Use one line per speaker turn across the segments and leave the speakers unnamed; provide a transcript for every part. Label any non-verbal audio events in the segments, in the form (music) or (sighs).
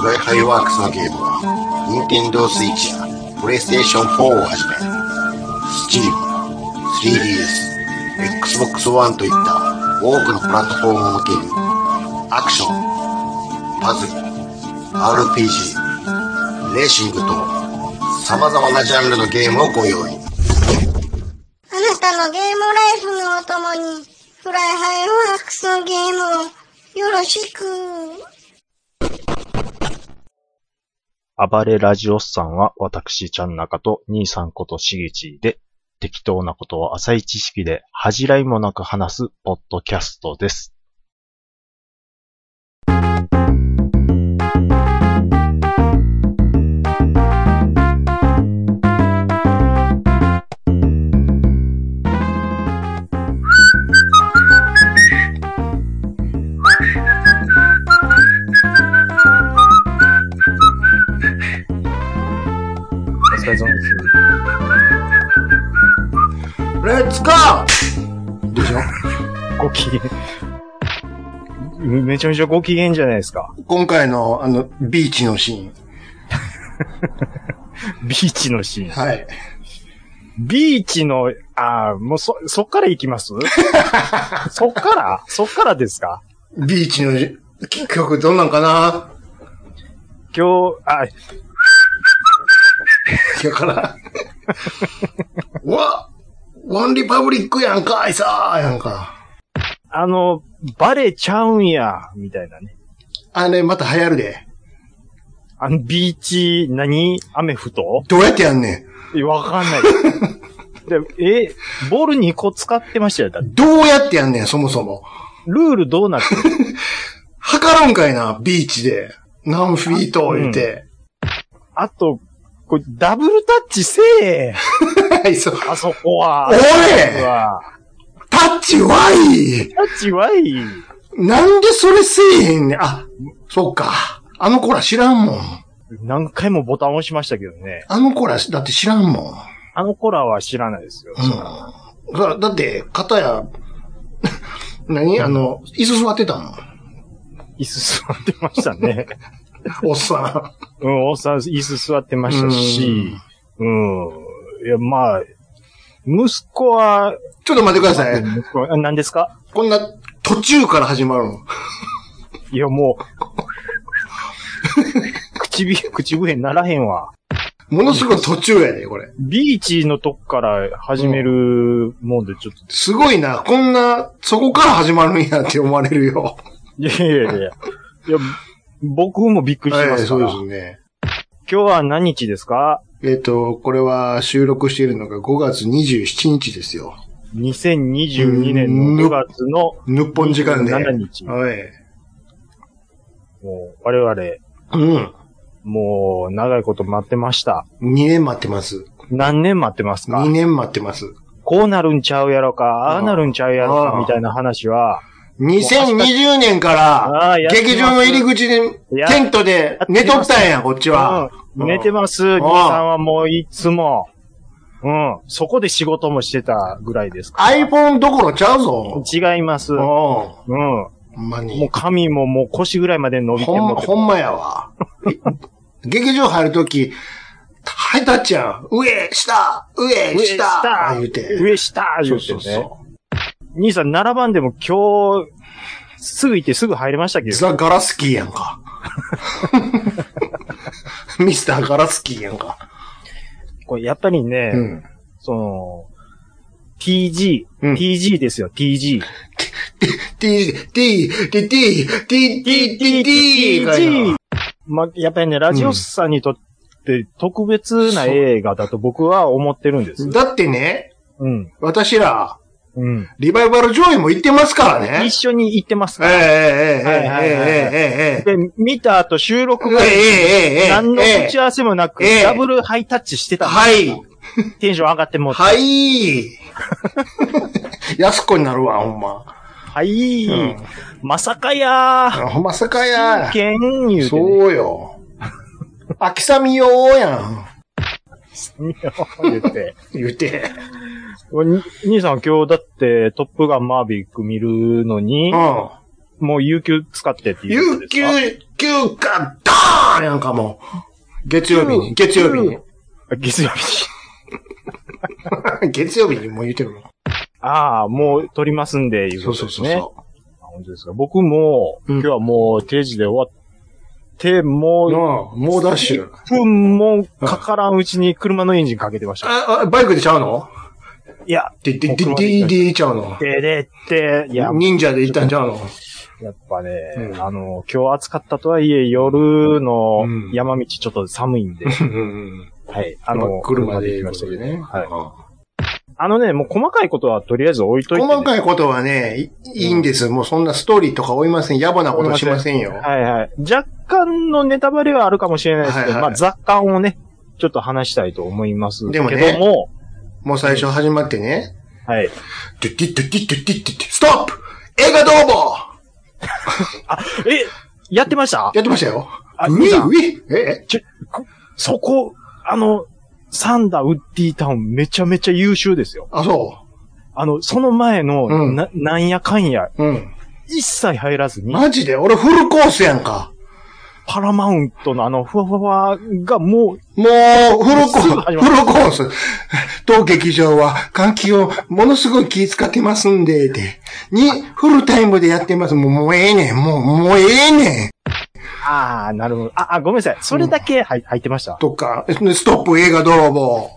ブライハイワークスのゲームは、ニンテンドースイッチや、プレイステーション4をはじめ、Steam、3DS、Xbox One といった多くのプラットフォームを向けに、アクション、パズル、RPG、レーシングと、様々なジャンルのゲームをご用意。
あなたのゲームライフのお供に、フライハイワークスのゲームをよろしく。
暴れラジオスさんは、私、ちゃんなかと、兄さんことしげちで、適当なことを浅い知識で、恥じらいもなく話す、ポッドキャストです。
お疲れ様です。
レッツゴーでしょ
ご機嫌。 (laughs) めちゃめちゃご機嫌じゃないですか。
今回の、あの、ビーチのシーン。
ビーチのシーン。
はい。
ビーチの、ああ、もうそ、そっから行きます (laughs) そっからそっからですか
ビーチの、結局どんなんかな
今日、あ、
だ (laughs) から、わ、ワンリパブリックやんかいさーやんか。
あの、バレちゃうんや、みたいなね。
あれまた流行るで。
あの、ビーチ、何雨降と
どうやってやんねん。
えわかんない。でえ、ボール2個使ってましたよ。だって
どうやってやんねん、そもそも。
ルールどうなってる
測るんかいな、ビーチで。何フィート言うて。
あと、これ、ダブルタッチせえ。
はい、そう。
あそこは。
おい
は
タッチワイ
タッチはいい。
なんでそれせえへんねん。あ、そっか。あの子ら知らんもん。
何回もボタン押しましたけどね。
あの子ら、だって知らんもん。
あの子らは知らないですよ。
うん。そらだって、片や、 (laughs) 何あの、椅子座ってたの
椅子座ってましたね。 (laughs)
おっさ
うん、おっさん椅子座ってましたし、うん。いや、まあ、息子は、
ん。ちょっと待ってください。
息子はあ何ですか
こんな途中から始まるの。
いや、もう、唇、 (laughs) 口笛ならへんわ。
ものすごい途中やで、これ。
ビーチのとこから始めるもんで、ちょっと、
すごいな。こんな、そこから始まるんやって思われるよ。
いやいやいやいや。いや、僕もびっくりして
は
ます
い、
か
そう
ら。
ですね。
今日は何日ですか
えっ、と、これは収録しているのが5月27日ですよ。
?2022 年の5月の
日本時間で。
7日。
はい。
もう我々、
うん。
もう長いこと待ってました。
2年待ってます。
何年待ってますか
2年待ってます。
こうなるんちゃうやろか、ああなるんちゃうやろ
う
か、
ん
みたいな話は、
2020年から、
ああやってます
劇場の入り口で、テントで寝とったんや、こっち
う
は。
ん寝てます、
ん
兄さんはもういつも。うん。そこで仕事もしてたぐらいですから。
iPhone どころちゃうぞ。
違います。
うん。
うん。
ほ
も
んまに。
う髪ももう腰ぐらいまで伸びて
ほん、
もって
ほんまやわ。劇場入るとき、ハイタッチやん。上、下、上、
上
下、
下
言うて。
上下言うてね。兄さん7番でも今日、すぐ行ってすぐ入れましたけど。
ザ・ガラスキーや
(laughs)
んか。ミスター・ガラスキーやんか。
これやっぱりね、
うん。
その、TG、
うん
TG ですよ、TG。
T、T、T、T、T、T、T、T がいいな、
まあ、やっぱりね、ラジオスさんにとって特別な映画だと僕は思ってるんです。
だってね、
うん。
私ら、
うん。
リバイバル上映も行ってますからね
一。緒に行ってます
ええ
から。
ええええええええええ
で、見た後収録
えええええええええ
会、
ええ
何の打ち合わせもなく
ええ、
ダブルハイタッチしてたんです
はい。
テンション上がってもうて、
はい。 (laughs) 安子になるわ、ほんま。
はい、
うん
まさかやー。
ほんまさかや。
けん言うて、ね。
そうよ。秋雨ようやん。
言って。
言うて。
に兄さん今日だってトップガンマーヴィック見るのに、
うん。
もう有給使ってっていうこと
有
です
給
か、
休暇、ドーンやんかもう。月曜日に、月曜日に。 (laughs)
あ月曜日に。
月曜日にもう言ってるもん。
ああ、もう取りますんで、いう
そ
こ
うそ
と
う
です
そう
ね。
そ
あ本当ですか。僕も、
うん
今日はもう定時で終わって、
う。な
もう、
あ、猛ダッシュ。
1分もかからんうちに車のエンジンかけてました。
あ、あバイクでちゃうの
いや、
で、で、で、で、で、ちゃうの
ででって、いや、
忍者で行ったんちゃうの
やっぱね、
うん
あの、今日暑かったとはいえ、夜の
うん
山道ちょっと寒いんで、
うんうんうん。
はい、あ
あ
の、
の、車
行き
で行
ま
き
したた
け
け
ど
ど
ね。
はい。
い。
あのね、もう細かいことはとりあえず置いといて、ね。
細かいことはね、いいいんです。もうそんなストーリーとか追いません。野暮なことしませんよ。
はいはい。若干のネタバレはあるかもしれないですけど、
はいはい
まあ雑感をね、ちょっと話したいと思います。
でもね
けども、
もう最初始まってね。
はい。
ドゥッティッドゥッティッドゥッティッドゥッティッストップ映画泥棒
え、やってました
やってましたよ。
あ
ウ
いい
ィ
な
ウィええ
そこ、あの、サンダーウッディタウンめちゃめちゃ優秀ですよ。
あ、そ
あの、その前の、
うん
な、なんやかんや、
う。うん。
一切入らずに、
マジで俺フルコースやんか。
パラマウントのあの、ふわふわがもう、
もう、フルコ
すぐ
ース、フ
始
ル
まる
コース。当劇場は換気をものすごい気使ってますんで、で。に、フルタイムでやってます。もう、もうええねん。もう、もうええねん。
ああ、なるほど。あ、あ、ごめんなさい。それだけ入,、入ってました。
とか、ストップ映画泥棒。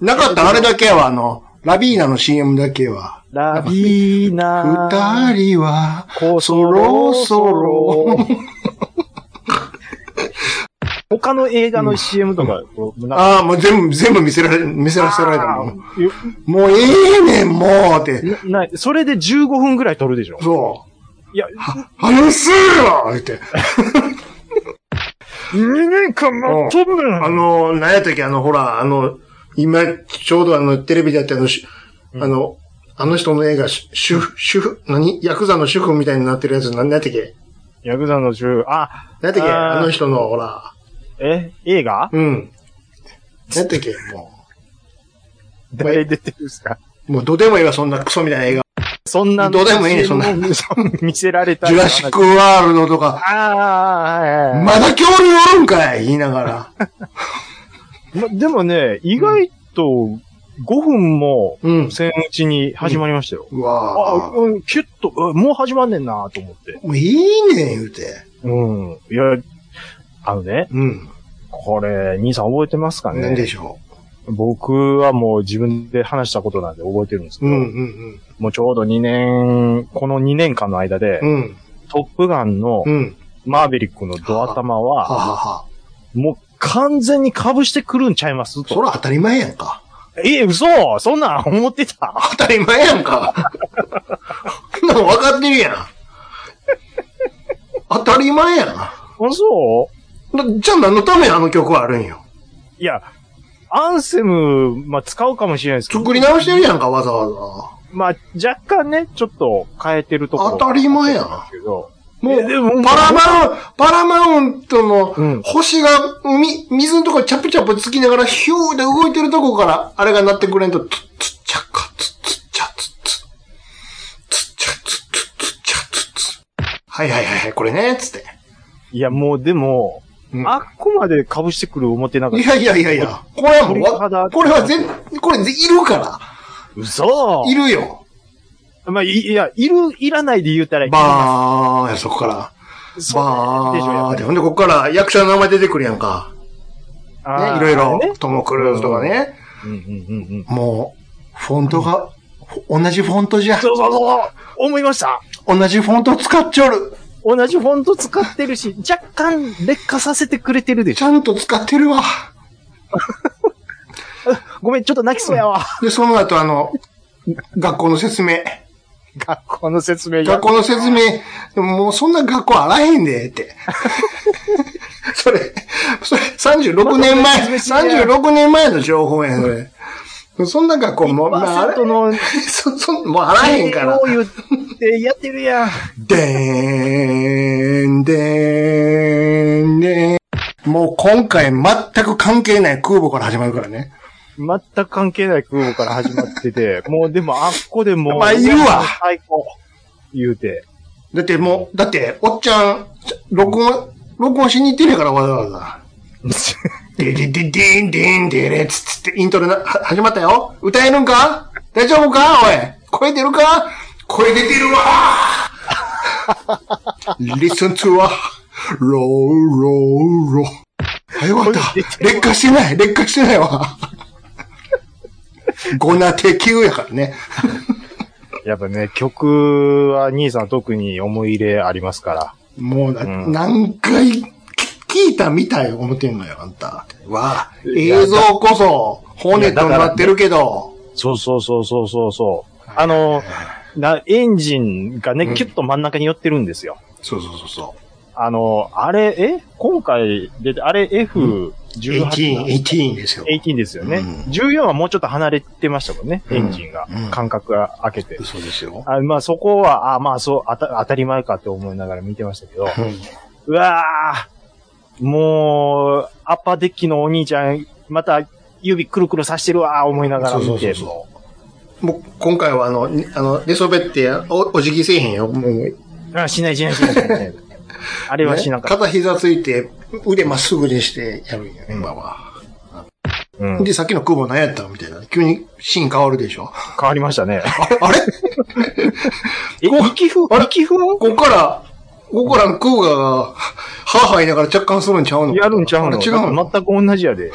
なかったあれだけは、あの、ラビーナの CM だけは。
ラビーナー。
二人は、
こ
そろそろ。
(laughs) 他の映画の CM とか、こうなんか
ああ、もう全部、全部見せられ、見せらせられたもん。
よ
もうええねん、もうって。
なそれで15分ぐらい撮るでしょ
そ
いや、
う。話せよって。
2年間待っとんねん
あの、何やったっけ、あの、ほら、あの、今、ちょうどあの、テレビでやってあの、しあの、あの人の映画、し主婦、主婦、何ヤクザの主婦みたいになってるやつ、何やったっけ
ヤクザの銃、あ、
何やったっけ
あー
あの人の、ほら、
え映画
うん。何やったっけも
誰出てるんですか
う、もうどうでもいいわ、そんなクソみたいな映画。
そんな
どうでもいいねそんな
見せられた。
(laughs) ジュラシックワールドとか、
ああ、はいはいはい
まだ恐竜おるんかい言いながら。
までもね、意外と5分も
うん。
せんうちに始まりましたよ。
う
あ、
わぁ。
うん、キュッと、うんもう始まんねんなと思って。
もういいねん、言うて。
うん。いや、あのね、
うん。
これ、兄さん覚えてますか
何
ね
でしょ
僕はもう自分で話したことなんで覚えてるんですけ
う。
ど、
うんうん
もうちょうど2年、この2年間の間で、
うん。うん。
トップガンの
うん。
マーベリックのドア玉は、
ははは。
もう完全に被してくるんちゃいます
そ
と。
ら当たり前やんか。
え、嘘そんなん思ってた (laughs)
当たり前やんか。そん (laughs) なの分かってるやん。当たり前やん。な
嘘
じゃあ何のためにあの曲はあるんよ。
いや、アンセム、まあ、使うかもしれないですけど。
作り直してるやんか、わざわ
まあ、若干ね、ちょっと変えてるところ。
当たり前やん
けど。
ざ。も
えでも
う、パラマウン、パラマウント
う
の
ん
星が海、水のとこチャプチャプつきながらヒューで動いてるとこから、あれが鳴ってくれんと、ツッツッチャカ、ツッツッチャツッツッ。ツッチャツッツッツッチャツッツッ。はいはいはいはい、これね、つって。
いや、もうでも、
うん
あっこまで被してくる思ってなかっ
い
た。
やいやいやいや、これはもう
鳥肌
わ、これは全、これぜいるか
嘘
ら、いるよ。
まあ、いいや、いる、いらないで言うたらいい。
バーン、そこから。
そう
バ
でしょやっ
ーン
ぱ
っ
り
て。ほんで、ここから役者の名前出てくるやんか。
あ
ね、
ー
いろいろ
ね。
トム・クルーズとかね。
うんうんうんうん。
もう、フォントが、ほ同じフォントじゃ。
そうそうそう思いました
同じフォント使っちょる。
同じフォント使ってるし、若干劣化させてくれてるでし
ち
ょ。
ゃんと使ってるわ。
ごめん、ちょっと泣きそうやわ。
で、その後、あの、学校の説明。
学校の説明や
学校の説明、もうそんな学校あらへんで、って。 (laughs) それ、それ、36年前、36年前の情報やん、それ。そんな学校も、まあ、あ
1%
れ、
の
(laughs) そ、そ、もうあらへんから
を。言ってやってるやん。
でーん、でーん、でーん。もう今回全く関係ない空母から始まるからね。
全く関係ない空母から始まって
(laughs)
て、もうでもあっこでもう、
まあいるわ
最高言う
(laughs)
て。
だってもう、だって、おっちゃん、録音、録音しに行ってるやから、わざわざ。ででででんでんでれつつってイントロな、は始まったよ歌えるんか大丈夫かおい声出るか声出てるわ (laughs) Listen to a roll, roll, roll. はい、終わった
声出。てるわ
劣化してない、劣化してないわ。ゴナテ級やからね。
やっぱね、曲は兄さん特に思い入れありますから。
もうな、
うん
何回き聞いたみたい思ってんのよ、あんた。は、
いや
映像こそ骨となってるけど、
そうそうそうそうそうそう。あの、な、エンジンがね、
うん
キュッと真ん中に寄ってるんですよ。
そうそうそうそ
あの、あれ、え今回出て、あれ F18、
う。18、18ですよ。
18ですよね、
うん
14はもうちょっと離れてましたもんね、
うん
エンジンが。
うん
間隔が開けて。
そうですよ。
(laughs) あまあそこは、あまあそうあた、当たり前かって思いながら見てましたけ
(laughs)
ど、
うん
うわーもう、アッパーデッキのお兄ちゃん、また指くるくるさしてるわー思いながら
そうそ
見
うそ
て
う。そう。もう今回はあの、にあの、寝そべっておお辞儀せえへんよ。もう、
あしないしないしないし
(laughs)
ない。あれはしな
ね
かっ
片膝ついて、腕まっすぐにしてやるんや、今は。
た。うん。
で、さっきの空母何やったのみたいな。急にシーン変わるでしょ。 (laughs)
変わりましたね。
あれあれ
え、息不
あれ
息不
ここから、ここから空ガが、はぁはぁ言いながら着艦するんちゃうの
やるんちゃう
あれ
の
違うの
全く同じやで。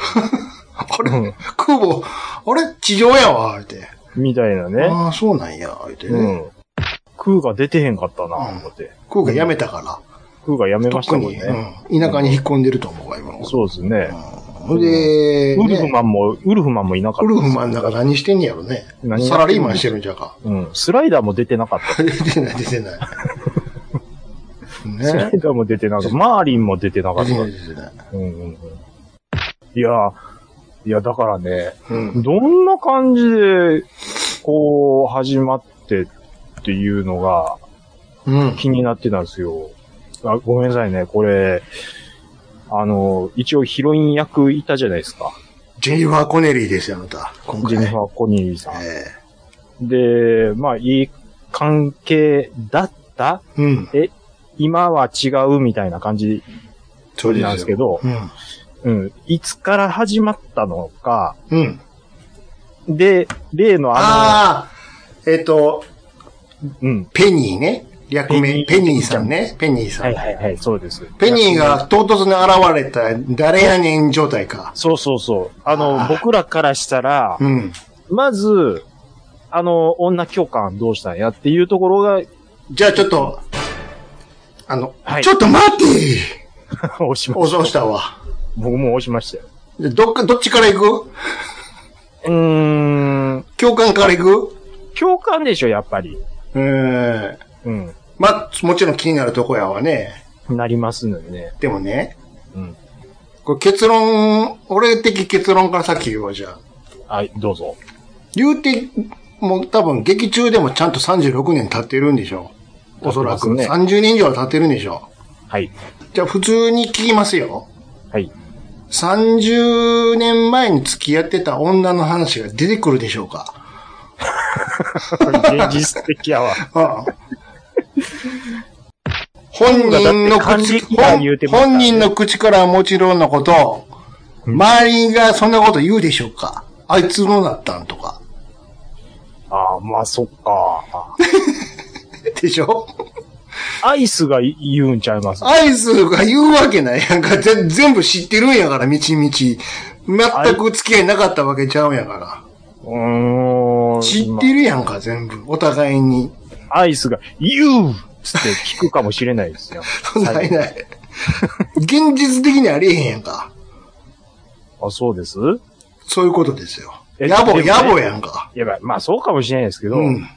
あれ、
うん
空母、あれ地上やわ、って。
みたいなね。
ああ、そうなんや、ってね。
うん。空が出てへんかったな、思って。
空母やめたから。
空がやめました
特
もん
に、
ね。
うん、田舎に引っ込んでると思うわ、今の。
そうですね。
ほんで、
ウルフ
ね
マンも、ウルフマンもいなか
ウ
っ
ルフマンだから何してんやろね。
何やってんの
サラリーマンしてるんじゃうか。
た。うん。スライダーも出てなかった。
出てない、出
(laughs)
てない。
スラ
ね
イ。ダーも出てなかった。 (laughs) マーリンも出てなか
出
った
て。ない、出てない。
うんうんうん。いや、いや、だからね、
うん。
どんな感じで、こう、始まってっていうのが
うん。
気になってたんですよ。あごめんなさいね、これ、あの、一応ヒロイン役いたじゃないですか。
ジェニファー・コネリーですよ、あなた。今
ジ
回。
ェニファー・コニーさ
え
ん。で、まあ、いい関係だった
えうん。
今は違うみたいな感じ
そうですよ
なんですけど、
うん。
うん、いつから始まったのか、
うん。
で、例のあ
ああ、えっ、と、
の、うん、
ペニーね。略名、
ペ
ペ
ニー
ニーさんね。ペニーさん。
はいはいはい、そうです。
ペニーが唐突に現れた誰やねん状態か。
そうそうそう。あの、
あー
僕らからしたら、
うん。
まず、あの、女教官どうしたんやっていうところが、 (laughs)
じゃあちょっと、あの、
はい
ちょっと待って
押しま、
おそうしたわ。
僕も押しましたよ。
でどっか、どっちから行く
うーん、
教官から行く
教官でしょ、やっぱり。
えー、
うん、
まあ、もちろん気になるとこやわね。
なりますのでね。
でもね、
うん。
これ結論、俺的結論からさっき言うわ、じゃあ。
はい、どうぞ。
言うて、もう多分劇中でもちゃんと36年経ってるんでしょ。おそらく。
経ってま
30年以上は経ってるんでしょ。
はい、
じゃあ普通に聞きますよ。
はい。
30年前に付き合ってた女の話が出てくるでしょうか。
現実的やわ。 (laughs)
ああ本人の口、
僕がだって還暦や言うて
本
ましたね
本人の口からはもちろんのこと、周りがそんなこと言うでしょうか。あいつのだったんとか。
ああ、まあ、そっか。
でしょ
アイスが言うんちゃいます。
アイスが言うわけないやんか。ぜ全部知ってるんやから、みちみち。全く付き合いなかったわけちゃうんやから。
うーん。
知ってるやんか、全部。お互いに。
アイスが、You! つって聞くかもしれないですよ。
(laughs) ないない。現実的にありえへんやんか。
あ、そうです
そういうことですよ。
え
野暮、
でもね
野暮やんか。
やばい。まあそうかもしれないですけど、
うん。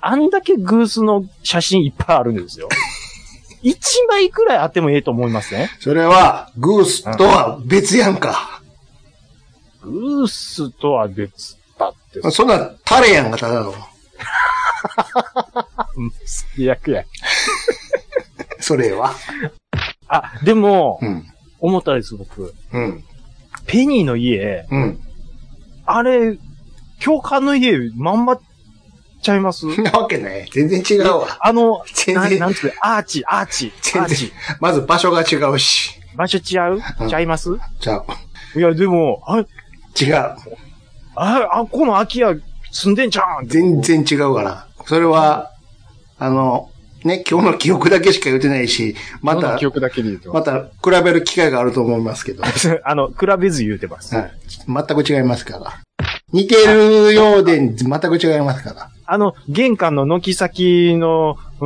あんだけ偶数の写真いっぱいあるんです
(laughs)
よ。一枚くらいあってもええと思いますね。
それは、グースとは別やんか。
偶数とは別だって。
そんな、タレやんか、ただの。
最悪や。
それは。
あ、でも
う、ん。
思ったです、僕。
うん。
ペニーの家、
うん。
あれ、教官の家、まんまっちゃいます
そんなわけ (laughs) ない。全然違うわ。
あの、
全
な
然
なんつう、アーチ、アーチ、ア
全
ーチ
然。。まず場所が違うし。
場所違う
うん
ちゃいます
じゃあ、
いや、でも、あ、
違う。
あ、あ、この空き家住んでんじゃん
全。然違うから。それは、あの、ね、今日の記憶だけしか言ってないし、ま
また。
た
記、憶だけで言うと。
また比べる機会があると思います (laughs) けど。はい。
(laughs) あの、比べず言うてます。
全く違いますから。似てるようで、全く違いますから。
あの、玄関の軒先の、う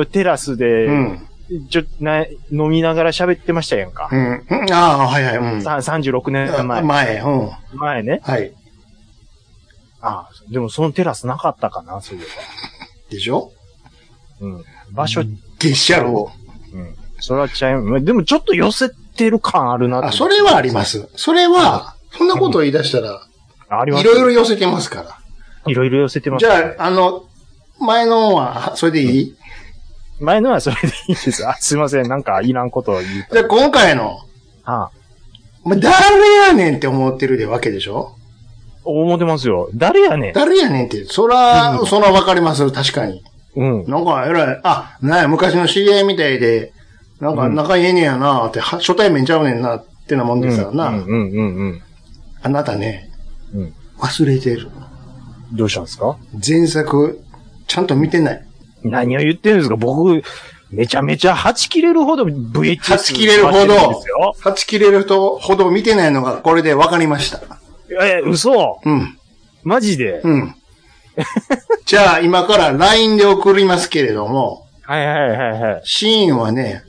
ー、テラスで、
うん。
ちょ、な、飲みながら喋ってましたやんか。
うん。うんああ、はいはい、うん。
さ36年前。
前、うん。
前ね。
はい。
ああでもそのテラスなかったかな、そういえ
でしょ
ば。うん。場所、うん。
でっしゃろう。
それはちゃいま、でもちょっと寄せてる感あるなって
あ、それはありま。す。それは、そんなことを言い出したら、
あり
い
ます。
ろいろ寄せてますから。
いろいろ寄せてます
じ
ね、
ゃあ、あの、前のは、それでいい
前のはそれでいいです。あ、すいません。なんかいらんことを言う
じゃあ、今回の、
た。はあ、
まあ、誰やねんって思ってるでわけでしょ
思ってますよ。誰やねん。
誰やねんって、そ
うん
ら、そらわかりますよ、確かに。
うん。
なんか、えらい、あ、なんや昔の知り合いみたいで、なんか
うん
仲いいねやなって、は初対面ちゃうねんなってなもんですからな。
うんうんうんうん。
あなたね、
うん
忘れてる。
どうしたんですか
前作、ちゃんと見てない。
何を言ってるんですか僕、めちゃめちゃ8切れるほど VHS。
はち切れるほど
ですよ。
はち切れるとほど見てないのがこれでわかりました。
え、嘘
うん、
マジで、
うん。
(laughs)
じゃあ、今から LINE で送りますけれども、
はいはいはいはい。
シーンはね、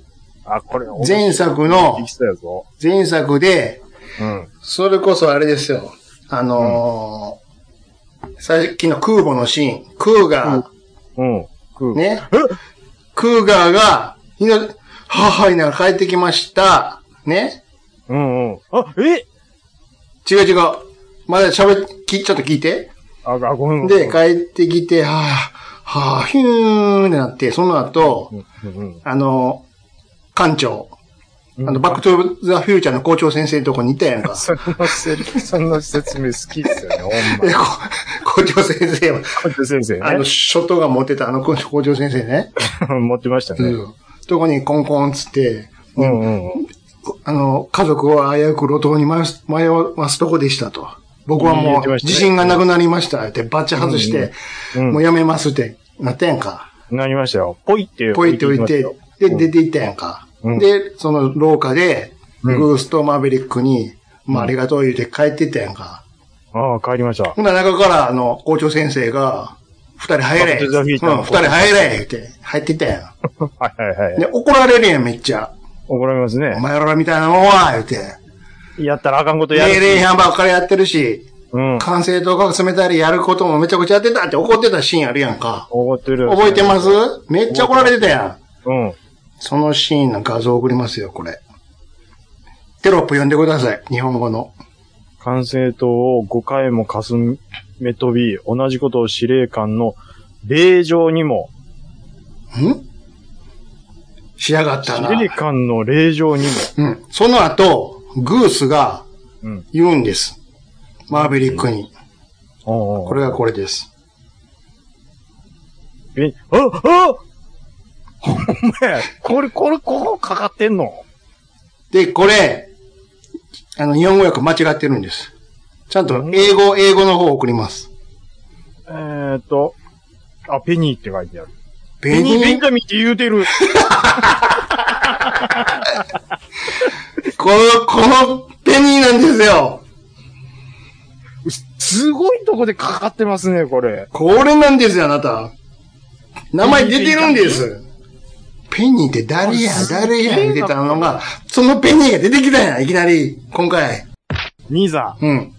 あ、これ、
前作の
でき、そうやぞ。
前作で、
うん。
それこそあれですよ。あのーさっきの空母のシーン、クーガー、
うん。食う。
ね、
え
クーガーが、ひの、はあはあ言いながら帰ってきました。ね
うんうん。あ、え
違う違う。まだ喋っ、きちょっと聞いて。
あ、あごめんごめん。
で、帰ってきて、はあ、はあ、ヒューンってなって、その後、
うんうん
あのー館長、
う
あ
ん
の、バックトゥザフューチャーの校長先生のとこにいたやんか。
そのせり、その説明好きですよね、ほん
で、
ま。
こ (laughs) 校長先生は、
校長先生
あの、書刀が持ってたあの校校長先生ね。
ね。 (laughs) 持ってましたね。
とこにコンコンっつって、
うんうんうん。
あの、家族を危うく路頭に迷す迷わすとこでしたと。僕は
言
も
って
う
ましたね
自信がなくなりましたってバッチ外して、
うん
もうやめますってなったやんか。
なりましたよ。ポイって。
ポイって置いて
置きま、
で、出て行ったやんか。
うん
で、その廊下で、
うん
グースとマーベリックに、まあ、ありがとう言うて帰ってったやんか。
したよああ、帰りま
(laughs)
した。
ほんなら中から、あの、校長先生が、二人入れ。
バックトゥ
う
ザ
ん、
フュ
二
ーチ
人
ャーの
入れ言うて、入ってったや
はいはい
ん。
はい。
で、怒られるやん、めっちゃ。
怒られます
お
ね。
前らみたいなもんは、言うて。
やったらあかんことやる
命。令反ばっかりやってるし、
うん。
完成度が詰めたりやることもめちゃくちゃやってたって怒ってたシーンあるやんか。
怒ってる。
覚えてますめっちゃ怒られてたやん。
うん。
そのシーンの画像送りますよ、これ。テロップ読んでください。日本語の。
管制塔を5回もかすめ飛び、同じことを司令官の令状にも、
んしやがった
司
な。
令官の令状にも、
うん。その後、グースが
うん。
言うんです。マーベリックに。
こ
これがこれです。
え、あ、 (laughs) あほんまや。これ、これ、ここかかってんの
で、これ、あの、日本語訳間違ってるんです。ちゃんと英語、英語の方送ります。
えーっと、あ、ペニーって書いてある。
ベニー
ベンジャミンって言うてる。
この、このペニーなんですよ。
すごいとこでかかってますね、これ。
これなんですよ、あなた。名前出てるんです。ペニーって誰や、誰や、言ってたのが、そのペニーが出てきたやん、いきなり、今回。
兄さん、
うん。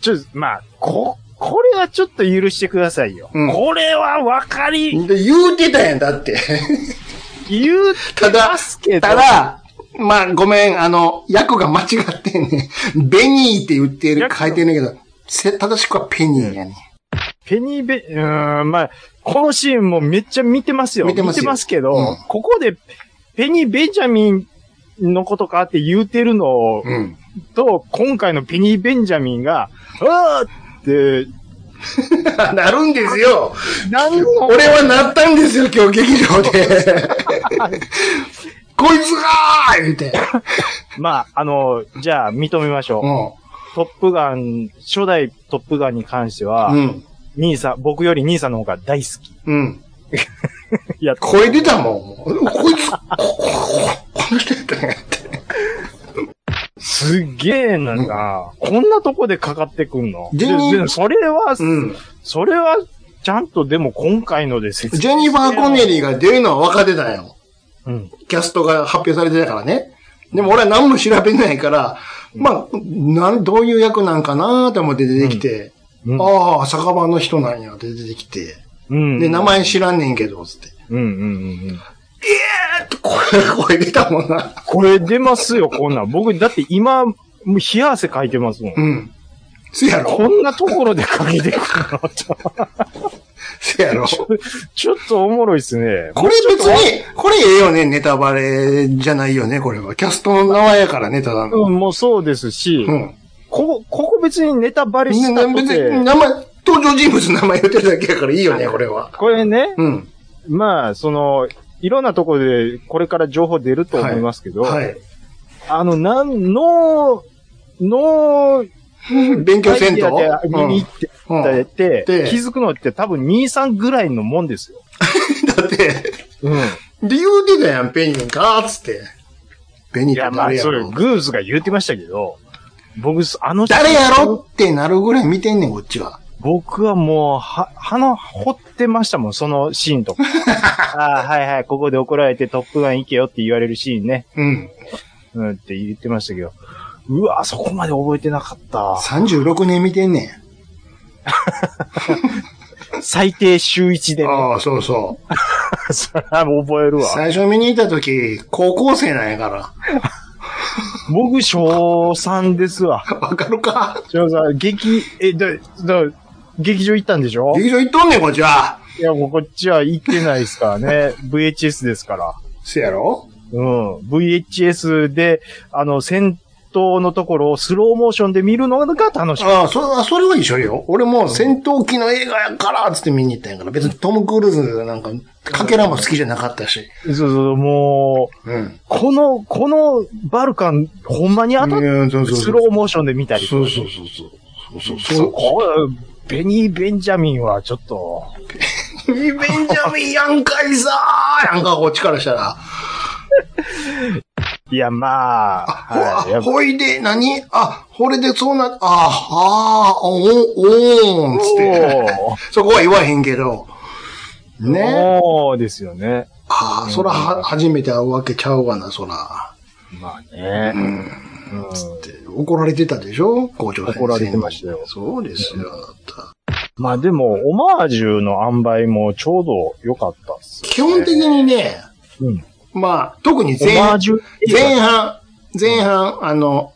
ちょ、まあ、こ、これはちょっと許してくださいよ。
うん
これはわかり、
で言うてたやん、だって。
言う
た
て
だ
ますけ、ど。
(laughs) ただ、まあ、ごめん、あの、訳が間違ってんね。ベニーって言ってる、
訳
書いてんねんけど、せ正しくはペニーやねん。
ペニーベ、うーん、まあ、このシーンもめっちゃ見てますよ。
見てますよ
けど、
うん
ここでペニー・ベンジャミンのことかって言うてるのを、
うん。
と、今回のペニー・ベンジャミンが、あーって、
(laughs) なるんですよ。
何の、
俺はなったんですよ、今日劇場で。こいつがー言うて。
まあ、あの、じゃあ認めましょう。
う
トップガン、初代トップガンに関しては、
ん。うん。
兄さん、僕より兄さんの方が大好き。 (laughs)
うん。
いや、
声出たもん。こいつ、こ、こ、この人やったね。
すげえな、こんなとこでかかってくんの
ジェニー
ででそれは、
うん。
それは、ちゃんとでも今回ので説
ジェニファー・コネリーが出るのは分かってたんよ。
うん。
キャストが発表されてたからね。でも俺は何も調べないから、まあ、なん、どういう役なんかなーって思って出てきて、
うん。
ああ、酒場の人なんやって出てきて、
うん
で、名。前知らんねんけど、つって。
うんうんうんうん。
声、声出たもんな。
これ出ますよ、こんなん。僕、だって今、もう冷や汗かいてますもん。
うん。せやろ
こんなところでかけてくるの
せやろ
ちょっとおもろいっすね。
これ別に、これええよね、ネタバレじゃないよね、これは。キャストの名前やからね、ただの。
うん、もうそうですし、
うん。
ここ、ここ別にネタバレ
み
し
んな
たと
別に
て、
名前、登場人物の名前言ってるだけやからいいよね、これは。
これね、
うん。
まあ、その、いろんなところでこれから情報出ると思いますけど、
はい。
あの、なん、の、の、
勉強せんと。
アイデアで見に行って、
うんうん
って
で
気づくのって多分2、3ぐらいのもんですよ。
だって、
うん。
理由出たやん、ペニーかーっつって。ペニ
い
ー
や、
って
ま
誰
あ、
や
それ、
ろ。
グーズが言ってましたけど、僕、あの、
誰やろってなるぐらい見てんねん、こっちは。
僕はもう、は、鼻掘ってましたもん、そのシーンとか。ああ、はいはい、ここで怒られてトップガン行けよって言われるシーンね。
うん。
うんって言ってましたけど。うわ、そこまで覚えてなかった。
36年見てんねん。
最低週1でね。
ああ、そうそ
それは覚える
う。
わ。
最初見に行った時、高校生なんやか
僕、小3ですわ。
ら。 (laughs) わかるか
小3、劇、え、だ、だ、劇場行ったんでしょ
劇場行っとんねん、こっちは。
いや、もうこっちは行ってないですからね。VHS ですから。
せやろ
うん。VHS で、あの、戦闘のところをスローモーションで見るのが楽しい。
ああ、それは、それは一緒よ。俺も戦闘機の映画やから、つって見に行ったんやから。別にトム・クルーズなんか、かけらも好きじゃなかったし。
そうそう、もう、
うん。
この、このバルカン、ほんまに当たっ
うんそうそうそう
スローモーションで見たり。
そうそうそうそう。そう
そ
そうそう。
こ、ベニー・ベンジャミンはちょっと、
リベンジャミンやんかいさーやんか、こっちからしたら。
いや、まあ、
ほ、
はいや
あ
っぱ
ほいで、何あ、ほれでそうな、あ、はあ、お、おーん、つって。
おー
そこは言わへんけど。ね
そうですよね。
ああ、そらは、初めて会うわけちゃうわな、そら。
まあね。うん
って怒られてたでしょ校長先生に。
怒られてましたよ
そうですよ、あなた。
まあでも、オマージュの塩梅もちょうど良かったっす。
基本的にね、
うん
まあ、特に
オ
前
マージュ
前半、前半、あの、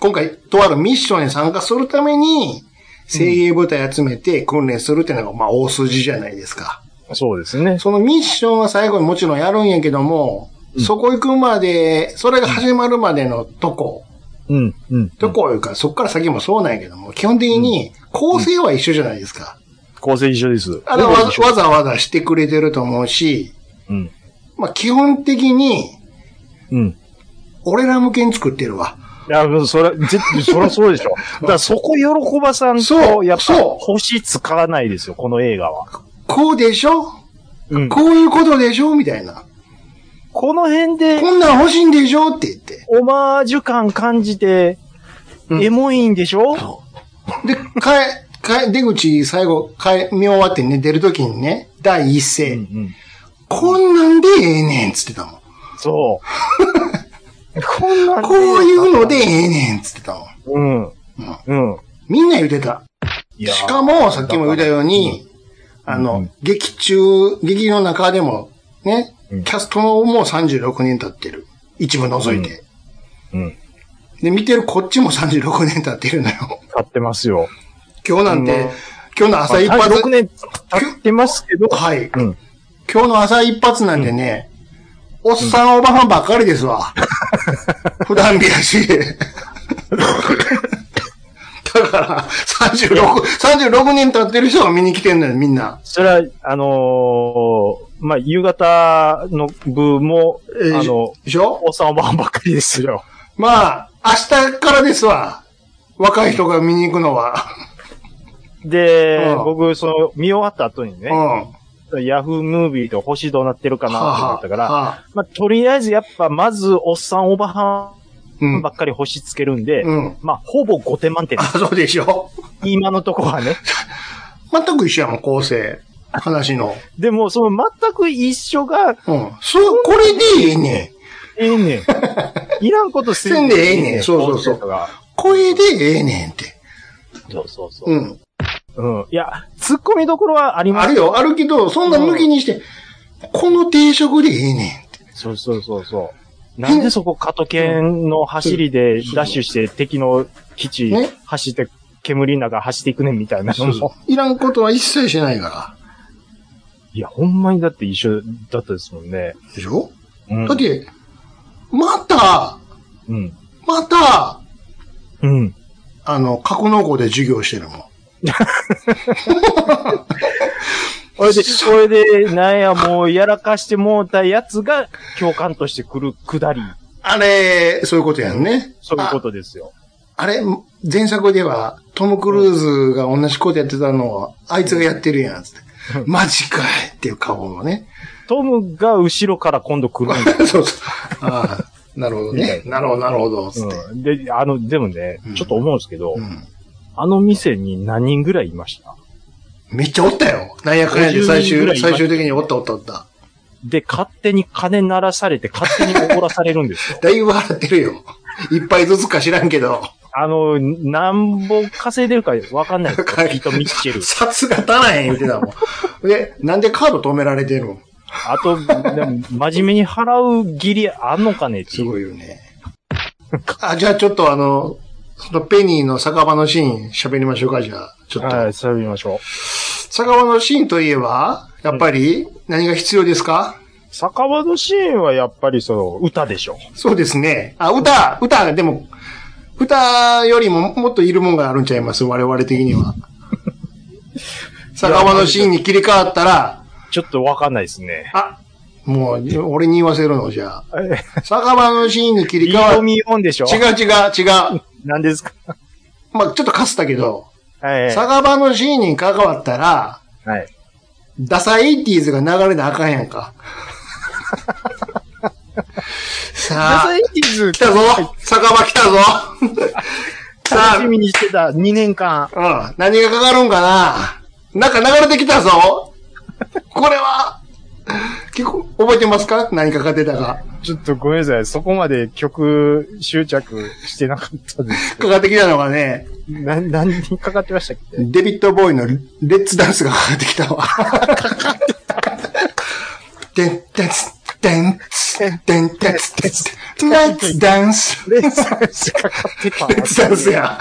今回、とあるミッションに参加するために、精鋭部隊集めて訓練するっていうのが、まあ、大筋じゃないですか。
そうですね。
そのミッションは最後にもちろんやるんやけども、そこ行くまで、それが始まるまでのとこ、
うん、うん。
とこいうか、そっから先もそうなんやけども、基本的に構成は一緒じゃないですか。
構成一緒です。
あれはわわざわざしてくれてると思うし、
うん。
まあ、基本的に、
うん。
俺ら向けに作ってるわ。
いや、もうそれ、絶対、そらそうでし
(laughs)
ょ。だからそこ喜ばさん
そ
と、
う
やっぱ
そう、
星使わないですよ、この映画は。
こうでしょ
うん。こ
こういうことでしょみたいな。
この辺で、
こんなん欲しいんでしょって言って。
オマージュ感感じて、
うん
エモいんでしょ
で、かえ、かえ、出口最後、かえ、見終わってね、出るときにね、第一声、
うんうん
こんなんでええねんっつってたもん。
そう。 (laughs) こんなんで
こういうのでええねんっつってたもん。
うん。うん。
みんな言ってた。
いやー
しかも、さっきも言ったように、あの、
うん
劇中、劇の中でも、ね、
うん
キャストももう36年経ってる。一部除いて。
うんうん
で、見てるこっちも36年経ってるのよ。 (laughs)
買ってますよ。
今日なんて、
うん
今日の朝一
まあ
発。
36年経ってます
(laughs)
けど、
はい。
うん。
今日の朝一発なんでね、 (laughs)
(laughs)
おっさんおばはんばっかりですわ。普段見やし。だから、36、36年経ってる人が見に来てんのよ、みんな。
それは、あのーまあ、夕方の部も、
えー
あの、
でしょ
おっさんおばあんばっかりですよ。
まあ、明日からですわ。若い人が見に行くのは。
で、
うん
僕、その、見終わった後に
う
ね
ん。、は
ヤフームービーと星どうなってるか
あ
なと思ったから、
はあ
まあ、とりあえずやっぱ、まず、おっさんおばあ
う
はん
ん
ば。っかり星つけるんで、
うん。
まあ、ほぼ5点満点で
あ、
す。
そうでしょ
今のところはね。
全く一緒やもん、構成。話の。
でも、その全く一緒が、
うん。そう、これでいいね。
ええねん。
(laughs)
いらんことせ
せんでええねんそうそうそう
こいのが
これでええねんって。
そうそうそうう。
ん。
うん。いや、突っ込みどころはありま
あ
す
るよ、あるけど、そんな抜きにして、この定食でええねんって。
そうそうそうそう。なんでそこ、カトケンの走りでダッシュして敵の基地
ね
走って、煙の中走っていくねんみたいなのも。
いらんことは一切しないか
いや、ほんまにだって一緒だったですもんね。
ら。でしょ、
うん
だっ、て、また、
うん。
また、
うん。
あの、格納庫で授業してるもん。
それで、それで、なんや、もう、やらかしてもうたやつが、教官として来るくだり。
あれ、そういうことやんね。
そういうことですよ。
あれ、前作では、トム・クルーズが同じことやってたのを、あいつがやってるやん、つって。マジかいっていう顔をね。
トムが後ろから今度来るんだ。
(laughs) そうそう。ああ、なるほどね。なるほど、なるほど、つって。
うん、で、あの、でもね
うん、
ちょっと思うんですけど、
うん
あの店に何人ぐらいいました
めっちゃおったよ。なんやかんやで最終、最終的におったおったおった。。
で、勝手に金鳴らされて、勝手に怒らされるんですよ (laughs)
だいぶ払ってる (laughs) よ。一杯ずつか知らんけど。
あの、なんぼ稼いでるかわかんないですよ。ピート・ミッチェル。
札が足らへん言うてたもん。で、なんでカード止められてるの
あと、でも真面目に払う義理あんのかねって
す
いう。
ごいよね。あ、じゃあちょっとあの、そのペニーの酒場のシーン喋りましょうか、じゃあ。ちょっと。
はい、喋りましょう。
酒場のシーンといえば、やっぱり何が必要ですか、
酒場のシーンはやっぱりその、歌でしょ。
そうですね。あ、歌、歌、でも、歌よりももっといるもんがあるんちゃいます我々的
(laughs)
には。酒場のシーンに切り替わったら、
ちょっとわかんないですね。
あ、もう、俺に言わせるの、じゃあ。酒場のシーンに切り
リ
替わ
ド
る。違
ミオンでしょ
う違う違う。
何ですか
まあちょっとかすったけど、
はい。
酒
は
場のシーンに関わったら、
い。
ダサエイティーズが流れなあかんや
(laughs)
んか。さあ、来たぞ酒場来たぞさあ
楽し、みにしてた2年間。
うん。何がかかるんかななんか流れてきたぞこれは結構、覚えてますか何かかってたか。
ちょっとごめんなさい。そこまで曲執着してなかったです。
かかってきたのがね、
な、何にかかってましたっけ
デビッド・ボーイのレッツダンスがかかってきたわ。でんてんつ、でんつ、でんてんつ、でんつ、レッツダンス。
レンサーしかかってた
レ。ッツダンスや。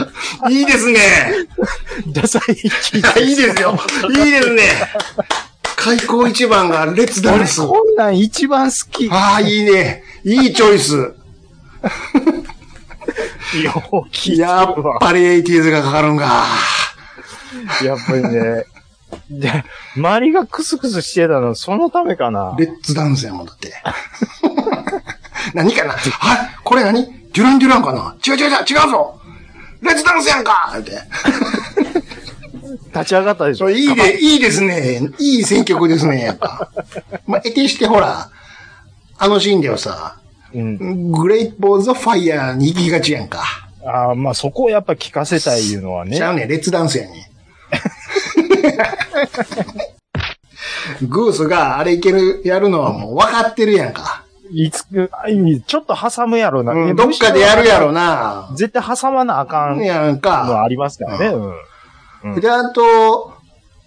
いいですね。
ダサい気
いやいいですよ。いいですね。開口一番がレッツダンス。
こんなん一番好き。
ああ、いいね。いいチョイス。
陽気。
やっぱりエイティーズがかかるんか。
やっぱりね。で、周りがクスクスしてたの、そのためかな。
レッツダンスやもんだって。 (laughs) 何かなあこれ何デュラン・デュランかな違う違う違う違うぞレッツダンスやんかって。
立ち上がったでし
そ
ょ。
れいいで、いいですね。いい選曲ですね、やっぱ。まあ、得てしてほら、あのシーンではさ、
うん。
グレイポーズ・ファイヤーに行きがちやんか。
ああ、まあそこをやっぱ聞かせたいいうのはね
ち。ゃうねんレッツダンスやねんグースがあれいける、やるのはもう分かってるやんか。
いつく、あちょっと挟むやろな。
う
ね
ん、どっかでやるやろな。
絶対挟まなあかんの
やん
は
か。
ありますからね。うん。うん
で、あと、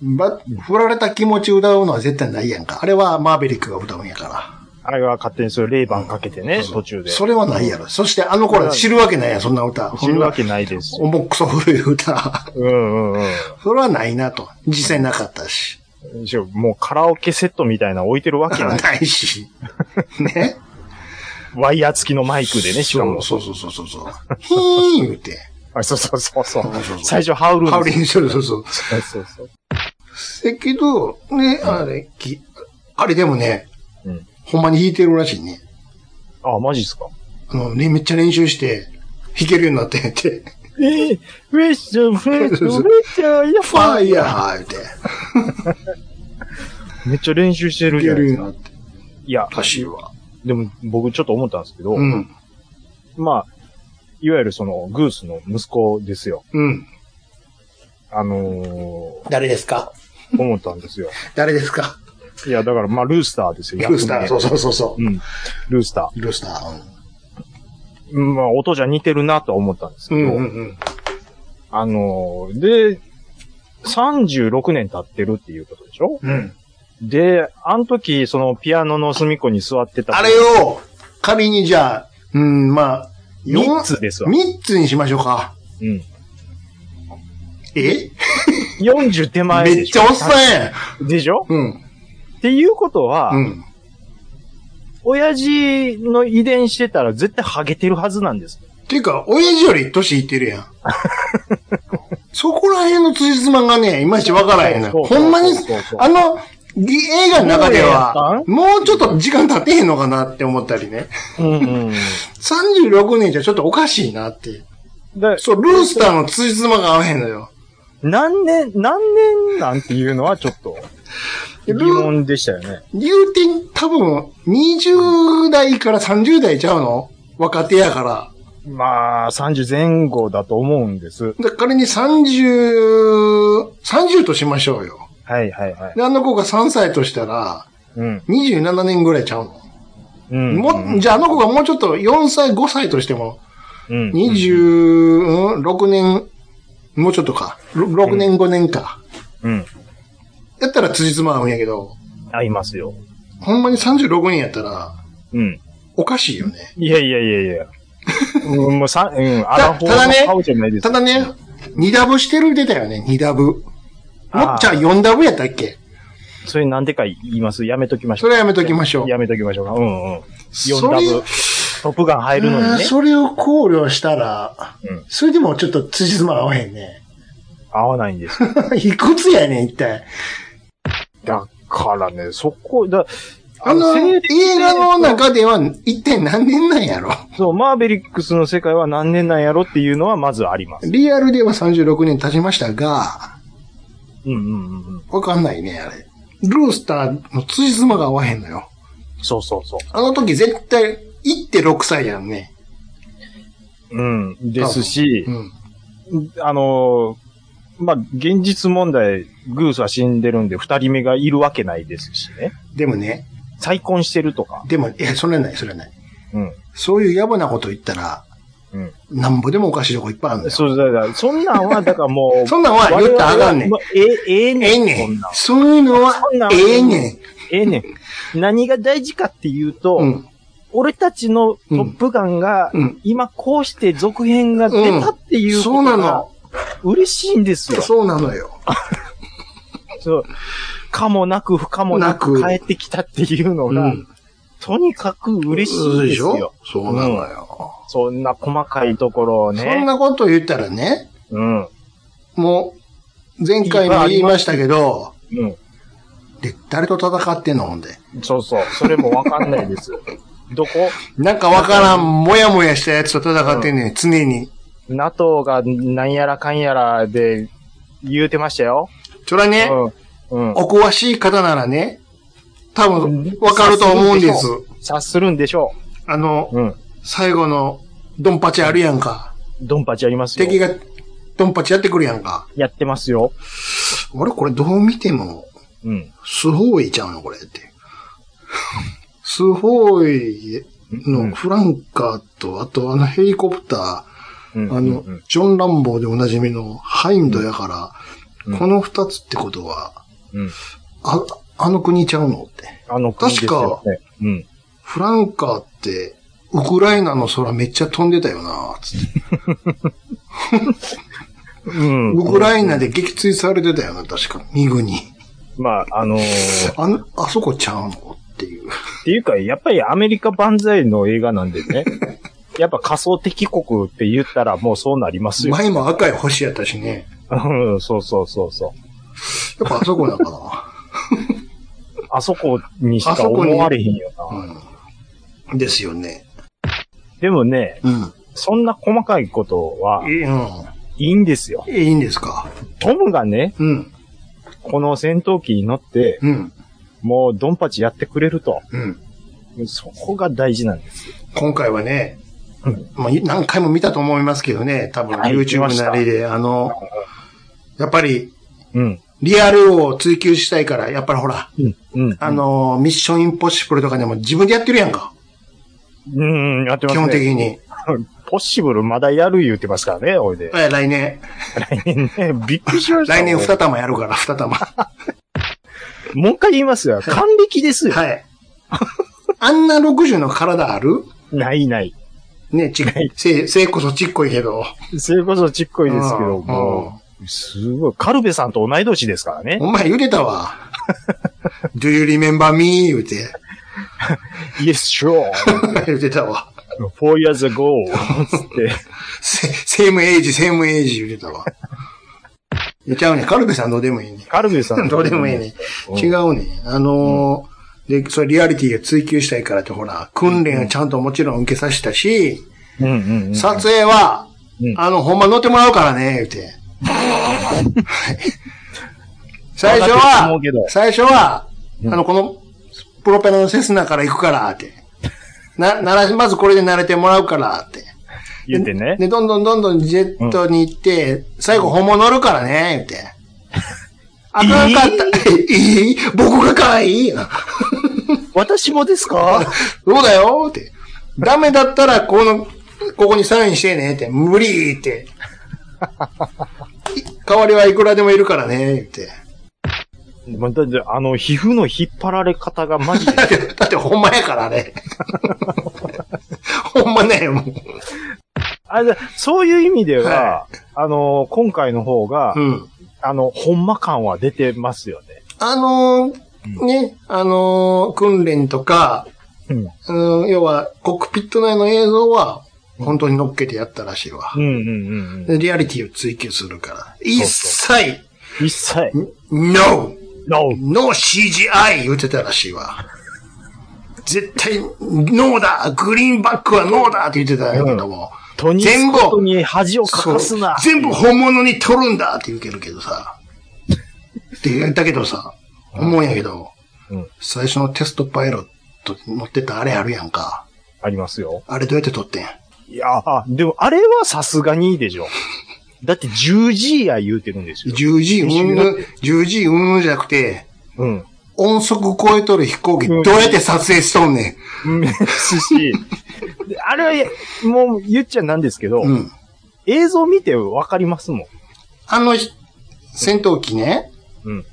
ば、振られた気持ち歌うのは絶対ないやんか。あれはマーベリックが歌うんやから。
あれは勝手にそれ霊番かけてね、途中で。
それはないやろ。そしてあの頃は知るわけないやん、そんな歌。
知るわけないですよ。
重くそ古い歌。 (laughs)
うんうん
それはないなと。実際なかったし。
うん。しかももうカラオケセットみたいなの置いてるわけない。
な
(laughs)
いし。ね。
ワイヤー付きのマイクでね、しかも。
そうそうそうそうそうそう。ヒーン言うて。
あそうそうそうそう
そうそう。
最初ハウル
ハウ
ン
リングしてる、そうそう。
です。そうそうそう。
だけど、ね、あれ、きあれでもね、
うん
ほんまに弾いてるらしいね。
あ、マジっすか
あの、ね、めっちゃ練習して、弾けるようになって (laughs) って、
えウェッション、フェ
ッションウェ
ション、や
ファイヤーって、
めっちゃ練習してる
弾
じ
け
ゃない
る
です
ように
か。
なって、
いや、
らしいわ。
でも僕ちょっと思ったんですけど、
うん、
まあ、いわゆるその、グースの息子ですよ。
うん。
あの
(laughs)
ー、
誰ですか
思ったんですよ。
誰ですか
いや、だから、まあ、ルースターですよ。
ルースター、そう
う。
そうそうそ
うん。ルースタ
う。ルースター、
ー。うんまあ、音じゃ似てるなとは思ったんですけ
う
ど、
ん。うんうんうん。
あのー、で、36年経ってるっていうことでしょ
うん。
で、あの時、そのピアノの隅っこに座ってた。
あれを、仮にじゃあ、うん、まあ、
三つですわ。
三つにしましょうか。
うん。
え
40手前
め
で
っ
し
ち
ょ。
ゃおっさんやん。
でしょ
うん。
っていうことは、
うん。
親父の遺伝してたら絶対ハゲてるはずなんです。
ていうか、親父より年いってるやん。そこら辺の辻褄がね、いまいちわからへんのよ。
そうそう
ほんまに
そうそうそ、う
あの、ぎ映画の中では
もうええ、
もうちょっと時間経ってへんのかなって思ったりね。
うん、うん。
36年じゃちょっとおかしいなって。
で、
そう、ルースターの辻褄が合わへんのよ。
何年、何年なんていうのはちょっと疑
ルー
問でしたよね。
言うてん、多分、20代から30代ちゃうの若手やから。
まあ、30前後だと思うんです。
だから仮に30、30としましょうよ。
はいはいはい。
で、あの子が3歳としたら、
うん。
27年ぐらいちゃうの。
うん。
も、じゃああの子がもうちょっと4歳、5歳としても、
うん、
26年、もうちょっとか。6年、5年か。
うん。
やったら辻褄合うんやけど、
合いますよ。
ほんまに36年やったら、
うん。
おかしいよね。
いやいやいやいや。うん、もうさ、うん、アラフォー
ただね
の顔じゃないです。
ただね、2ダブしてる出たよね、2ダブ。も
あー
っちゃ4ダブやったっけ
それなんでか言いますやめときましょ。
そうれはやめときましょう。
やめときましょうか。うんうん。4
そ
ダ
れ
ブ、トップガン入るのに
あー
ね。
それを考慮したら、
うん
それでもちょっと辻褄合わへんね。 (laughs)
合わないんです。
いくつやねん、一体。
だからね、そこ、だ、
あの、
西
映
暦
画の中では一体何年なんやろ
そう、マーベリックスの世界は何年なんやろっていうのはまずあります。
リアルでは36年経ちましたが、
うんうんうんうん。
わかんないね、あれ。ルースターの辻褄が合わへんのよ。
そうそうそ
あの時絶対1.6歳やんね。
う。うん。ですし
う、ん。
あのー、まあ、現実問題、グースは死んでるんで、二人目がいるわけないですしね。
でもね、
再婚してるとか。
でも、いや、それはない、それはない。
うん。
そういう野暮なこと言ったら、
うん。
なんぼでもおかしいとこいっぱいあるんだよ。
そうだから、そんなんは、だからもう。
(laughs) そんなんは言ったらあかんねん
我々はもうええ、ええねん。
ええ
そ
ね
ん
ん
なん。
そういうのは
そんなん、
ええねん。
ええねん。何が大事かっていうと、
うん。
俺たちのトップガンが、
うん。
今こうして続編が出たっていう
そう
こと
な
が
の。
嬉しいんですよ。
そうなのよ。
そう。かもなく不可もなく
なく
帰ってきたっていうの
う
が、
ん。
とにかく嬉しいんです
そうでし
よ
ょ。そうなのよ。
そんな細かいところをね。
そんなこと言ったらね、
うん。
もう、前回も言いましたけど、
うん。
で、誰と戦ってんのほんで。
そうそう。それもわかんないです。 (laughs) どこ
なんかわからん、もやもやしたやつと戦ってんねん、常に。
?NATO がなんやらかんやらで言うてましたよ。
それはね、
うん。うん。
おこわしい方ならね、多分、わかると思うんです。
察するんでしょ
あの、
う。うん。
最後の、ドンパチあるやんか。
ドンパチやりますよ。
敵が、ドンパチやってくるやんか。
やってますよ。
俺これどう見ても、
うん。
スホーイちゃうのこれ (laughs) って。スホーイ
う
の
ん
フランカーと、あとあのヘリコプタ
うん
ー、あ
う
の
んうん、
ジョン・ランボーでおなじみのハインドやから、
うん
この二つってことは、
うん
あ、あの国ちゃうのって。
あの国ですよ、ね、うん。
フランカーって、ウクライナの空めっちゃ飛んでたよな、つって。
うん。
ウクライナで撃墜されてたよな、確か。ミグに。
まあ、あのー
あの、あそこちゃうのっていう。
っていうか、やっぱりアメリカ万歳の映画なんでね。 (laughs) やっぱ仮想敵国って言ったらもうそうなりますよ。
前も赤い星やったしね。
うん、そうそうそうそう。
やっぱあそこだか
あそこにしか思われへんよ (laughs) な。
ら。うん。ですよね。
でもね、
うん。
そんな細かいことは
えうん。
いいんですよ。
えいいんですか
トムがね、
うん。
この戦闘機に乗って、
うん。
もうドンパチやってくれると。
うん。
そこが大事なんです。
今回はね
うん、
もう何回も見たと思いますけどね、多分
はい見ま
YouTube
した
なりで、あの、やっぱり
うん。
リアルを追求したいから、やっぱりほら、
うん。うん。
あの、ミッションインポッシブルとかでも自分でやってるやんか、
うん、やってます
基
ね。
本的に。
ポッシブルまだやる言うてますからね、おいで。
え来年、
来年ね、びっくりしました。
来年二玉やるから、二
(laughs)
玉。は
もう一回言います
(laughs)
よ。還暦ですよ。
い。あんな60の体ある
ないない。
ね、ちっ
はい
せい、せいこそちっこいけど。
それこそちっこいですけ
う
ど、
ん
もう、すごい。カルベさんと同い年ですからね。
お前言うて
(laughs)
たわ。Do you remember me? 言うて。 (laughs)
Yes, sure.
言うてたわ。
Four years ago. つって。
セセームエイジ、セームエイジ言うてたわ。 (laughs) 言っちゃうね。カルベさんどうでもいいね。
カルベさん。
(laughs) どうでもいいね。
うん
違うね。あのーで、そうリアリティを追求したいからって、ほら、訓練をちゃんともちろん受けさせたし、
うんうんうん。
撮影は、
うん
あの、ほんま乗ってもらうからね、言う
(laughs)
て。最初
わかってると思うけど
は、最初は、あの、この、プロペラのセスナから行くから、って。な、なら、まずこれで慣れてもらうから、って。
言ってね。
で、どんどんどんどんジェットに行って、最後本物乗るからね、言って。あかんかった。 (laughs) いい僕がかい (laughs) い
私もですか
そうだよって。ダメだったら、この、ここにサインしてねって。無理って。代わりはいくらでもいるからね、言って。
まだってあの、皮膚の引っ張られ方がマジで。
だって、だってほんまやか
(laughs)
らね。ほんまね、もう。
あじゃあそういう意味では
は、
あの、今回の方が
う、ん。
あの、ほんま感は出てますよね。
あのーね、あのー訓練とか、
うん。
あの要は、コックピット内の映像は、本当に乗っけてやったらしいわ
う。んうんうんうん。
でリアリティを追求するから。一切、
一切、
No!
No!
No CGI! 言ってたらしいわ。絶対、ノーだグリーンバックはノーだって言ってたんやけども。
トニー・ス
全部
コットに恥をか
そう
かすな。
全部本物に取るんだって言うけるけどさ。って言ったけどさ、思うんやけど、
うん
最初のテストパイロットに乗ってたあれあるやんか。
ありますよ。
あれどうやって撮ってん
いやーでもあれはさすがにいいでしょ。だって 10G や言うてるんですよ。
?10G うん
一緒に
ぬ、10G うんぬじゃなくて、
うん。
音速超えとる飛行機、
う
ど
ん
うやって撮影しとんねん。
ですし、であれはや、もう言っちゃなんですけど、
うん。
映像見てわかりますもん。
あのひ、戦闘機ね。
うん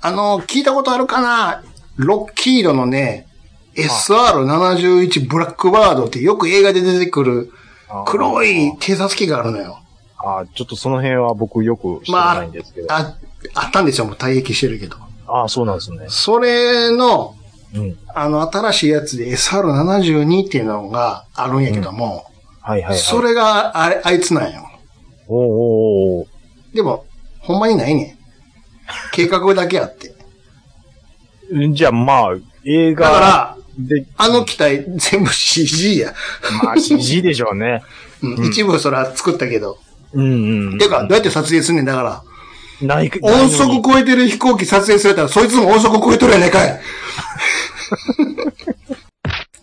あの、聞いたことあるかなロッキードのね、SR71 ブラックバードってよく映画で出てくる
あー
黒い。偵察機があるのよ。
あーちょっとその辺は僕よく知らないんですけど。あ
あ、あったんですよ。もう退役してるけど。
あーそうなんですね。
それの、
うん。
あの、新しいやつで SR72 っていうのがあるんやけども、
はいはいはい。
それがあれ、あいつなんよ。
おうおうおう
でも、ほんまにないねん。計画だけあって。
うんじゃあまあ、映
だか
画
ら、
で、
あの機体全部 CG や。
まあ CG でしょうね。
うん一部それは作ったけど。
うんうん。
てか、どうやって撮影すんねんだから。
ない、ないの
音
に
速超えてる飛行機撮影されたら、そいつも音速超えとるやないかい。 (laughs)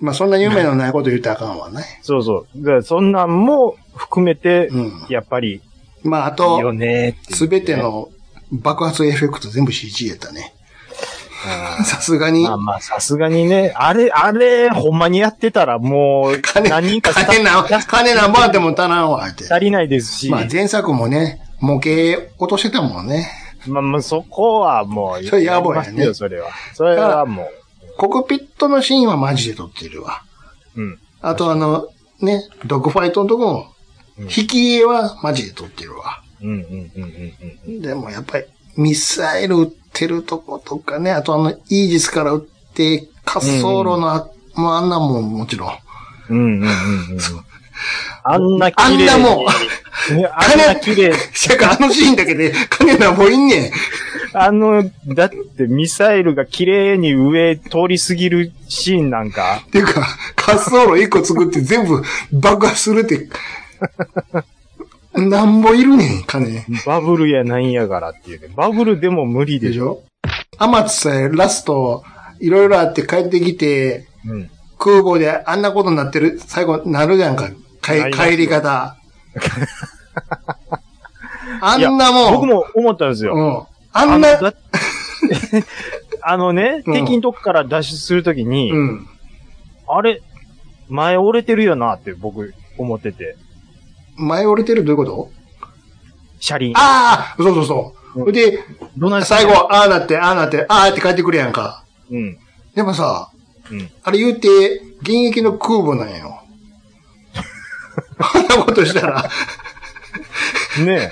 まあ、そんな夢のないこと言うたらあかんわね。
そうそう。だからそんなんも含めて、
うん
やっぱり、い
まあ、あ
いよ
と、
ねっていう
すべての爆発エフェクト全部 CG やったね。さすがに
まあ、まあ、さすがにね、あれ、あれ、ほんまにやってたらもう、
金、
何人かスタ
金な、金なんぼあっても足らんわ、って。
足りないですし、
ま
ま
あ、前作もね、模型落としてたもんね。
あ、まあ、そこはもう、
それやぼやね
りますよそれは。それはも
コクピットのシーンはマジで撮ってるわ。
う、うん。
あとあの、ね、ドッグファイトのとこも、
うん
引き絵はマジで撮ってるわ。
うん、うん、うん、うんうん。
でもやっぱり、ミサイル撃ってるとことかね、あとあの、イージスから撃って、滑走路のあ、もうあんなもんもちろん、
うんうんうんうん。あんな
あ
綺
ん
麗
なもん、
ねあんな綺麗。
しゃあのシーンだけで、金田もいんねん。
あの、だってミサイルが綺麗に上通り過ぎるシーンなんか。
っていうか、滑走路一個作って全部爆破するって。なんぼいるねん、金。
バブルやなんやからっていうね。バブルでも無理で
で
し
し
ょ。
ょ天津さえラスト、いろいろあって帰ってきて、
うん。
空母であんなことになってる、最後なるやんか。
な
か
りますよ
帰
(laughs)
り方。あんなもん。
僕も思ったんですよ。
うん。あ
あ
ん
の
な、
だ (laughs) あのね、
うん
敵のとこから脱出するときに、
うん。
あれ、前折れてるよなって僕思ってて。
前折れてるどういうこと
車輪。
ああそうそうそう。
うん
で、
どない
最後、ああなって、ああなって、ああって帰ってくるやんか。
うん。
でもさ、
うん
あれ言うて、現役の空母なんよ。 (laughs) あんなことしたら、
ね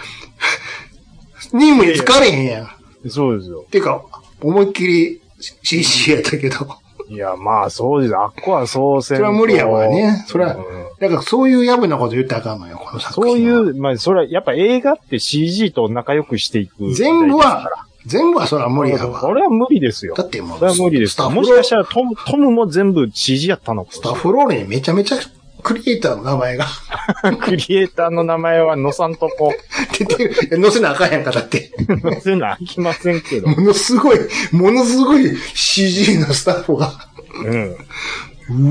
任務に疲れへんやん。っ
え。そうですよ。
ていうか、思いっきり CC やったけど。
いや、まあそうです。あっこはそうせん
そ
と
れは無理やわね。それ
う
は
ん、
だからそういうやぶなこと言ったらあかんのよ、この作
そうい
品は。
う、まあ、それは、やっぱ映画って CG と仲良くしていく。
全部は、全部はそれは無理やわ。
これは無理ですよ。
だってもう、
それは無理で
ス
す
タ
よ。
ッ
も
フロ
しかしたらトム、トムも全部 CG やったのか。
スタッフロールにめちゃめちゃクリエイターの名前が
クリエイターの名前は野さんとこ、
出てる。載せなあかんやんか、だって。
載せな飽きませんけど。
ものすごい、ものすごい CG のスタッフが。
うん。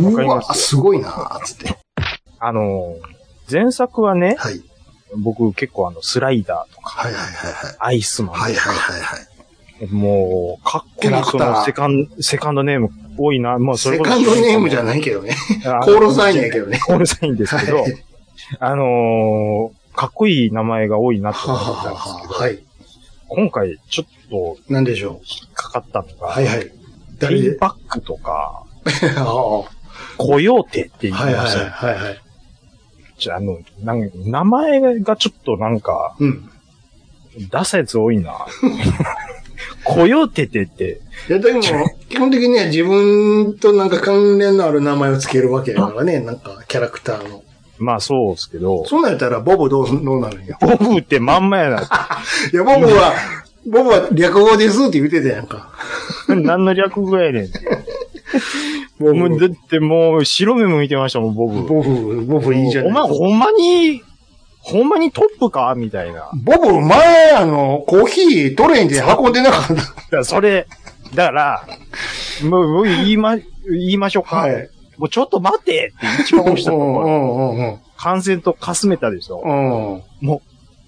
う
わかりま
わ、
す
すごいなーつって。
あのー、前作はね、
はい。
僕結構あの、スライダーとか、
はいはいはいはい。
アイスマンとか、
はいはいはいはい。
もう、かっこ
キャ
い
ラ
い
ク
そ
ター
の、セカンド、セカンドネーム多いな。まあ、それ
セ
こそ
カンドネームじゃないけどね。
あ
コールサインやけどね。
コールサインですけど、
はい
あのー、かっこいい名前が多いなと
は
思
は
ったん
は
ですけ
は
ど、
はい。
今回ちょっと
なんでしょ
引っかかったの
う。
が、
はいはい。
レ
誰
イ
で
バックとか、
(laughs) ああは
コヨーテって言
い
いま
はい
した
はい
よ
はいはい。
じゃあ、あの、なん名前がちょっとなんか、
うん。
出すやつ多い
(laughs)
な。コヨーテテって、
いや、でも、基本的には自分となんか関連のある名前をつけるわけだからね。なんか、キャラクターの。
まあそうですけど、
そんなんやったら、ボブどう、どうなるんや。
ボブってまんまやな。
(laughs) いや、ボブは、ボブは略語ですって言ってたやんか。
何の略語やねん。
ボ
もうだってもう白目向いてましたもん、ボブ。
ボブ、ボブいいじゃな
お
いで
前
すか。
ほんまに、ほんまにトップかみたいな。
ボブ、前、あの、コーヒートレインで運んでなかった。
だからそれ、だから、もう、もう言いま、言いましょうか。
はい。
もうちょっと待ってって一番したと
うんう
こ
んうん
感染とかすめたでしょ。
うん。うん。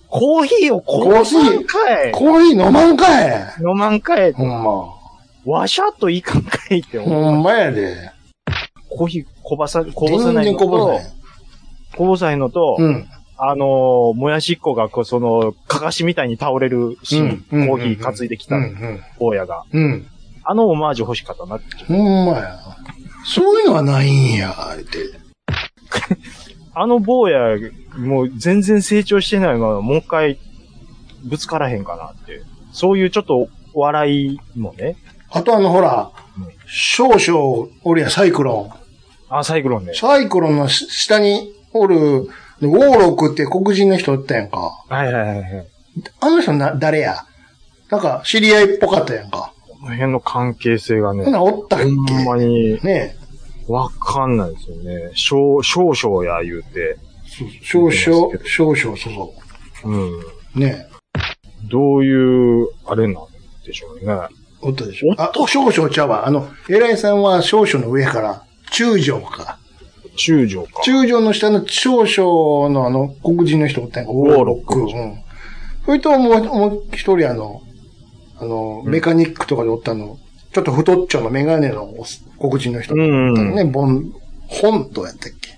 コーヒーをこのまんかい
コーヒー飲まんかい
飲まんかい
ほんま。
わしゃっといかんかいって思う。
ほんまやで。
コーヒーこばさ、こぼさ
全
ない
然
の、
ことぼ
こ
さない。
ぼさないのと、
うん。
あのーもやしっこが、こう、その、かかしみたいに倒れるシーン、
うん
コーヒー担いでき
う
た、
ん
坊やが。
うん。うん。
あのオマージュ欲しかったなって。
ほんまや。そういうのはないんや、って。
あの坊や、もう全然成長してないまま、もう一回、ぶつからへんかなって。そういうちょっと、笑いもね。
あとあの、ほら、少々おりや、サイクロ
あ、サイクロンね
ン。。サイクロンのし下におる、ウォーロックって黒人の人おったやんか。
はいはいはいはい。
あの人な、誰やなんか、知り合いっぽかったやんか。
この辺の関係性が
そん
ね、
なんおったっ
ほんまに、
けね
わかんないですよね。少少々や言うて。
え、少々、少々、そうそ
うん。
う。ねえ、
どういう、あれなんでしょうね。
おったでしょ
お。っ
あ、少々ちゃうわ。あの、偉いさんは少々の上から、中将か。
中将か。
中将の下の少々のあの、黒人の人おったんやんか。
ウォーロック
ウォうん。それともう、もう一人あの、あの、メカニックとかでおったの、ちょっと太っちょのメガネのお黒人の人
う。んうん。
ね、ボン、ホンドやったっけ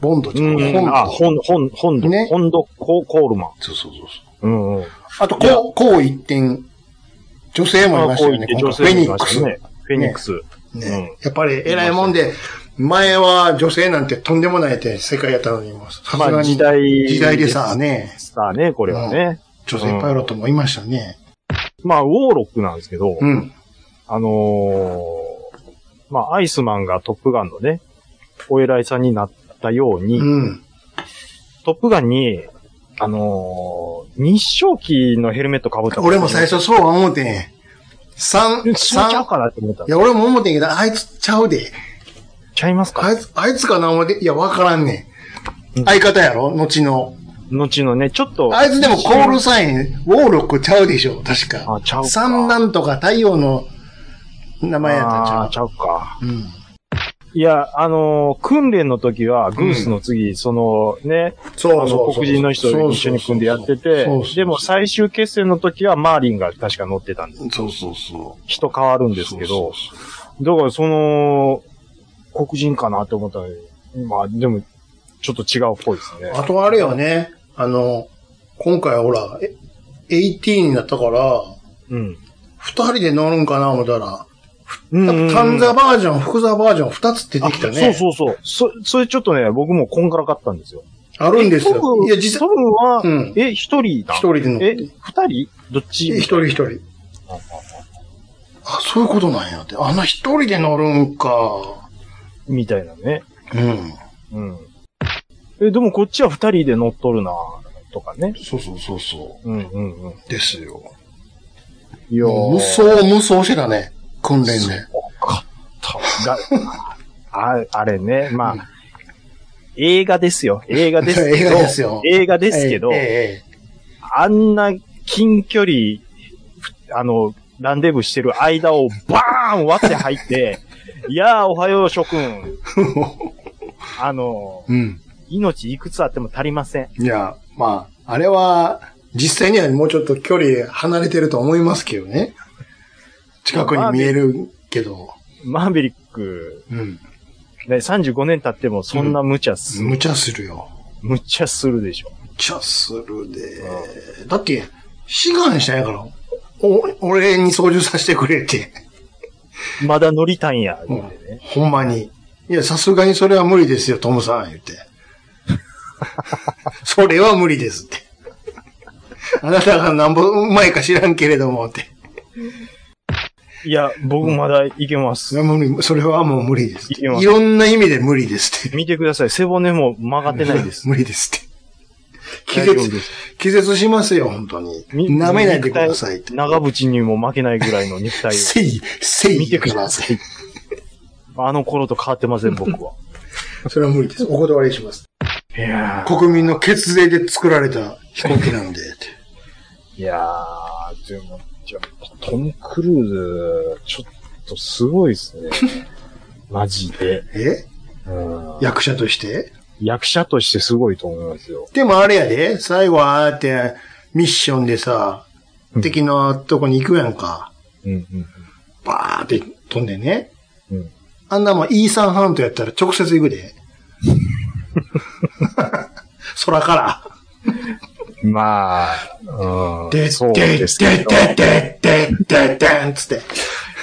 ボンドち
う
ゃう、
ん
ホ
う
ン
ん。
ド。
あ、ほん、ほん、ほんど、
ね
ほんど、ココールマン。
そうそうそうそう。
うんうん。
あと、こう、こう一点、女性もいましたよね。
あ
今
こう言って女性
回フ
も
ェ
い
ニッ
ま
ク
し
ス。
た
ね
ね。フェニックス。うん
やっぱり偉いもんで、前は女性なんてとんでもないって世界やったのに、もうさす
ま
が
あ
に
時代。
時代でさ、ね、
さあね、これはね。
女性パイロットもいましたね。
まあ、ウォーロックなんですけど、
うん。
あのー、まあ、アイスマンがトップガンのね、お偉いさんになったように、
うん。
トップガンに、あのー日照機のヘルメット被った
俺も最初そうは思うてん。三、
死んちゃう
三、
かなって思った
い。や、俺も思ってんけど、あいつちゃうで。
ちゃいますか
あいつ、あいつかな思って、いや、わからんね
うん
ん。相方やろ後の。
後のね、ちょっと。
あいつでもコールサイン、ウォーロックちゃうでしょ、確か。
あ、ちゃうか。
三男とか太陽の名前やったんちゃ
あ
う
ーちゃうか。
うん。
いや、あのー訓練の時は、グースの次、そのね、
そう
あの黒人の人と一緒に組んでやってて
そうそうそう、
でも最終決戦の時はマーリンが確か乗ってたんです。
そうそうそ
人変わるん
う。
ですけど、だからその、黒人かなと思ったのに、まあでも、ちょっと違うっぽいですね。
あとあれよね、あの、今回ほら、え18になったから、
うん。
二人で乗るんかな思ったら、
うんうんうん
短座バージョン、福座バージョン二つ出てきたね。
あそうそうそう。そ、それちょっとね、僕もこんがらかったんですよ。
あるんですよ
ト。ム
いや、実
ト、
際
ムは、
うん
え、一人だ。
一人で乗って
え、二人どっち
一人一人。あ、そういうことなんやって。あんな一人で乗るんか。
みたいなね。
うん。
うん。え、でもこっちは二人で乗っとるな、とかね。
そうそうそうそ
うんうんうん。
う。ですよ。
いやー
無双、無双してたね。訓練で。
だああれね、まあ、映画ですよ。映画ですけど。
(laughs) 映画ですよ
映画ですけど、
ええええ
あんな近距離、あの、ランデブーしてる間をバーン割って入
(laughs)
って、いやー、おはよう諸君。あの、
うん。
命いくつあっても足りません。
いや、まあ、あれは、実際にはもうちょっと距離離れてると思いますけどね。近くに見えるけど。
マーベリック、
うん。
ね、35年経ってもそんな無茶す、
無茶するよ。
無茶するでしょ。
無茶するで。だって、志願したんやから。お俺に操縦させてくれって。
まだ乗りたいんや、ってね。
ほんまに。いや、さすがにそれは無理ですよ、トムさん、言って。 (laughs) それは無理ですって。あなたがなんぼうまいか知らんけれども、って。
いや、僕まだいけます
そ。れは無理、それはもう無理ですって。
いけます
いろんな意味で無理ですって。
見てください。背骨も曲がって (laughs) ないです。
無理ですって。気
大丈夫
絶
で、
気絶しますよ、本当に。
み
舐めないでくださいって。
長渕にも負けないぐらいの肉体
せい、せい。
見てくださ
い。
を。あの頃と変わってません、僕は。
それは無理です。お断りします。
(laughs) いや
国民の血税で作られた飛行機なんで、って。
ー。いやー、でも、やっぱトム・クルーズ、ちょっとすごいです (laughs) ね。マジで。
え
うん
役者として
役者としてすごいと思いますよ。
でもあれやで、最後ああやってミッションでさ
うん、
敵のとこに行くやんか。
うんうん。
バーって飛んでね。
うん
あんなもんイーサンハントやったら直接行
(laughs)
くで。空から。
まあ、うん。
で、
そう
で、で、
ですけ
で、
ど。
で、で、で、でんつって。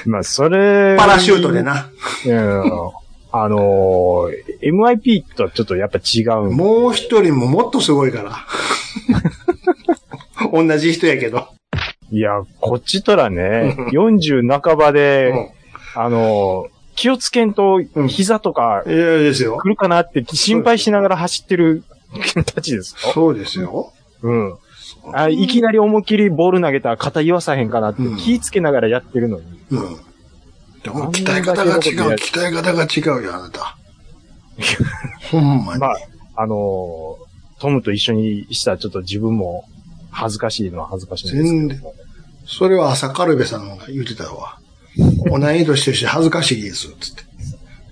まあ、それ。
パラシュートで。な。
うん。あのー、MIP とはちょっとやっぱ違うんで
もう一人ももっとすごいから。 (laughs) 同じ人やけど。
いや、こっちとらね、40半ばで、あの、気をつけんと
う、ん
膝とか
いや、ですよ
来。るかなって心配しながら走ってる君たちですよ。
そうですよ。
うん。あいきなり思いっきりボール投げたら肩言わさへんかなって
うん
気ぃつけながらやってるのに。
うん。でも、鍛え方が違う、鍛え方が違うよ、あなた。ほんまに。
まあ、あのー、トムと一緒にしたらちょっと自分も恥ずかしいのは恥ずかしいんですけども。
それは朝カルベさんが言ってたわ。同い年として恥ずかしいです、つって。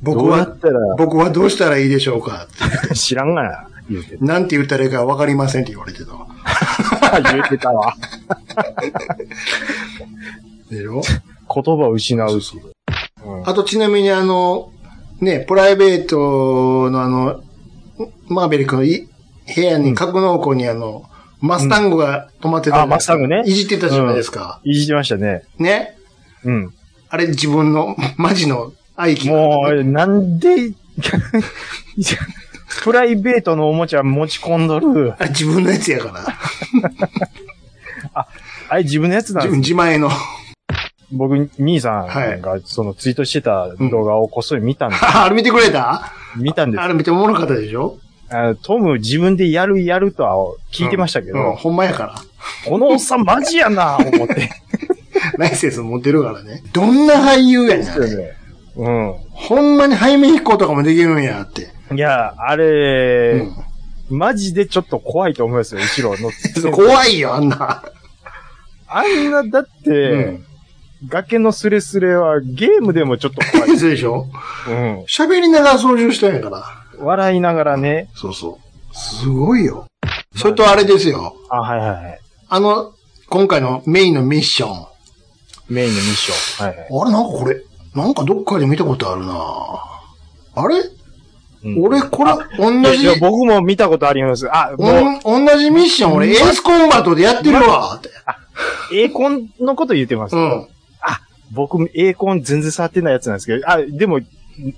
僕
どうや
は
っ、たら
僕はどうしたらいいでしょうかって。。
(laughs) 知らんがな、言うて
なんて言ったらいいかわかりませんって言われてたわ。
(laughs) 言うてたわ。
でしょ
言葉を失う。うん
あとちなみにあの、ね、プライベートのあの、マーベリックのい部屋に、格納庫にあの、マスタングが止まってたじゃな
うんあ
いですか
マスタングね
いじってたじゃないですか。
いじってましたね。
ね。
うん。
あれ自分の、マジの愛機。
もう、なんで、 (laughs) プライベートのおもちゃ持ち込んどる。
あれ自分のやつやから。
(laughs) あれ自分のやつなんで
自分
す。
自前の。
僕、兄さんが、そのツイートしてた動画をこっそり見たんです。
あれ見てくれた
見たんです
あれめっちゃおもろかったでしょ
あトム自分でやるやるとは聞いてましたけど、
うん、ほんまやから。
このおっさんマジやな、思 (laughs) って。
ライセンス持ってるからね。どんな俳優やねんあれ。
う
ほんまに背面飛行とかもできるんやって。
ん。いや、あれ、マジでちょっと怖いと思いますよ、後ろ乗っ
うん、
て。
怖いよ、あんな。
あんな、だって、
うん。
崖のスレスレはゲームでもちょっと怖い。
そうでしょ
うん。
喋りながら操縦したんやから。
笑いながらね。
そうそう。すごいよ。それとあれですよ。
あ、はいはいはい。
あの、今回のメインのミッション。あ
メインのミッション。はいはい。
れ、なんかこれ、なんかどっかで見たことあるなあれ
うん
俺、これ、同
い
じ
や、僕も見たことあります。あ、
お
もう、
ん、同じミッション、俺、エースコンバートでやってるわって。
エーコンのこと言ってます。
うん。
僕、エーコン全然触ってないやつなんですけど、あ、でも、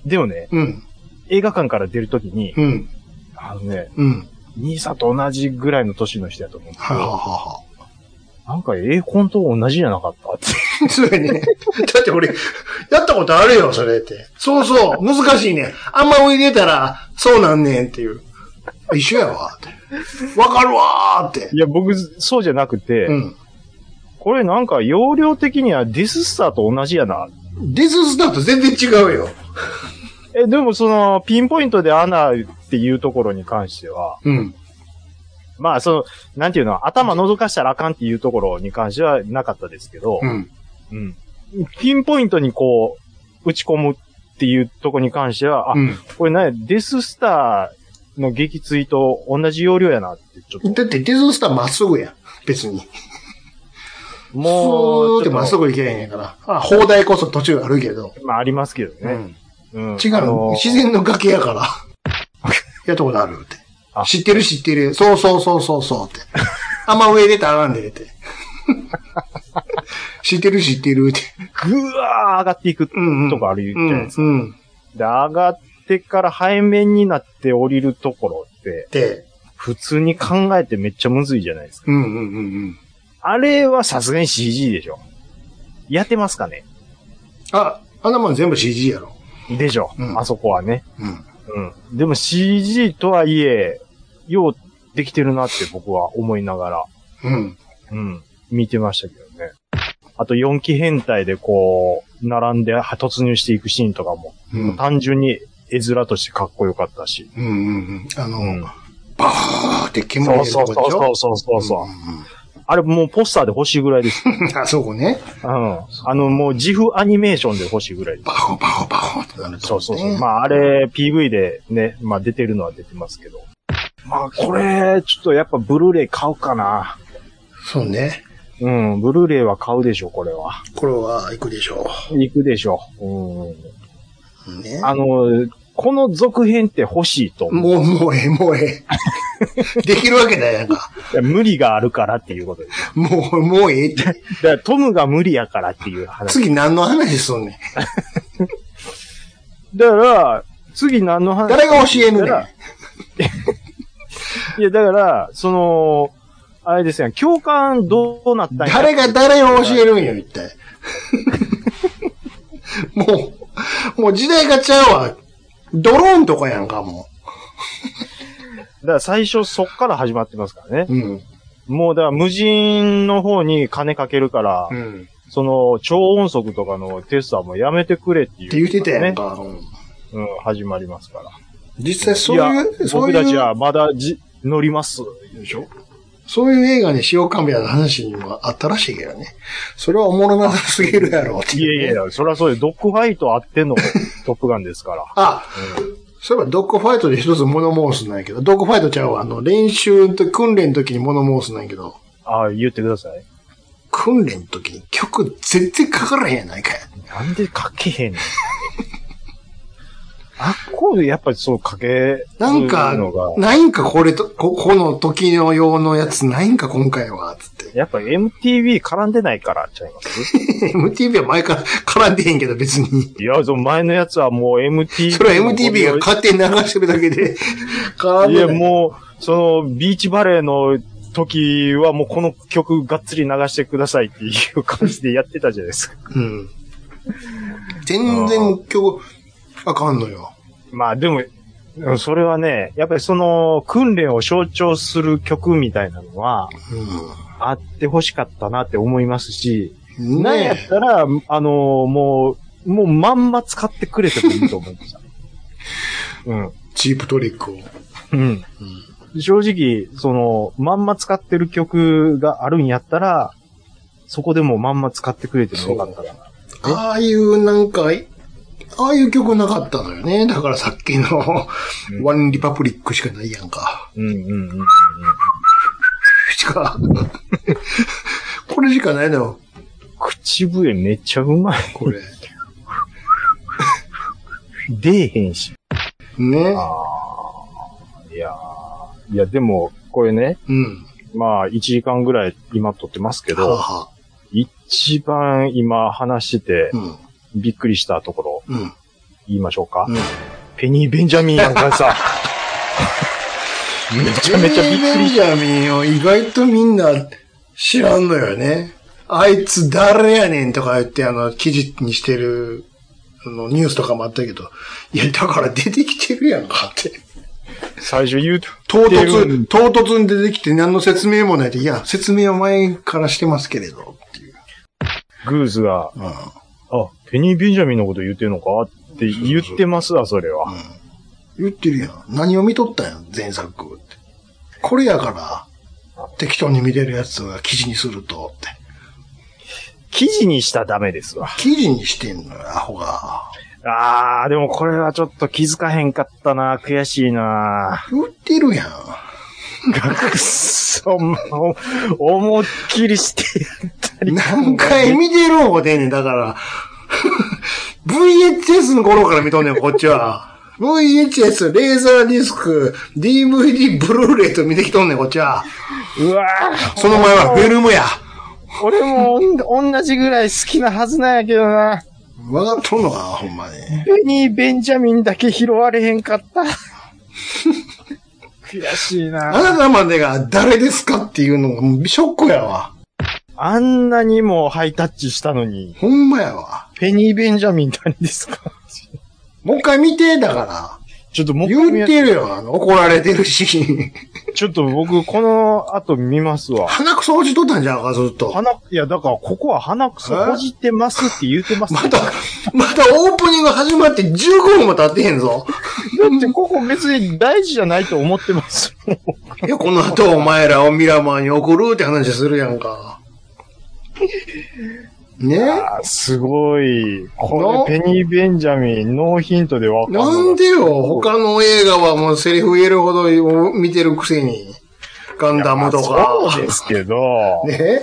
でもね、
うん。
映画館から出るときに、
うん。
あのね、
うん。
兄さんと同じぐらいの年の人やと思うんですけ
はいはい
ど、
は
なんかエーコンと同じじゃなかったって。
いはい。そうやね。 (laughs) だって俺、やったことあるよ、それって。そうそう、難しいねん。あんまおいでたら、そうなんねんっていう。一緒やわ、って。わかるわーって
い。や、僕、そうじゃなくて、
うん。
これなんか容量的にはディススターと同じやな。
デススターと全然違うよ。
え、でもその、ピンポイントでアナっていうところに関しては、
うん。
まあ、その、なんていうの、頭覗かしたらあかんっていうところに関してはなかったですけど
う、ん。
うん。ピンポイントにこう、打ち込むっていうところに関しては、あ
う、ん。
これね、デススターの撃墜と同じ容量やなって、ちょっと。
だって、デススターまっすぐやん。別に。
も
も
う、
う、
ちょ
で
っと
まっすぐ行けへんやから。あ、砲台こそ途中あるけど。
まあ、ありますけど
う
ね。
ん。
うん
違う、
あの
自然の崖やから。 (laughs) やったことあるって
あ。
知ってる知ってる。そうそうそうそうそうって。あんま上出たらあかんで (laughs) って。知ってる知ってるって。
ぐわー上がっていく
うんうん。
とかあるじ
う
ゃない
ん
ですか。
うん。っ
で、上がってから背面になって降りるところって、
て。
普通に考えてめっちゃむずいじゃないですか。
うんうんうんうん。
あれはさすがに CG でしょ。やってますかね
あ、あんなもん全部 CG やろ。
でしょ、
うん
あそこはね。
うん。
うん。でも CG とはいえ、ようできてるなって僕は思いながら、
うん。
うん。見てましたけどね。あと4期変態でこう、並んでは突入していくシーンとかも、
うん。
単純に絵面としてかっこよかったし。
うんうんうん。あの、
うん
バーって煙
そ
が
う
出
そう
るとこでしょ
そうそうそうそう。
う
あれもうポスターで欲しいぐらい (laughs) です。
ん (laughs) うん。あそこね。
うん。あのもう自負アニメーションで欲しいぐらいです。
バホバホバホってなると
そ
こ
う
ね
そうそう。まああれ PV でね、まあ出てるのは出てますけど。まあこれ、ちょっとやっぱブルーレイ買うかな。
そうね。
うん、ブルーレイは買うでしょ、これは。
これは行くでしょ
行くでしょ。う
う。ね
ん。。あの、この続編って欲しいと思う。
もう、もうええ、もうええ。できるわけないやんか。
いや無理があるからっていうことです。
もう、もうええって。
だからトムが無理やからっていう話。
次何の話すんねん。
だから、次何の話
誰が教えんねん
だからいや、だから、その、あれですやん、共感どうなったんや
誰が誰を教えるんよ、一体。もう、もう時代がちゃうわ。ドローンとかやんか、も
だから最初そっから始まってますからね。
う。うん。
もうだから無人の方に金かけるから、
うん。っ
その超音速とかのテストはもうやめてくれっていう、
て言ってたやん。か。うん
うん、始まりますから。
実際そういう、
や
そういう。
僕たちはまだじ乗ります。
でしょそういう映画に塩カンビアの話にもあったらしいけどね。それはおもろなさすぎるやろ、って
いや
いうね
いやいや、そりゃそういうドッグファイトあってのトップガンですから。
あ、そういえばドッグファイトで一つ物申すなんやけど、ドッグファイトちゃうわ。あの、練習と訓練の時に物申すなんやけど、
ああ、言ってください。
訓練の時に曲全然かからへんやないかい。
なんでかけへんの (laughs) あっこでやっぱりそうかけ、
なんか
るのが、
ないんかこれと、こ、この時の用のやつないんか今回は、つって。 (laughs)
やっぱ MTV 絡んでないからちゃいます
MTV は前から絡んでへんけど別に。
いや、その前のやつはもう MTV。
それは MTV が勝手に流してるだ
(laughs)
けで、絡ん
い
で
や、
ない。
もう、その、ビーチバレーの時はもうこの曲がっつり流してくださいっていう感じでやってたじゃないですか。 (laughs)
うん。全然今日、あかんのよ。
まあでも、うんそれはね、やっぱりその訓練を象徴する曲みたいなのはあってほしかったなって思いますし、
うん。
なんや
ね
ったら、あの、もう、もうまんま使ってくれてもいいと思いました。 (laughs) うん。
え、チープトリックを。
うん。正直、その、まんま使ってる曲があるんやったら、そこでもまんま使ってくれてもよかったかな。
ああいうなんか、ああいう曲なかったのよね。だからさっきの
うん
ワンリパブリックしかないやんか。
うんうんうんうんうん。
しか、これしかないのよ、
口笛めっちゃうまい。 (laughs)
これ。
出えへんし。
ね。
あーいやーいや、でも、これね、
うん。
まあ、1時間ぐらい今撮ってますけ
はあ
ど、
はあ。
一番今話してて
う、ん。
びっくりしたところ、
うん。
言いましょうか。
うん
ペニー・ベンジャミンやんか (laughs) さ、
め
ちゃめちゃびっくり
ベンジャミンを意外とみんな知らんのよね。あいつ誰やねんとか言ってあの記事にしてるあのニュースとかもあったけど、いやだから出てきてるやんかって。
最初言う、
唐
出る
突、唐突に出てきて何の説明もないで、いや、説明は前からしてますけれどっていう。
グーズが、
うん。
あ、ペニー・ベンジャミンのこと言ってんのかって言ってますわ、それは。
言ってるやん。何を見とったんやん、前作って。これやから、適当に見れるやつが記事にするとって。
記事にしたらダメですわ。
記事にしてんのよ、アホが。
あー、でもこれはちょっと気づかへんかったな、悔しいな。
売ってるやん。
くっそ、もう、思いっきりしてやったり。
何回見てる方でねん、だから。VHS の頃から見とんねん、こっちは。VHS、レーザーディスク、DVD、ブルーレイと見てきとんねん、こっちは。
(laughs) うわぁ、
その前はフェルムや。
俺もおん同じぐらい好きなはずなんやけどな。
わかっとんのかな、ほんまに。
ペニー・ベンジャミンだけ拾われへんか (laughs) った。悔しい
あ
な。
なたまでが誰ですかっていうのがもうショックやわ。
あんなにもハイタッチしたのに、
ほんまやわ。
ペニー・ベンジャミン誰ですか
もう一回見て、だから。
ちょっともう一回見
言
や
ってるよ、あの、怒られてるし。 (laughs)
ちょっと僕、この後見ますわ。
鼻くそ落ちとったんじゃんか、ずっと。
鼻、いや、だから、ここは鼻くそほじってますって言ってます。
また、またオープニング始まって15分も経ってへんぞ。 (laughs)
だってここ別に大事じゃないと思ってます。
いや、この後お前らをミラマーに送るって話するやんか。ね
あすごい。
な
これ、ペニー・ベンジャミン、ノーヒントでわかる。
なんでよ、他の映画はもうセリフ言えるほど見てるくせに。ガンダムと
まあ
か
そう。ですけど、
(laughs) ね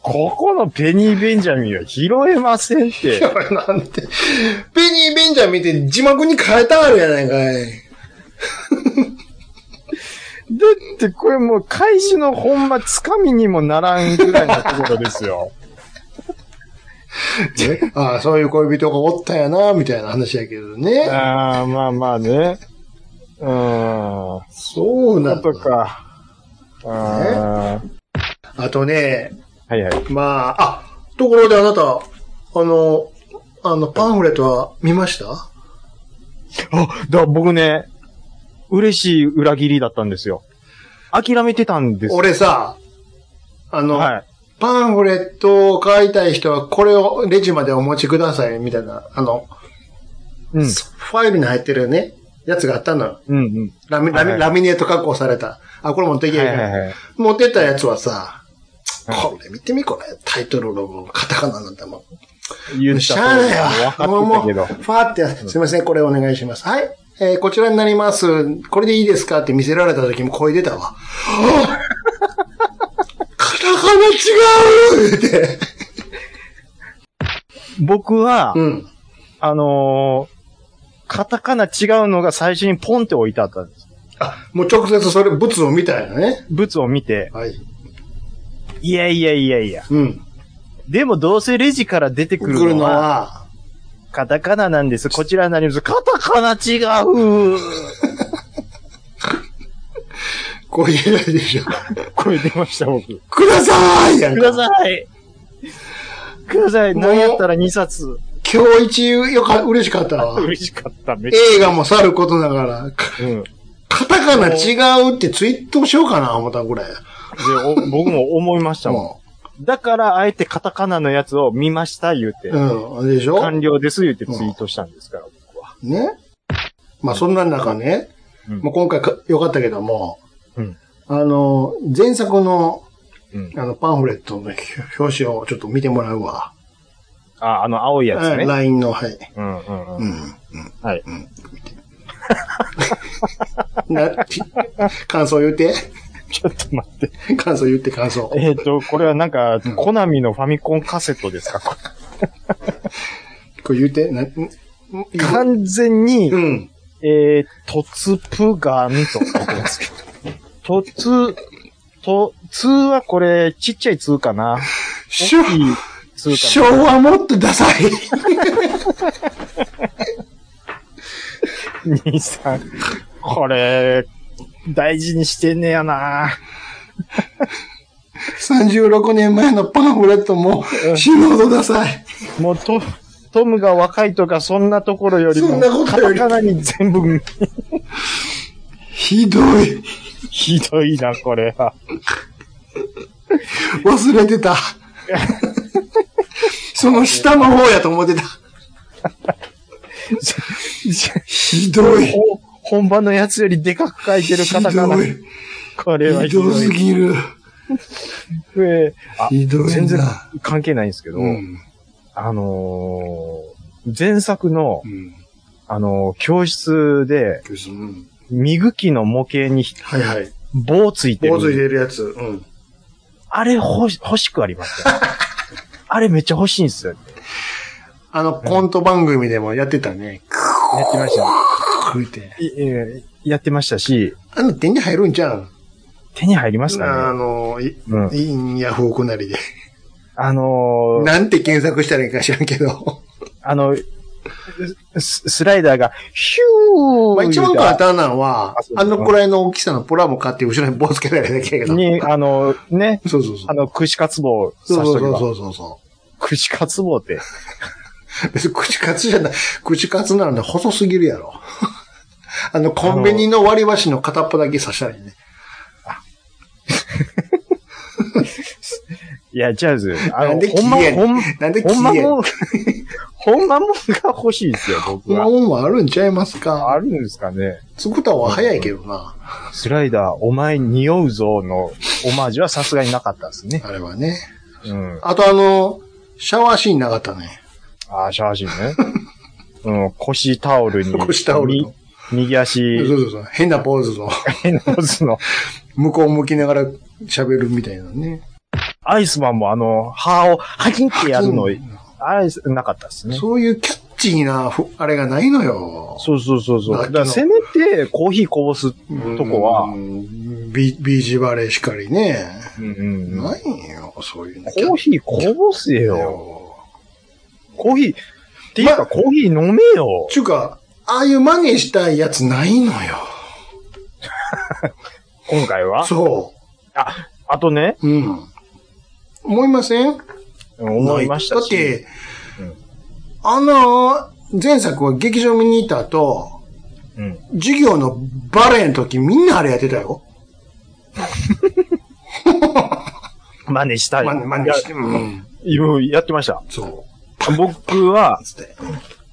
ここのペニー・ベンジャミンは拾えませんっ
いや
て。
なんて。ペニー・ベンジャー見て字幕に変えたあるやないかい。
だってこれもう開始のほんまつかみにもならんぐらいのところですよ。
ああ、そういう恋人がおったんやな、みたいな話やけどね。
ああ、まあまあね。うーん。
そうなん
こと
だ。
か。あ
あとね、
ーはいはい。
まあ、あ、ところであなた、あの、あの、パンフレットは見ました
あ、だ、僕ね、嬉しい裏切りだったんですよ。諦めてたんですよ。
俺さ、あの、
はい。
パンフレットを買いたい人はこれをレジまでお持ちください、みたいな、あの、
うん。
ファイルに入ってるね、やつがあったのよ。
うんうん。
ラミラミ
はい
ラミネート加工された。あ、これ持っていけ
は
る
い
か
はいはい。
持ってったやつはさ、
は
これ見てみ、これ。タイトルロゴ、カタカナなんだもん。
言った
しゃあない
分
わ。もう、
か
も
って
う、
た
フ
けど。
ァーって、すいません、これお願いします。はい。えーこちらになります。これでいいですかって見せられた時も声出
(laughs)
たわ。 (laughs) カタカナ違うって。
僕は、
うん。
あのー、カタカナ違うのが最初にポンって置いてあったんです。
あ、もう直接それ、物を見たよね。
物を見て、
はい。
いやいやいやいや。
うん。
でもどうせレジから出てく
来る
るの
の
は、
は、
カタカナなんです。こちらになります。カタカナ違う
こういうやつで (laughs) しょ。
声出ました、僕。
くださーいやん
く
か
ださいください
もう
何やったら2冊。
今日一よか、嬉しかったわ。 (laughs)
嬉しかった。めっち
映画もさることながら、か
ゃ。うん。で
カタカナ違うってツイートしようかな、思ったぐらい。
お僕も思いましたもん。だから、あえてカタカナのやつを見ました言うて、
うん。うん。でしょ
完了です言うてツイートしたんですから、僕は。
ね。まあ、そんな中ね、
うん
まあ、今回か良かったけども、
うん
あの、前作の、
うん
あの、パンフレットの表紙をちょっと見てもらうわ。
あ、あの、青いやつ
は
ね。
い LINE の、はい。
うんうんう。
うんん。うん。
はい
うん。
(laughs)
見てな、 (laughs) き感想言って。
ちょっと待って。
感想言って、感想。
えっ、と、これはなんか、コナミのファミコンカセットですかこれ
これ言って、な、んん言う
完全に、
うん。
えー、トツプガンと書いてますけ
(laughs)
ど。トツ、ト、ツーはこれ、ちっちゃいツーかな。
しょ
いいツー
昭
かな。
和もっとダサい。
兄さん。これ、大事にしてんねやな
36年前のパンフレットも死ぬほどダサい。
もうト、トムが若いとか、そんなところより
そ
も
んなこ、と
カ
よ
タ
り
カナに全部、
ひどい。
ひどいな、これ
(laughs)
は。
忘れてた。
(laughs)
その下の方やと思ってた。ひどい。
ほ本場のやつよりでかく書いてる
ひど
カタカナ。
い。
これは
ひ
ひど
どす
い。
ぎる。
えーあ、
ひどいな。
全然関係ないんですけど、
うん。
あのー前作の
う、ん。
あのー教室で、
うん
ミグキの模型に
はいはい。
棒ついて
坊主入
る。
れるやつ。うん。
あれ欲し欲しくありました
(laughs)
よ。あれめっちゃ欲しいんですよ。
あの、コント番組でもやってたね。
やってましたね
食うて。
いえーやってましたし、
あの、手に入るんじゃん。
手に入ります
あ
かね。
の、い
うん。
いんやフォークなりで。
あのー
なんて検索したらいいか知らんけど。
あの、ススライダーが、ヒュー
まあ一番簡単なのは
あそ、う
あのくらいの大きさのプラも買って後ろに棒つけられるだけやけど。
に、あの、ね、
そうそうそう
あ。の、串カツ棒を刺
そ
し
うそ
とけ
う
ば。
そうそうそ
串カツ棒って、
う。別に口活じゃない。口活なんで細すぎるやろ。 (laughs) あの、コンビニの割り箸の片っぽだけ刺したらいいね。
いや、ジャズ、あ
なん
の、
で
ほんま、
切り絵
ほん、
なんで
ほんま
消え
もん、 (laughs) ほんまもんが欲しいですよ、僕
ま
は。
もんはあるんちゃいます
あ
か
るんですかね。
作った方が早いけどな。
スライダー、お前匂うぞのオマージュはさすがになかったですね。
あれはね。
うん。
あとあの、シャワーシーンなかったね。
あー、写
(laughs)
真ね。うん、腰タオルに。
腰タオルの
み。右
そう (laughs)
足、
そうそう。変なポーズの。 (laughs)
変なズの。
向こう向きながら喋るみたいなね。
アイスマンもあの、歯を、ハキンってやるの、アイス、なかったですね。
そういうキャッチーなふ、あれがないのよ。
そうそうそうそう。
だ
だ
け
か
ど
らせめて、コーヒーこぼすとこ
う
は、
んビビーチバレーしかりね。
うんうんうん
ないよ、そういうの。
コーヒーこぼせよ。
よ。
コーヒー、っていう
まあ
かコーヒー飲めよ。
ちゅうか、ああいう真似したいやつないのよ。
今回は
そ
あ、あとね、
う。うん。思いません
思いましたし。
だって、
うん
あの、前作は劇場見に行った後、
うん。
授業のバレーの時みんなあれやってたよ。
真似したい。
真似真似して。うん。
いやうんやってました。
そう。
僕は、
つって。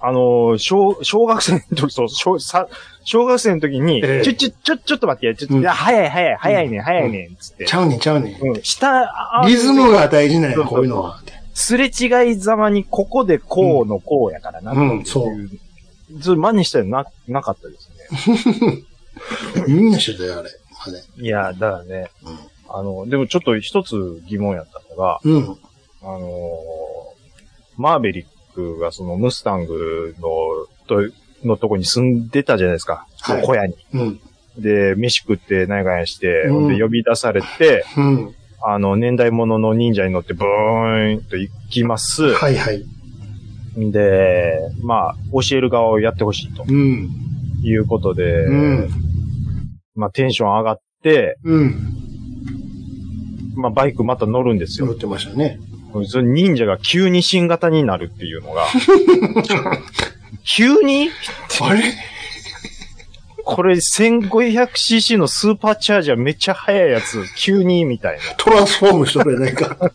あの、小、小学生の時、そう、小、さ、小学生の時に、
ええ
ちょ、ちょ、ちょ、ちょっと待ってよ、ちょっと、
うん
いや、早い早い、早いね、早いね、つって
ち。ゃうねんちゃうねん。
うん、下、あ
リズムが大事なんや、
そうそう
こういうのは。
すれ違いざまに、ここでこうのこうやからな、って
うん、そ
いう。それ真似したらな、なかったですね。
う。みんなしてたよ、あれ。あれ。
いや、だからね、
うん
あの、でもちょっと一つ疑問やったのが、
うん。
あのーマーベリックがそのムスタングの、と、のとこに住んでたじゃないですか。
はい
小屋に。
うん。
で、飯食って何かやして、
うん
で、呼び出されて、
うん。
あの、年代物の忍者に乗ってブーンと行きます。
はいはい。
で、まあ、教える側をやってほしいと
うん。
いうことで、
うん。
まあ、テンション上がって、
うん。
まあ、バイクまた乗るんですよ (laughs)
乗。ってましたね。
その忍者が急に新型になるっていうのが、急に
あれ
これ 1500cc のスーパーチャージャーめっちゃ速いやつ、急にみたいな。
トランスフォームしとるやないか。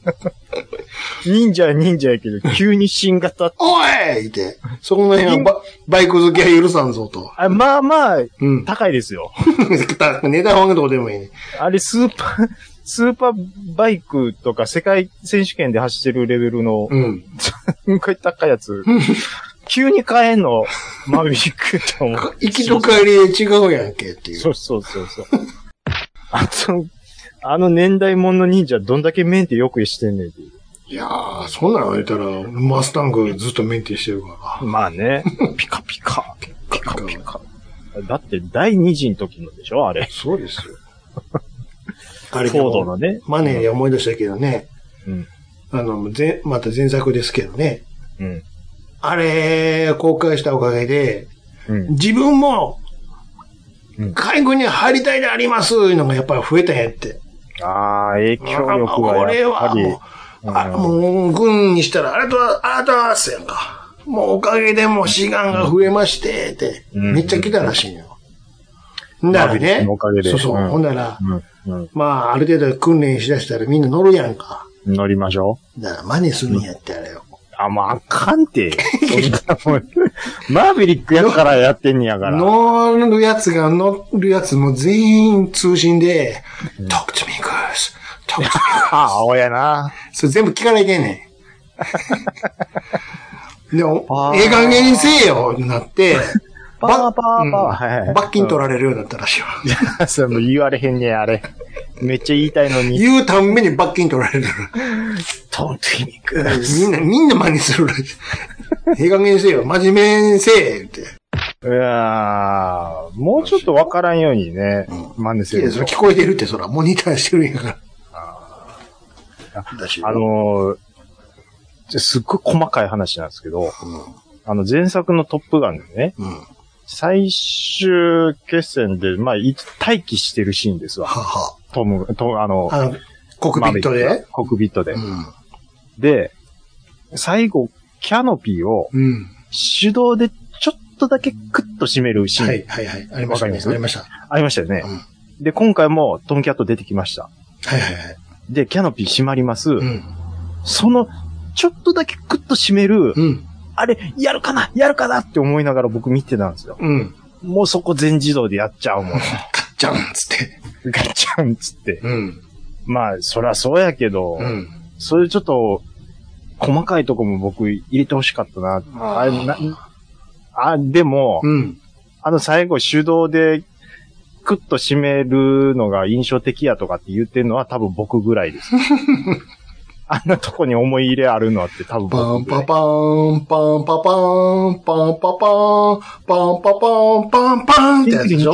忍者は忍者やけど、急に新型。
おい言って、そこの辺はババイク好きは許さんぞと。
あまあまあ、
うん。
高いですよ。
た (laughs) 値段はどうでもいいね。
あれスーパー、スーパーバイクとか世界選手権で走ってるレベルの、
うん。
すんごい高いやつ。急に買えんの、マビックって思う。
行きと帰りで違うやんけっていう。
そうそうそうそう。あの、あの年代もんの忍者どんだけメンテよくしてんねんっていう。
いやー、そんなの言ったら、マスタングずっとメンテしてるか
まあね。ピカピカ。
ら。ピカピカ。
だって第二次の時のでしょあれ。
そうですよ。 (laughs) あ
フ
れ
ォードのね。
マネーで思い出したけどね。
うん。
あの、ぜまた前作ですけどね。
うん。
あれ、公開したおかげで、
うん。
自分も
うん、
海軍に入りたいでありますいうのがやっぱり増えたんやって。
ああ、影響力
あこ
は
れ
やっぱ
は
り。
もう、あ
うん
もう軍にしたら、あれとは、あれとはすやんか。もうおかげでもう志願が増えまして、って、
うん
めっちゃ来たらしいんよ。んならね、
のおかげで
そうそう、
うん
ほんなら、
うん。うん。
まあ、ある程度訓練しだしたらみんな乗るやんか。
乗りましょう。
だから真似するんやって、あれを。
あ、もうあかんて。 (laughs) そんなもんマーヴェリックやからやってんねやから。
乗るやつが乗るやつも全員通信で、talk to me, girls, talk to me, girls.
あ、青やな。
それ全部聞かれてんね
(laughs)
ん。でも
あ、ー
ええ加減にせえよってなって、
パワーパワーパワー
うん
はい
罰金取られるようになったらしい
(laughs)
わ。
それも言われへんねやあれ。めっちゃ言いたいのに。
言うたんびに罰金取
(laughs)
られる。
トントニッ
みんな、みんな真似するらしい。ええ加減にせえよ、真面目にせえって。
いやーもうちょっとわからんようにね、真似せ
いや、
る
そ
と
れ聞こえてるって、そら、モニターしてるんやから。だし
あのーじゃすっごい細かい話なんですけど、あの前作のトップガンでね、
うん。うん。は
最終決戦で、まあ、い待機してるシーンですわ。
は。
トム、トあの、
あの、コクピット
マーヴェリッ
で
クがコックピットで
う。ん。
で、最後、キャノピーを
うん。
手動でちょっとだけクッと締めるシーン
はい、はい、はい。ありました
わかり
ね
ま。す
ありました。は
ありましたよね。で、今回もトムキャット出てきました。
い、はい、はい。
で、キャノピー閉まります。
うん。
その、ちょっとだけクッと閉める、
うん。
あれ、やるかなやるかなって思いながら僕見てたんですよ。
うん。
もうそこ全自動でやっちゃう
(laughs)
もん。
ガッチャンっつって。
ガチャンっつって。
うん。
まあ、そりゃそうやけど、
うん。
そういうちょっと、細かいとこも僕入れてほしかったな。あれなあ、でも、
うん。
あの最後手動で、クッと締めるのが印象的やとかって言ってるのは多分僕ぐらい
(laughs)
です。あんなとこに思い入れあるのって多分
パ
僕
ン
ぐら
パ
い。
パン、パンパパン、パンパパン、パンパパン、パンパンってやつでしょ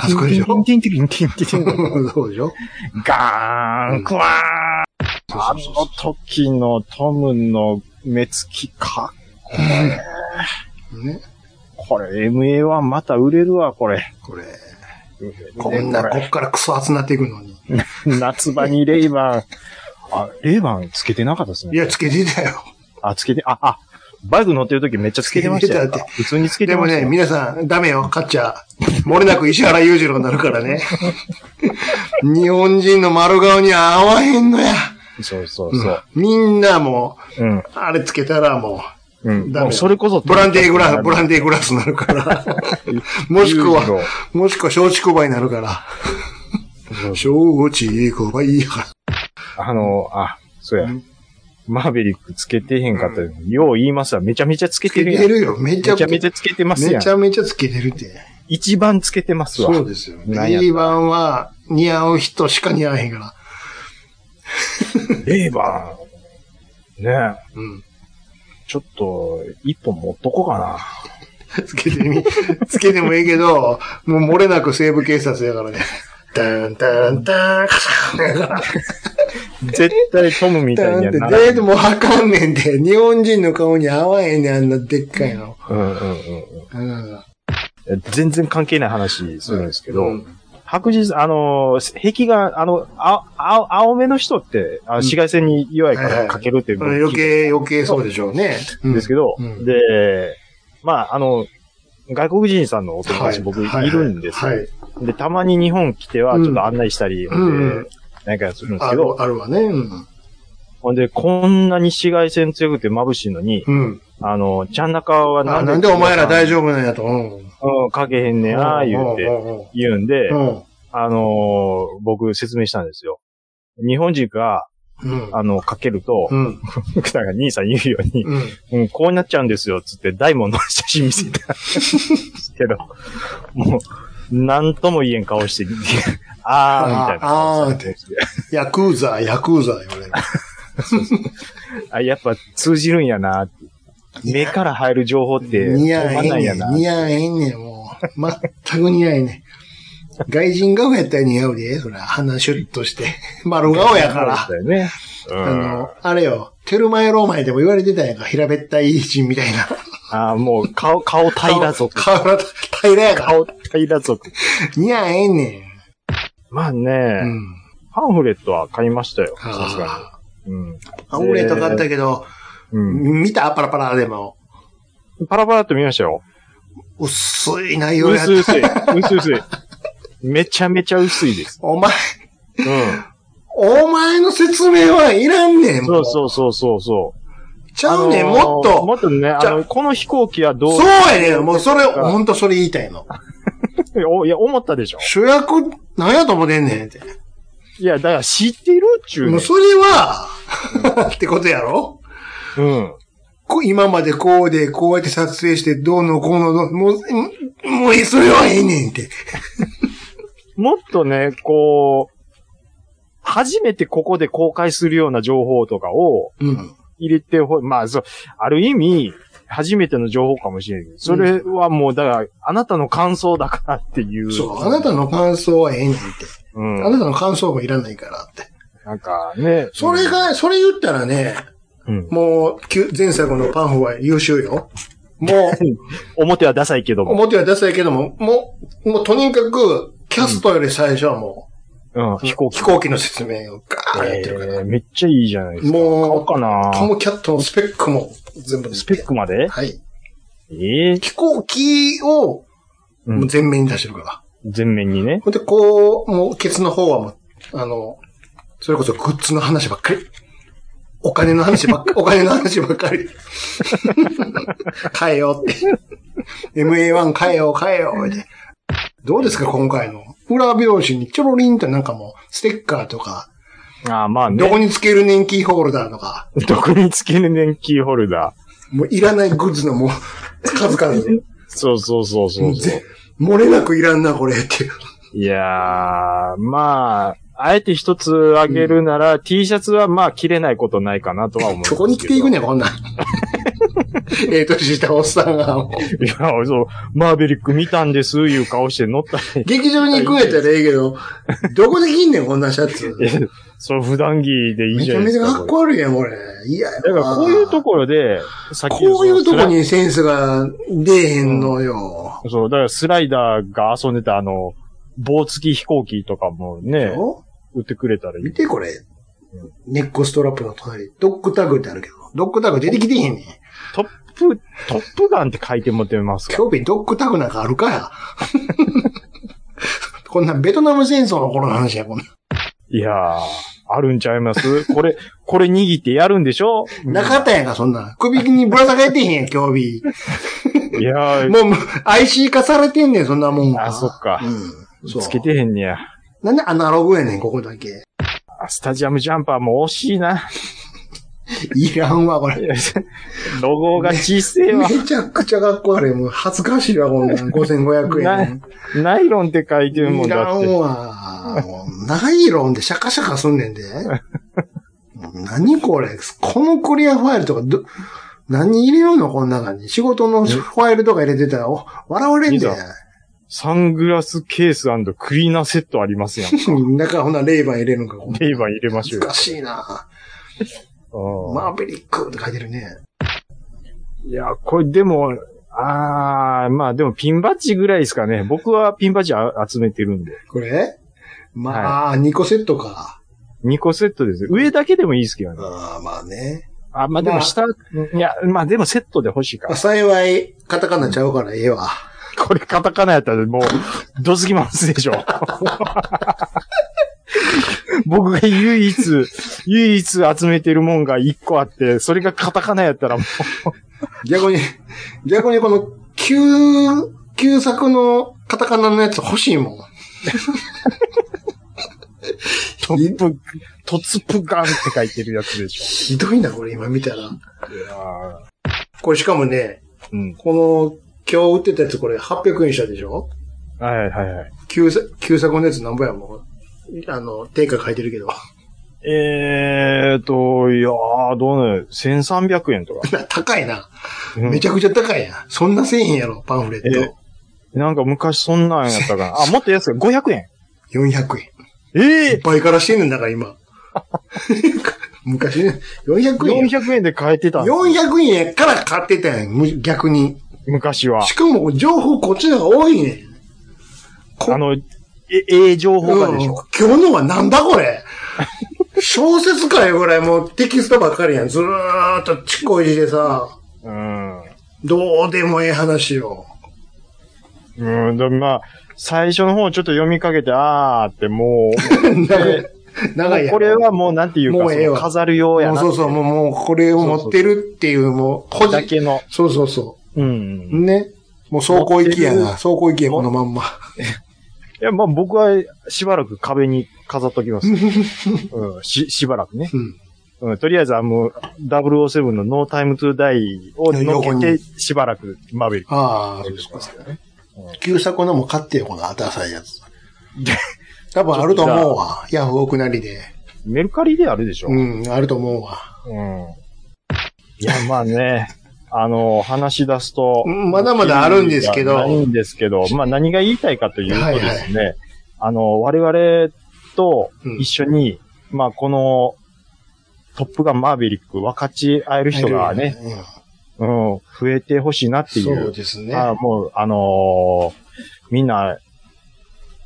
あそこでしょそうでしょ
ガーン、クワーン。あの時のトムの目つきか。
ね。
これ MA1 また売れるわ、これ。
これ。こんな、こっからクソ熱なっていくのに。 (laughs)
夏場にレイバン。あ、レイバンつけてなかったです
い
ね。
や、つけてたよ。
あ、つけて、あ、あ、バイク乗ってる時めっちゃつけてましたよ
つけてたっ。
普通につけて
でも
ました
ね、
よ。
皆さん、ダメよ、カッチャー。漏れなく石原裕次郎になるからね。日本人の丸顔には合わへんのや。
そうそうそう。
みんなも
うん
う、。あれつけたらも
うん。
ダメ
もうそれこそ。
う、ブランデーグラ
(laughs)
ス、ブランデーグラスになるから。もし
裕
く
次郎
は、もしくは松竹梅になるから。
そう
松竹梅やか
あの、あ、そうや。マーベリックつけてへんかったよ。よう言いますわ。めちゃめちゃつけ
つけ
てる
て
やん。
るよ。めちゃ
めちゃめちゃつけてますや
め
ん
ち。ゃめちゃつけてるって。
一番つけてますわ。
そうですよ。
なんやった
D 版は似合う人しか似合わへんから。
レイバン。ねえ
うん。
ちょっと、一本持っとこうかな。
つけてみ、 (laughs) つけてもいいけど、もう漏れなく西部警察やからね。ダンダンダン、カシャンやから。
絶対トムみたいに
ダン
は
って
なら、
で、でもわかんねんて。日本人の顔に合わへんねん、あんなでっかいの。
うんうんうんうん
うん。
全然関係ない話するんですけど、
うん
白日、あのー、壁が、あの、あ、あ、青めの人って、あ紫外線に弱いか
はいは
ら
い
かけるっていう、
余計、余計そうでしょうね。うん
ですけど、
うん
で、まあ、あの、外国人さんのお友達僕い
はい
るんですよ
はい。
で、たまに日本来ては、
うん
ちょっと案内したり、
うん
なんかするんです
あ
けど、
るあるわね。うん。
ほんで、こんなに紫外線強くて眩しいのに、
うん。
あの、ちゃん中は
あなんでお前ら大丈夫なんやと。うん。
夫かけへんねんな、言うて、
う
言うんで
て、うん。
あのー、僕説明したんですよ。日本人が、
うん。
あの、かけると、 (laughs)
うん。
なんか兄さん言うように、
うん。
うん、こうなっちゃうんですよ、つって、ダイモンの写真見せたんですけど、もう、なんとも言えん顔して、 (laughs) あー、みたいな
あー
顔
あー
して。
ヤクザ、ヤクザ言われる。
あ、やっぱ通じるんやなって。目から入る情報って、
似合
わ
えへ
なんい
ね。。
やなん
似合えへんねん、もう。全く似合えねん。外人顔やったら似合うで、そら。鼻シュッとして。 (laughs) 丸顔やから
そ。うだよね。う
あ
ん。
の、あれよ。テルマエローマエでも言われてたやんか。平べったい人みたいな。
あーもう、顔、顔平ら族。
顔が平らやから。
顔平ら族。
似合えんね
まあね、
ん。うん。
パンフレットは買いましたよ、
あー
さすがに。うん。
アンレット買ったけど、
うん。
見たパラパラでも。
パラパラっと見ましたよ。
薄い内容やっ
薄
た。
い薄い。薄い薄い。めちゃめちゃ薄いです。
お前、
うん。
お前の説明はいらんねん。
そう
う。
そうそうそうそう。
ちゃうねん、
あのー
もっと。
もっとね、あ
じゃ
の、この飛行機はどう
そうやねん。もうそれ、ほんとそれ言いたいの。
おいや、思ったでしょ
主役、なんやと思ってんねんって。
いや、だから知ってるっちゅう
も
ね
う。それは、 (laughs) ってことやろ
うん。
こ今までこうで、こうやって撮影して、どうのこうのの、もう、んもうそれはええねんって。
もっとね、こう、初めてここで公開するような情報とかを
うん。
入れてほ、まあ、そう、ある意味、初めての情報かもしれないけど、それはもう、だから、あなたの感想だからっていう。
そう。あなたの感想はええねんって。
うん。
あなたの感想もいらないからって。
なんかね。
それが、それ言ったらね、
うん、
もう、旧前作のパンフは優秀よ。
(laughs)
もう、
表はダサいけども。
表は出したいけども、もう、もうとにかく、キャストより最初はも
うん、
う、
飛行機。
飛行機の説明をガーンやってるから。
えーめっちゃいいじゃないですか。
も
買お
う
か
ト
な
ムキャットのスペックも全部出
ス
て
ペックまで
はい。
ええ
飛行機を
うん
もう全面に出してるから。
全面にね。
ほんで、こう、もう、ケツの方はもう、あの、それこそグッズの話ばっかり。お金の話ばっかり、お金の話ばっかり。 (laughs) 変えようって。MA1 変えよう、変えようって。どうですか、今回の。裏表紙にちょろりんとなんかもう、ステッカーとか、
ああ、まあね。
どこにつける年金ホルダーとか、
(laughs) どこにつける年キーホルダー。
もういらないグッズのもう、数々。
そうそうそうそうそう。
ぜ漏れなくいらんな、これって。
いやー、まあ、あえて一つあげるなら、T シャツはまあ、切れないことないかなとは思うんですけ
そ
ど。
こに来ていくねん、こんなん。ええ年したおっさんが、もう
いや、そう、マーベリック見たんです、いう顔して乗ったり。
劇場に行くんやったらええ
(laughs)
けど、どこで着んねん、こんなシャツ。
えその普段着でいい
め
じ
ち
ゃ
ゃ
ない
め
で
ち
す
ゃ
か。
かっこ悪いやん、これ。いや
これだからこういうところで、さっきの
こういうと
その
こにセンスが出えへんのよ。
そう、だからスライダーが遊んでたあの、棒付き飛行機とかもね、
よ
売ってくれたらいい
見。て、これ。ネックストラップの隣、ドッグタグってあるけど、ドッグタグ出てきてへんねん。
トップ、トップガンって書いてもってますか
興味ドッグタグなんかあるかや。 (laughs) こんなんベトナム戦争の頃の話や、こんなん
いやー、あるんちゃいますこれ、これ握ってやるんでしょ
なかったやんか、そんなん。首にぶら下げてへんやん、興味。
いやー、
もうもう、IC 化されてんねん、そんなもんが。
あそっか
うん。そう。
つけてへんねや。
なんでアナログやねん、ここだけ。
あスタジアムジャンパーも惜しいな。 (laughs)
いらんわ、これ。
ロゴが小せえわ。
めちゃくちゃかっこ悪い。もう恥ずかしいわ、こんなん。5500
な
円。
ナイロンって書いてるもん
いら
だっ
ん
て。
わ。もうナイロンでシャカシャカすんねんで。何これこのクリアファイルとかど、何入れるのこの中に。仕事のファイルとか入れてたら、お笑われん
いい
で
ぞ。サングラスケースクリーナーセットありますやん。
中ほ (laughs) なレイバン入れるのか、こんな
レイバー入れましょ
恥
う
ずかしいな
よ。うん
(laughs) マーベリックって書いてるね。
いや、これでも、あー、まあでもピンバッジぐらいですかね。僕はピンバッジあ集めてるんで。
これまあ、2個セットか。
2個セットです。上だけでもいいですけどね。
ああ、まあね。
あ、まあで
まあ
も下、いや、まあでもセットで欲しいか
まあ
ら。
幸い、カタカナちゃうからええわ。
これカタカナやったらもう、どつきますでしょ。 (laughs) 僕が唯一、唯一集めてるもんが1個あって、それがカタカナやったらも (laughs)
逆に、逆にこの、旧、旧作のカタカナのやつ欲しいもん。
う、トップ、トツプガンって書いてるやつでし
ひどいな、これ今見たら。
ょ。いやー
これしかもね、
うん。
この、今日売ってたやつこれ800円したでしょ
はいはいはいはい。
旧作、旧作のやつなんぼやもん。あの、定価書いてるけど。 (laughs)
えーと、いやー、どうね、1300円とか。
高いな。
うん
めちゃくちゃ高いやん。そんなせえへんやろ、パンフレット。
なんか昔そんなんやったから。あ、もっと安い。500円。
400円。
ええ
倍からしてんねんだから
(laughs)
今。昔ね、400円や。
!400 円で買えてたんです
400円やから買ってたやん、む逆に。
昔は
し。かも、情報こっちの方が多いねん。こ
あの、え、ええ情報がでしょ。
うん今日のはなんだこれ小説かよぐらいもうテキストばっかりやん。ずーっとちっこい字でさ、
うん。
どうでもええ話よ。
うん、でもまあ、最初の方ちょっと読みかけて、あーってもう、
長い。 (laughs) 長いやん
これはもうなんていうか、
もうええわ
その飾る用や
もう
な
そ。うそう、もう、もうこれを持ってるっていう、もう、個
だけの。
そうそうそ
うん。
う。ね。もう走行行きや
持
な。
ってる
走行行きや、このまんま。
いや、まあ僕はしばらく壁に飾っとき
(laughs)
ます。うん、し、しばらくね。
うん。
うん、とりあえずはもう、007のノータイムトゥダイを乗っけて、しばらくマーベリック。
ああ、そうですか。旧作のも買ってよ、この新しいやつ。多分あると思うわ。ヤフオクなりで。
メルカリであるでしょ。
うん、あると思うわ。
うん。いや、まあね、あの、話し出すと。
うんまだまだあるんですけど
ないんですけど、まあ何が言いたいかというとですね、あの、我々と一緒に、まあこの、トップガンマーヴェリック分かち合える人がね、うん、増えてほしいなって
うん。
い
そう
う。
ですね。
あもう、あのーみんな、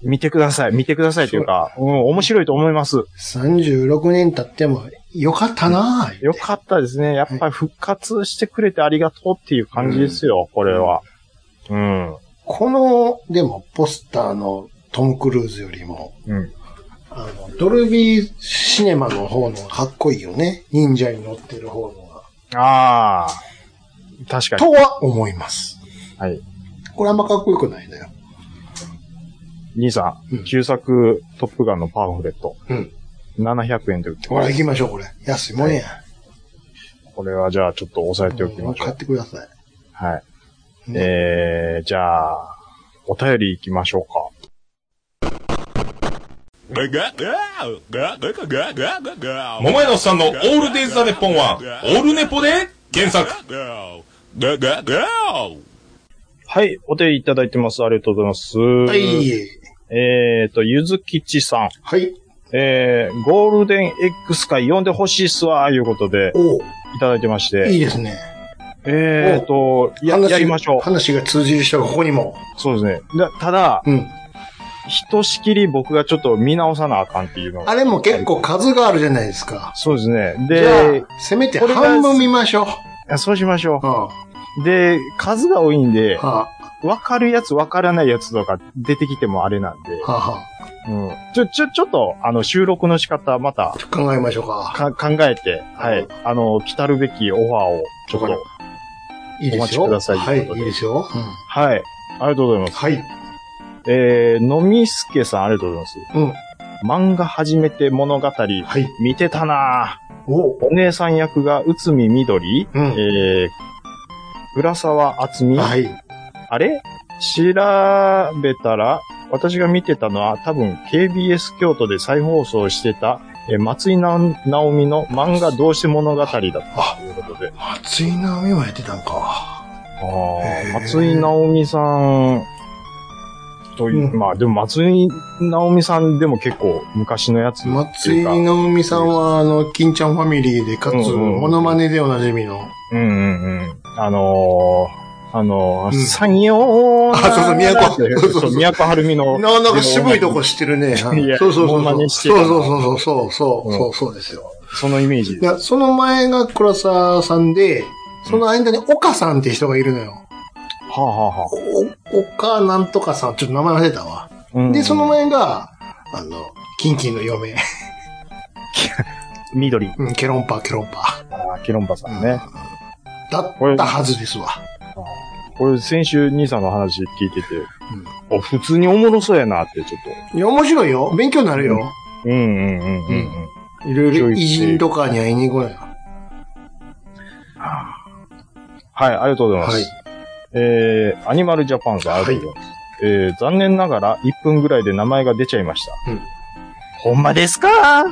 見てください、見てくださいというか、うん、面白いと思います。
36年経っても、よかったなぁ。
よかったですね。やっぱり復活してくれてありがとうっていう感じですよ、これは。うん。
この、でも、ポスターのトム・クルーズよりも、
うん。
あの、ドルビーシネマの方のがかっこいいよね。忍者に乗ってる方のが。
ああ。確かに。
とは思います。
はい。
これあんまかっこよくないのよ。
兄さ
うん
ん、旧作トップガンのパンフレット。
うん。
700円で売って
ほら、
ます。
行きましょう、これ。安いもんや。
これはじゃあちょっと押さえておきましょ
買っ
う。
てください。
はい。
ね
えー、じゃあ、お便り行きましょうか。
桃屋のおっさんのオールデイズ・ザ・ネッポンは、オールネポで検索。
はい、お便りいただいてます。ありがとうございます。は
はい。。
えーと、ゆずきちさん。
はい。
えー、ゴールデン X 会読んでほしいっすわ、いうことで、
おう
いただいてまし
い
て。
いですね。
えーと、や、
話
やりましょ
話が通じる人がここにも。
う。そうですね。だただ、
うん。
ひとしきり僕がちょっと見直さなあかんっていうのが
あれも結構数があるじゃないですか。
そうですね。
じ
で
ゃ、あ、せめて
これが
半分見ましょう。
あそうしましょ
うん。は
う。で、数が多いんで、
は
わかるやつ、わからないやつとか出てきてもあれなんで、
あ、は
うん。ちょ、ちょ、ちょっと、あの、収録の仕方、また
あ、、考えましょう
か、
か。
考えて、はい。あの、来たるべきオファーを、ちょっと、
いいですよ。
お待ちください
はい、いいですよ。うん
はい。ありがとうございます。
はい。
えー、のみすけさん、ありがとうございます。
うん。
漫画始めて物語、
はい。
見てたなぁ
おう。
お姉さん役が、うつみみどり、
うん。
えー、浦沢あつみ、
はい。
あれ調べたら、私が見てたのは、多分 KBS 京都で再放送してた、えー松井な直美の漫画どうして物語だったということで。
松井直美もやってたんか。へー
松井直美さん、という、
うん
まあでも松井直美さんでも結構昔のやつって
松
い
井
うか。
直美さんは、あの、金ちゃんファミリーで、かつ、
うんうん
モノマネでおなじみの。
うんうんうん。あのーあの、
うん
サニオ
あそうそう都そうそう
(laughs) そう、都はるみの。
ななんか渋いとこ知ってるね。
いや
そうそうそ
もう真
う。
似して
そ
た
う
な
そうそうそうそう、
うん
そうそうですよ。
そのイメージ
い
です。
や、その前が黒沢さんで、その間に岡さんって人がいるのよ。
はあ、はあは
お、岡なんとかさん、ちょっと名前忘れたわ。
あうん
で、その。前が、あの、キンキンの嫁。
緑。
うん、ケロンパ、ケロンパ。
ああ、ケロンバさんね。
だったはずですわ。
これ先週兄さんの話聞いてて、
う
お普通におもろそうやなってちょっ
いや、面白いよ。勉強になるよ。
と。うんうんうんうん。うん、
いろい
ちょ
ろ
いちょい
偉人とかに会いに行こうよ。
はい、ありがとうございます。
はい。
えー、アニマルジャパンさん、ありがとうございます。えー、残念ながら1分ぐらいで名前が出ちゃいました。
うん
ほんまですかロ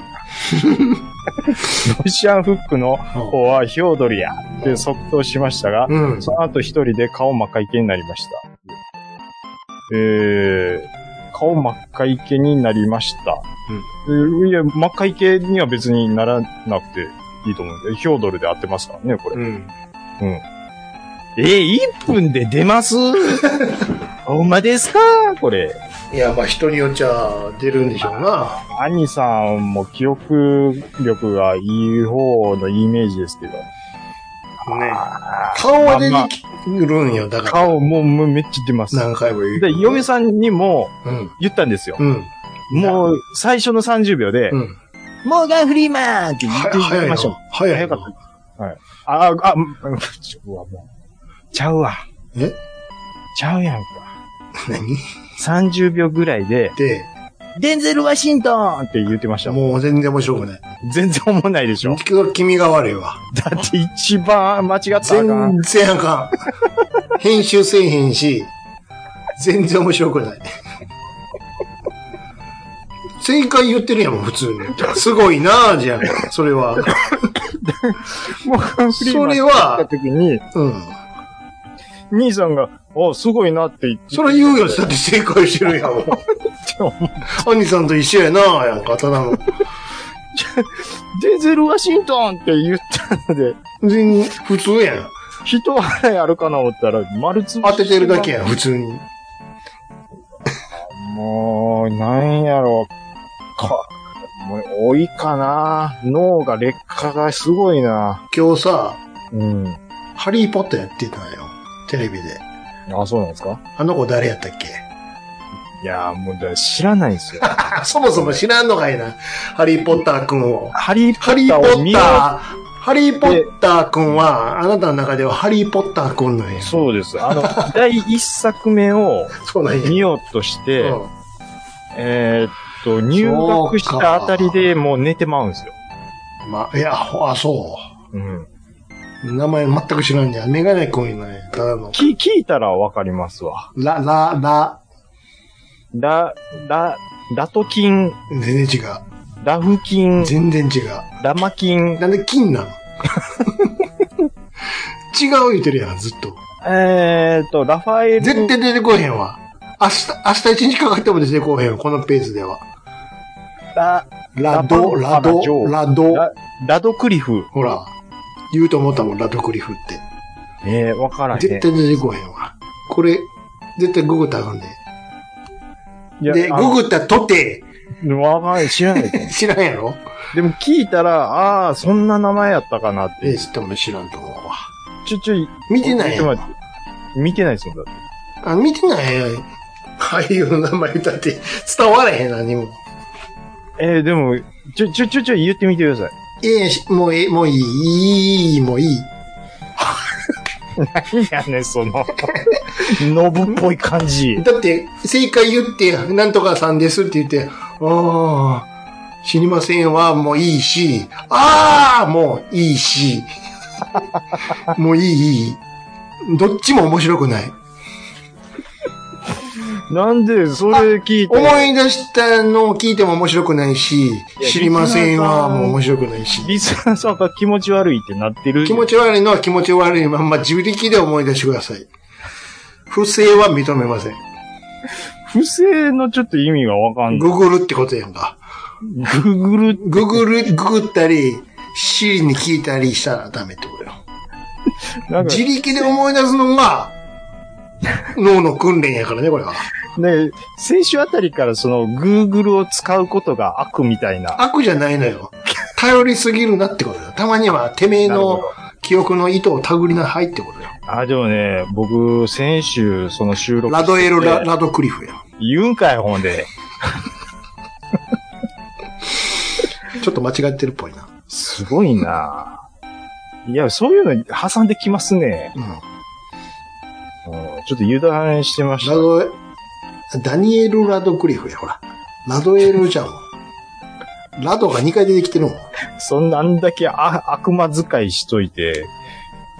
シアンフックの方はヒョードリアって即答しましたが、
うん。
その後一人で顔真っ赤いけになりました。えー、顔真っ赤いけになりました。うん、いや、真っ赤いけには別にならなくていいと思うんで、ヒョードルで合ってますからね、これ。
うん。
えー、1分で出ます (laughs) ほんまですかこれ。
いや、まあ人によっちゃ出るんでしょうな。
兄さんも記憶力がいい方のイメージですけど。
ね。顔は出てくるんよ、だから。
顔もうもうめっちゃ出ます。
何回も言う。
で、嫁さんにも
うん。
言ったんですよ。
うん。
もう最初の30秒で、
うん。
モーガン・フリーマンって言っ
は
て
早
み
い
ま
な
しょう。。
早い
早か
な。
った。はい。あ、あ、あ、うんうんちょうわもうちゃうわ。
え
ちゃうやんか。
何
30秒ぐらいで、
で、
デンゼル・ワシントンって言ってましたもん。
もう全然面白くない。
全然思わないでしょ。
君が悪いわ。
だって一番間違ったらあか
全
ん。
然あかん。編集せえへんし、全然面白くない。正解言ってるやん、普通に。すごいなぁ、じゃん。それは。
モーガン・フリーマンって言った時に、
うん。
兄さんが、お、すごいなって言って。
それ言うよ、だって正解して (laughs) るやん。兄さんと一緒やなぁ、やんか、ただの。
デンゼル・ワシントンって言ったので、
全然普通やん。
人払いあるかな思ったら、丸つぶし
当ててるだけやん、普通に。
もう、なんやろか、もう、多いかな脳が劣化がすごいな
今日さ、
うん。
ハリーポッターやってたんよ。テレビで。
あ、そうなんですか
あの子誰やったっけ
いやーもう、だから知らないんですよ。
あ、そもそも知らんのかいな。ハリーポッターくんを。
ハリー・ポ
(laughs) ハ
ッ
リー
タ
ポ
ーを
ッ
見
ター
よ、
ハリーポッターくんは、あなたの中ではハリーポッターくんなんや。
う。そうです。 (laughs) あの、第一作目を
そうなんや。
見ようとして、
うん
えーっと、入学したあたりでもう寝てまうんですよ。
まあ、いや、ほあ、そ
うん。
う。名前全く知らんねや。メガネくんなんや。ただの。
き、聞いたらわかりますわ。
ラ、ラ、ラ、
ラ、ラ、ラトキン、
全然違う。
ラフキン、
全然違う。
ラマキン、
なんで金な (laughs) の違う言うてるやん、ずっと。
えーっと、ラファエル、
絶対出てこへんわ。明日、明日一日かかっても出てこへんわ、このペースでは。
ラ、
ラド、ラド、ラド。
ララドクリフ。
ほら、言うと思ったもん、ラドクリフって。
ええわからへん。
絶対出てこへんわ。これ、絶対ググったらあかんで。
いや
で、
あの
ググったとて、
わからへん、知らない
(laughs)
で
知らんやろ
でも聞いたら、ああ、そんな名前やったかなっ
ええ、
て。
知っても知らんと思うわ。
ちょちょい、
見てない
ちょ
や
っと待
ん。
って見てないですもん、だっ
あ、見てないやん。俳優の名前だって伝わらへん、何も。
て。えー、でも、ちょ、ちょ、ちょ、ちょ、言ってみてください。
ええ、しもうええ、もういい、いい、もういい。
何やねん、その、 (laughs) ノブっぽい感じ。
だって、正解言って、なんとかさんですって言って、ああ、知りませんはもういいし、ああ、もういいし、 (laughs) もういい、いい。どっちも面白くない。
なんで、それ聞いて。
思い出したのを聞いても面白くないし、
や
知りませんはもう面白くないし。
リスナーさんが気持ち悪いってなってる。
気持ち悪いのは気持ち悪いまんま自力で思い出してください。不正は認めません。
不正のちょっと意味がわかんない。
ググるってことやんか。
ググる
ググる、ググったり、シリに聞いたりしたらダメってことよ。
なんか
自力で思い出すのが、脳の訓練やからね、これは。
ね、先週あたりからその Google を使うことが悪みたいな。
悪じゃないのよ。頼りすぎるなってことだよ。たまには、てめえ
なるほ
の
ど
記憶の糸を手繰りなさいってことだよ。
あ、でもね、僕、先週その収録
ラドエル・ラ
ラ
ラドクリフや。
言うんかい、ほんで。
ちょっと間違ってるっぽいな。
すごいなぁいや、そういうの挟んできますね。
うん。
うんちょっと油断してまし
ラ
た。
ドエ、ダニエル・ラドクリフや、ほら。ラドエルじゃん。ラドが2回出てきてるもん。
そんなんだけあ悪魔使いしといて、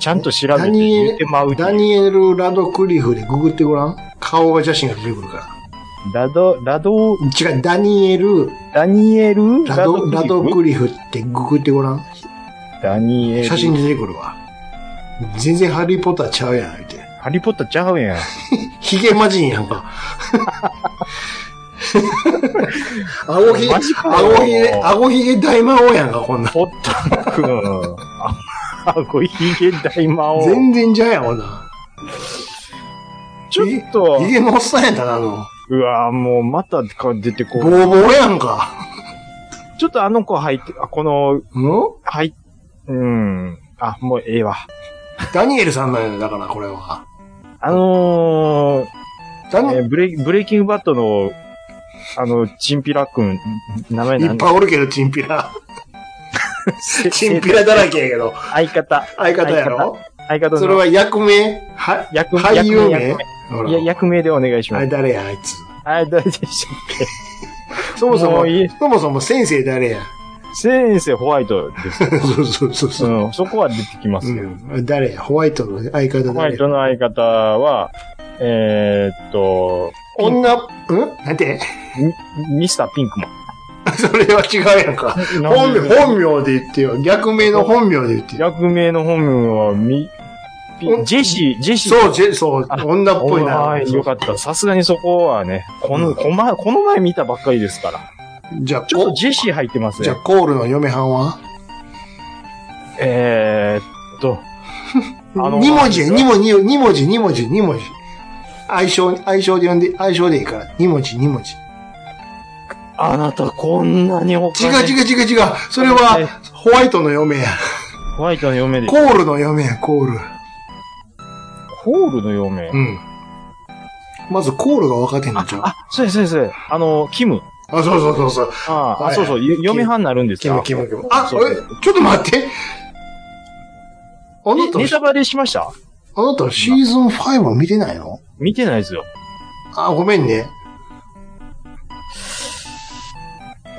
ちゃんと調べて言ってまうっていう
ダニエル・ラドクリフでググってごらん。顔が写真が出てくるか
ラド、ラド、
ら。違う、ダニエル・
ダニエル
ラドラド
ク
クリフってググってごらん。
リフダニエル。
写真出てくるわ。全然ハリーポッターちゃうやん、言うて。
ハリーポッターちゃうやん。
ヒゲマジンやん
(laughs)
か。青ひげ、
マジかよ
青ひげ、青ひげ大魔王やんか、こんなん。
ポッタくん。あ、あごひげ大魔王。
全然じゃうやん、こんなん。
ちょっと
ヒ、ゲのおっさんやったな、あの。
うわもうまたか出てこ
ボ
う。
ーボーやんか。
ちょっとあの子入って、あ、この、
ん
はい、うん。あ、もうええわ。
ダニエルさんなんや、だからこれは。
あのー
ダニ
えーブレイ、ブレイキングバットの、あの、チンピラくん、名前
い
な
っ
ん
ぱいおるけど、チンピ
(laughs)
ラ。
せ
チンピラだらけやけど。
相方。
相方やろ
相方の。
それは役名は
役名
俳優
役
名ほ
いや、
ら。
役名でお願いし
あ
ま
れ
す。
誰や、あいつ。
はい、誰でしたっけ
(laughs) そもそ
も
も
ういい、
そもそも先生誰や。
先生ホワイト
(laughs)
です。
そうそうそうそう。
うん、そこは出てきますけど。
うん、誰やホワイトの相方
ホワ
誰
イト
や
の相方は、えーっと、
女、うんなんて (laughs)
ミミスターピンクマン。
それは違うやんか。本名、本名で言ってよ。逆名の本名で言ってよ。
役名の本名は、み、ピ
うん
ジェシー、ジェシー。
そう、ジェそう、
あ
女っぽいな。
はい、よかった。さすがにそこはね、こ
う
の、
ん
こま、この前見たばっかりですから。
じゃあ、
ちょっと
こ
ジェシー入ってます
じゃあ
ね。
コールの嫁はんは
えーっ
(laughs)
と、あの
二文字や、二文字、二文字、二文字、二文字。相性、相性で呼んで、相性でいいから。二文字、二文字。
あなたこんなにお
違う
金
違う違う違う。それ
え
は、ホワイトの嫁や。
ホワイトの嫁で。
コールの嫁や、コール。
ホールの嫁。
うん。まずコールが分かってんのちゃうあ
あ、そうです、そうです。あの、キム。
そうそうそうそう。
ああ、
はい
そうそう、よ嫁派になるんです
キ
よ
ム。キムキム。あ、
そう
え、ちょっと待って。あな
えネタ
た、
バレしました
あなたシーズン5を見てないの
見てないですよ。
あ、ごめんね。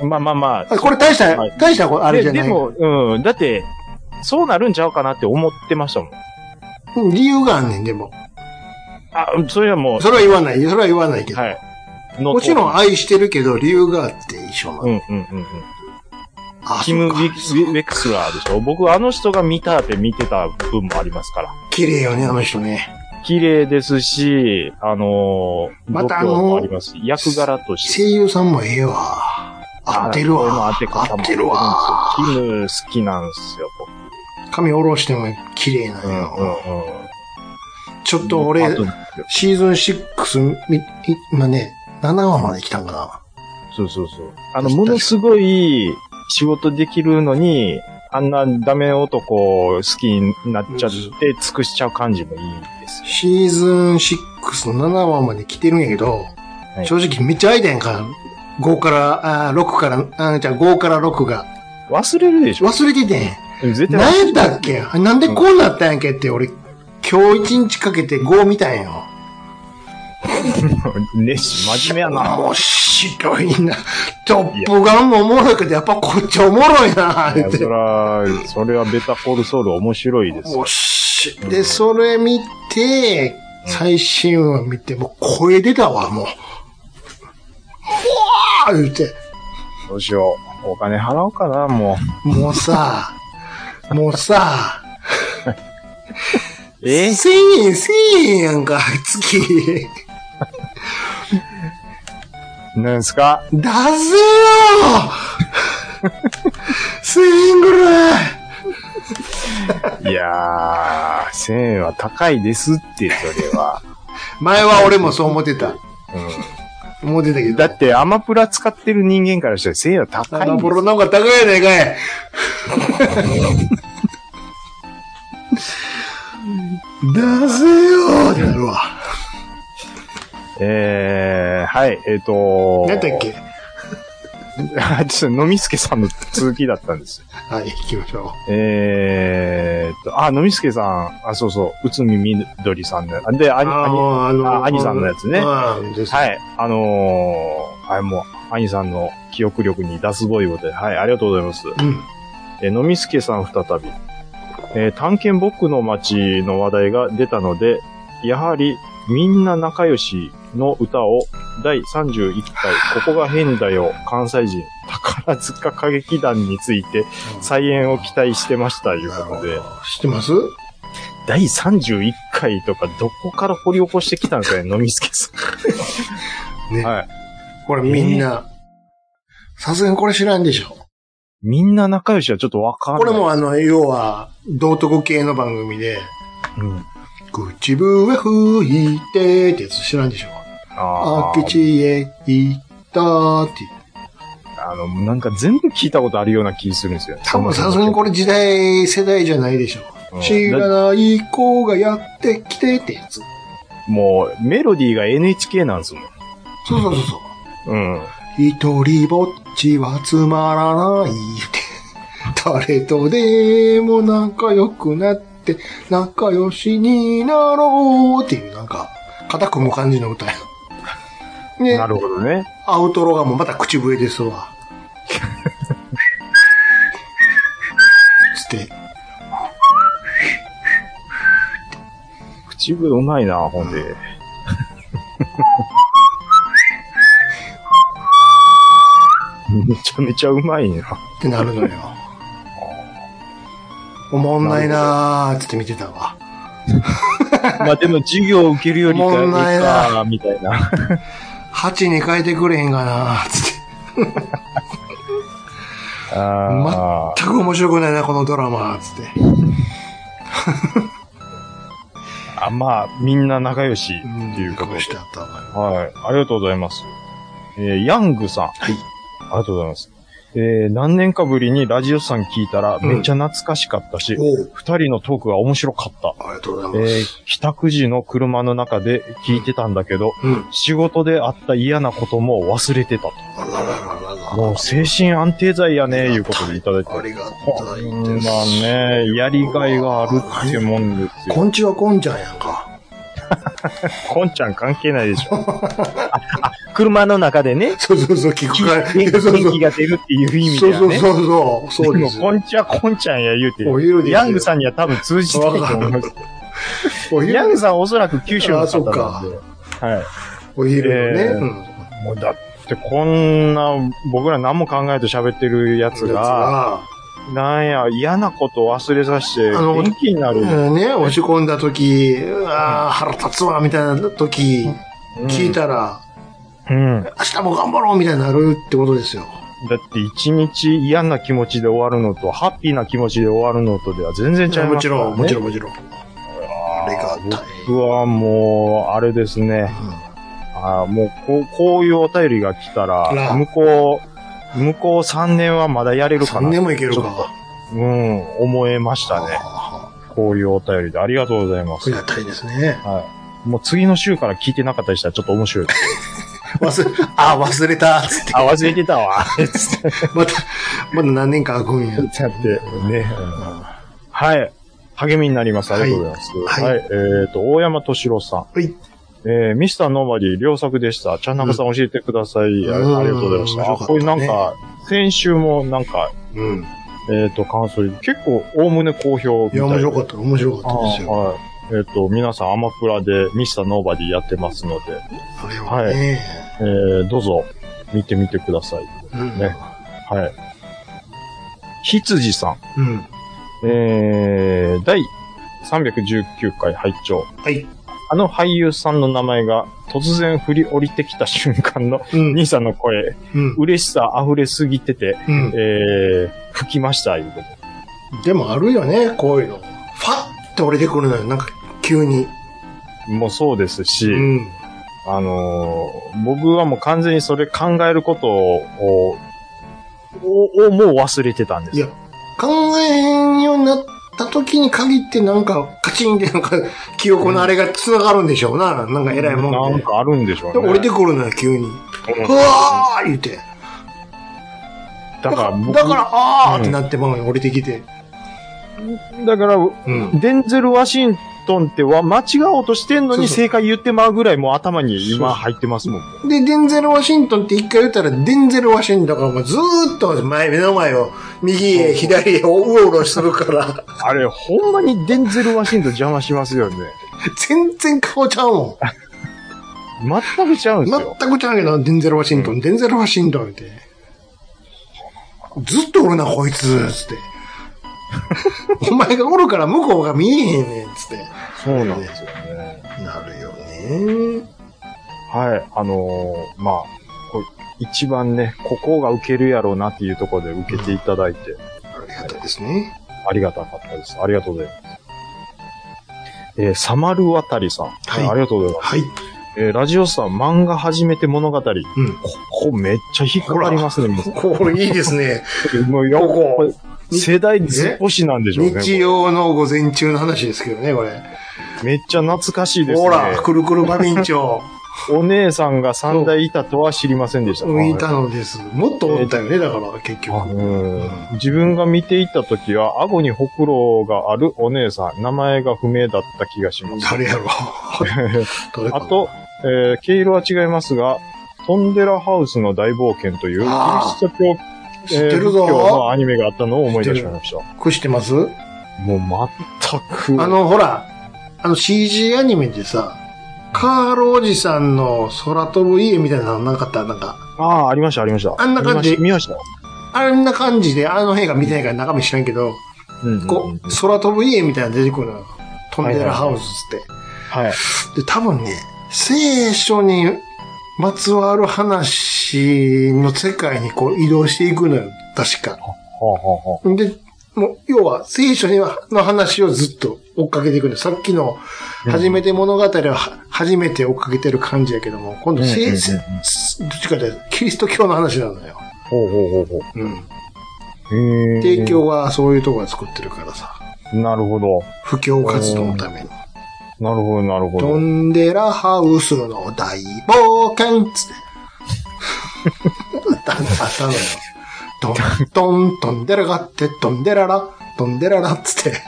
まあまあま
あこれ大した
はい、
大したこと
あ。
あれじゃ
で
ない
で。も、うん、だって、そうなるんちゃうかなって思ってましたもん。
うん理由があんねん、でも。
あ、うんそれはも
それは言わない。それは言わないけ
う、
ど。
はい。
もちろん
あ
愛してるけど、理由があって一緒な
う
の。
んうんうんうん。
あ
キム・ウ
そっか
ィウィウェクスラーでしょ僕、あの人が見たって見てた部分もありますから。
綺麗よね、あの人ね。
綺麗ですし、あのー、
また
度胸も
あのー
りますし役柄として。
声優さんもええわ。合ってる
あの
わ。
当て方
合
も
ってるわ。
キム好きなんですよ、僕。
髪下ろしても綺麗なんよ。
う
ちょっと
んうん。
俺
あ、と
シーズン6、み、い今ね、7話まで来たんか
そうそうそう。あの、ものすごい仕事できるのに、あんなダメ男を好きになっちゃって、尽くしちゃう感じもいいです
な。シーズン6の7話まで来てるんやけど、
はい
正直めっちゃ空いたやんか。5から、あー6から、あーじゃあ5から6が。
よ。忘れるでしょ
忘れててん。
絶対忘れ
何
る
や
(laughs)
ったっけあなんでこうなったんやっけって俺、今日一日かけて5見たんよ。
ねし、真面目
(laughs)
やな。
面白いな。トップガンもおもろいけど、やっぱこっちおもろいな、
い
言
や
っ
そ
て。
ら、それはベタコールソウル面白いですよ。
おし、で、それ見て、最新話見て、もう声出たわ、もう。ほわー言って。
どうしよう。お金払おうかな、も
も
(laughs)
うさ、もうさ、
う。え
1000円、1000円やんか、月。
なんすか
だぜ
(laughs)
よ !1000 円ぐらい (laughs)
いやー、1000円は高いですって、それは。
前は俺もそう思ってた。
う
思ってたけ
ん。だ
ど。
って、アマプラ使ってる人間からしたら精度高
ア
いん
マ
で
プ
す
ロ
よ。
の方が高いやないかい。出せよーってなるわ。
えー、はい、えっ、と
なんだっけ
(laughs) ちょっと、のみすけさんの続きだったんですよ。
はい、行きましょ
えーっと、あ、のみすけさん、あ、そうそう、うつみみどりさんで、あで、
う。
あに、あに、
あの
あ兄さんのやつね
うん、です。
はいい、あのー、はい、もう、兄さんの記憶力に出すごいことで、はい、ありがとうございます。
うん。
えー、のみすけさん再び。えー探検僕の街の話題が出たので、やはり、みんな仲良しの歌を第31回、
(sighs)
ここが変だよ、関西人、宝塚歌劇団について再演を期待してました、いうことで。
知ってます
第31回とか、どこから掘り起こしてきたんですか
(laughs)
ね、のみすけさん。
ね
はい。
これみんな。さすがにこれ知らんでしょ。
みんな仲良しはちょっとわかんない。
これもあの、要は、道徳系の番組で、
うん、
口笛吹いてってやつ知らんでしょ。
あ
あ
ー
けちへ行ったって。
あの、なんか全部聞いたことあるような気するんですよ。
多分さすがにこれ時代、世代じゃないでしょ。
うん
知らない子がやってきてってやつ。
もう、メロディーが NHK なんですもん。
そうそうそうそう。
うん。
一人ぼっちはつまらないって。 (laughs) 誰とでも仲良くなって、仲良しになろうっていう、なんか、肩組む感じの歌や。ね
な、るほどね。
アウトロがもうまた口笛で
(laughs)
すわ。つって、
口笛うまいな、ほんで。 (laughs) めちゃめちゃうまい (laughs) な。
ってなるのよ。おもんないなーっつって見てたわ。
まあでも授業を受けるよりか
問題だ
いいか、みたいな。
8に変えてくれへんかなーっつって。
あ
全く面白くないな、このドラマーっつって。
ーあまあ、みんな仲良しっていうこと
こ
で
うしてあったわよ。
はい。ありがとうございます。えーヤングさん。はいありがとうございます。えー何年かぶりにラジオさん聞いたら、
うん
めっちゃ懐かしかったし、
おう
二、人のトークが面白かった。
ありがとうござい
え
ます。
ー帰宅時の車の中で聞いてたんだけど、
うん。
仕事であった嫌なことも忘れてた
あららららら
と。もう精神安定剤やね、いうことでいただいて。
ありが
こ
たい
ん
です。
なね、やりがいがあるってもんですよ。
こんちはこんちゃんやんか。
こんちゃん関係ないで (laughs) しょ。あ、あ車の中でね、
そうそうそう、聞くから。
(laughs) 元
そうそう
気が出るっていう意味
そ
で
う
は
そう
ね。
そうそう。そう
で
で
も、
す。
こんちはこんちゃんや言うて
お昼で、すよ
ヤングさんには多分通じてないと思います。
お
ヤン
昼
グさんはおそらく九州の方なんで。はい。
お昼のね
えー
うん。
もうだってこんな、僕ら何も考えて喋ってるやつ
やつ
が、
が
なんや、嫌なこと忘れさせて、
あの
元気になる。
うんね、落ち込んだ時、うわー腹立つわ、みたいな時、
うん
聞い。たら、
うん。だ
明日も頑張ろう、みたいになるってことですよ。
って一日嫌な気持ちで終わるのと、ハッピーな気持ちで終わるのとでは全然違います
もちろん、もちろ
ん。
ん、もちろん。ありがたい。
僕はもう、あれですね。ああ、もうこう、こういうお便りが来た
ら
ら、向こう、向こう3年はまだやれるか
3
な。
年もいける
ちょっ
か。
うん、思えましたね。
あ
こういうお便りで。ありがとうございま
あり
す。
がたいですね。
はい。もう次の週から聞いてなかったりしたらちょっと面白い。
忘れ、あ、忘れた、つって。
あ、忘れてたわ。つって
また、まだ何年か空くんや。
やって、ね。うんはい。励みになります。ありがとうございます。
は
はいい。えっと、大山敏郎さん。
はい。
えー、ミスターノーバディ、両作でした。ちゃんなかさん教えてください。あ
うん
ありがとうございまし
面
た。
白
あ
かった
こ
ね
れなんか、先週もなんか、
うん。
えっ、と、感想、結構、おおむね好評み
い
たい
や、
な。
面白かった、面白かったですよ。
はい。えっ、と、皆さん、アマプラでミスターノーバディやってますので、
あれはね。
えー、どうぞ、見てみてください。
うん。
ねはい。羊さん、
うん。
えー、第319回拝聴。
はい。
あの俳優さんの名前が突然振り降りてきた瞬間の (laughs)
うん。
兄さんの声、
うん。
嬉しさ溢れすぎてて、
うん。
えー、吹きました、いうこと。
でもあるよね、こういうの。ファッて折れてくるのよ、なんか、急に。
もそうですし、
うん。
あのー僕はもう完全にそれ考えることを、を、をもう忘れてたんです
いや、考えへんようになった時に限ってなんか、カチンってなんか、 (laughs) 記憶のあれが繋がるんでしょうな。なんか偉いも
なんん
で。
かあるんでしょう
で
ね。
降りてくるのよ、急に。うわー言うて。
だから僕、
だから、あーってなってまうよ、降りてきて。
だから、
うん。
デンゼル・ワシントンっては間違おうとしてんのに
そうそ
正解言ってまうぐらいもう頭に今入ってますもん。
で、デンゼル・ワシントンって一回言ったら、デンゼル・ワシントンがもうずーっと前、目の前を、右へ、左へ、うろうろするから、
あれ、ほんまにデンゼル・ワシントン邪魔しますよね。
全然顔ちゃうもん。
全くちゃうんですよ。
全くちゃうけど、デンゼル・ワシントン、デンゼル・ワシントンって。ずっとおるな、こいつ、つ
(laughs)
って。お前がおるから向こうが見えへんねん、つって。
そうなんですよね。
なるよね。
はい。あのーまあ、こう一番ね、ここが受けるやろうなっていうところで受けていただいて、
ありがたいですね。
ありがたかったです。ありがとうございます。えーサマルワタリさん。
はい
ありがとうございます。
はい。
えーラジオさん、漫画始めて物語。こ
うん。
こめっちゃ引っかかりますね、皆さん
これいいですね。
もうや
ここ
これ世代ずっぽしなんでしょうね。こ
日
れ
曜の午前中の話ですけどね、これ。
めっちゃ懐かしいですね。
ほら、くるくるバビ
(laughs)
ン長、
お姉さんが三代いたとは知りませんでした。
うんいたのです。もっとおったよね、だから、結
あ
局。
うん自分が見ていた時は、顎にほくろがあるお姉さん、名前が不明だった気がします。
誰や
(laughs)
ろ。誰か
あと、えー毛色は違いますが、トンデラハウスの大冒険という、キリ
あ
スト教、
知ってる
仏教の
ぞ。
アニメがあったのを思い出しました。
くしてます
もう全く。
あ、の、ほら、あの CG アニメでさ、カールおじさんの空飛ぶ家みたいなのなかったなんか、
ああ、ありました、ありました。
あんな感じ
見ました。見ま
あんな感じで、あの映画見てないから中身知らんけど、
したうんうんうん
こう、空飛ぶ家みたいなの出てくるのよ。トンデラハウスって。
はい。
で、多分ね、聖書にまつわる話の世界にこう移動していくのよ、確か。
ほうほうほ
で、もう、要は、聖書には、の話をずっと追っかけていくんで、さっきの、
うん
初めて物語は、は初めて追っかけてる感じやけども、今度、
うんうんう
聖、
ん
せどっちかというと、キリスト教の話なのよ。
う。ほうほうほうほう。
うん。
へー
提供はそういうとこが作ってるからさ、
なるほど。
布教活動のために。
なるほど、なるほ
ト
ど。
ンデラハウスの大冒険っ (laughs) つって。歌ったのよ。トントン、トンデラがって、トンデララ、トンデララっつって。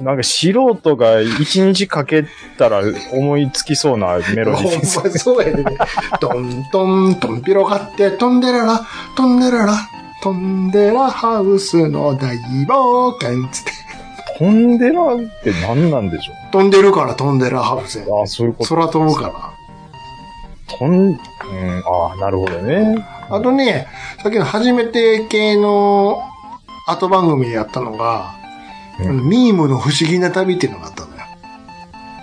なんか素人が一日かけたら思いつきそうなメ
ほ
ロ
ん
ディー
ま
(laughs) です。
そうやでね。トントン、トンピロがって、トンデララ、トンデララ、トンデラハウスの大冒険っつって。
トンデラって何なんでしょ
飛んでるからトンデラハウスや。
うああ、そういうこと。
空飛ぶから。
トン、うん、ああ、なるほどね。
あとね、さっきの初めて系の後番組でやったのが、
うん
あのミームの不思議な旅っていうのがあったのよ。
だ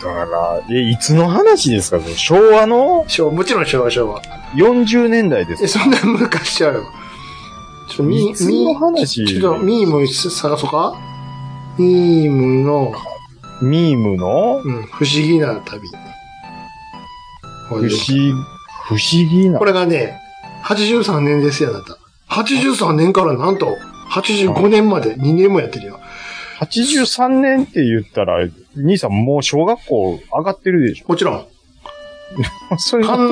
から、え、いつの話ですかそれ昭和の
昭和、もちろん昭和昭和。
40年代です
え、
か
そんな昔ちゃうよ。ちょっとミ
いつの話
ミちょっとミーム探そうかミームの、
ミームの
うん、不思議な旅。
不思議、不思議な
こ。れがね、83年ですよ、あなた。83年からなんと、85年まで2年もやってるよ。
83年って言ったら、兄さんもう小学校上がってるでしょ
もちろん、
(laughs) そういう
完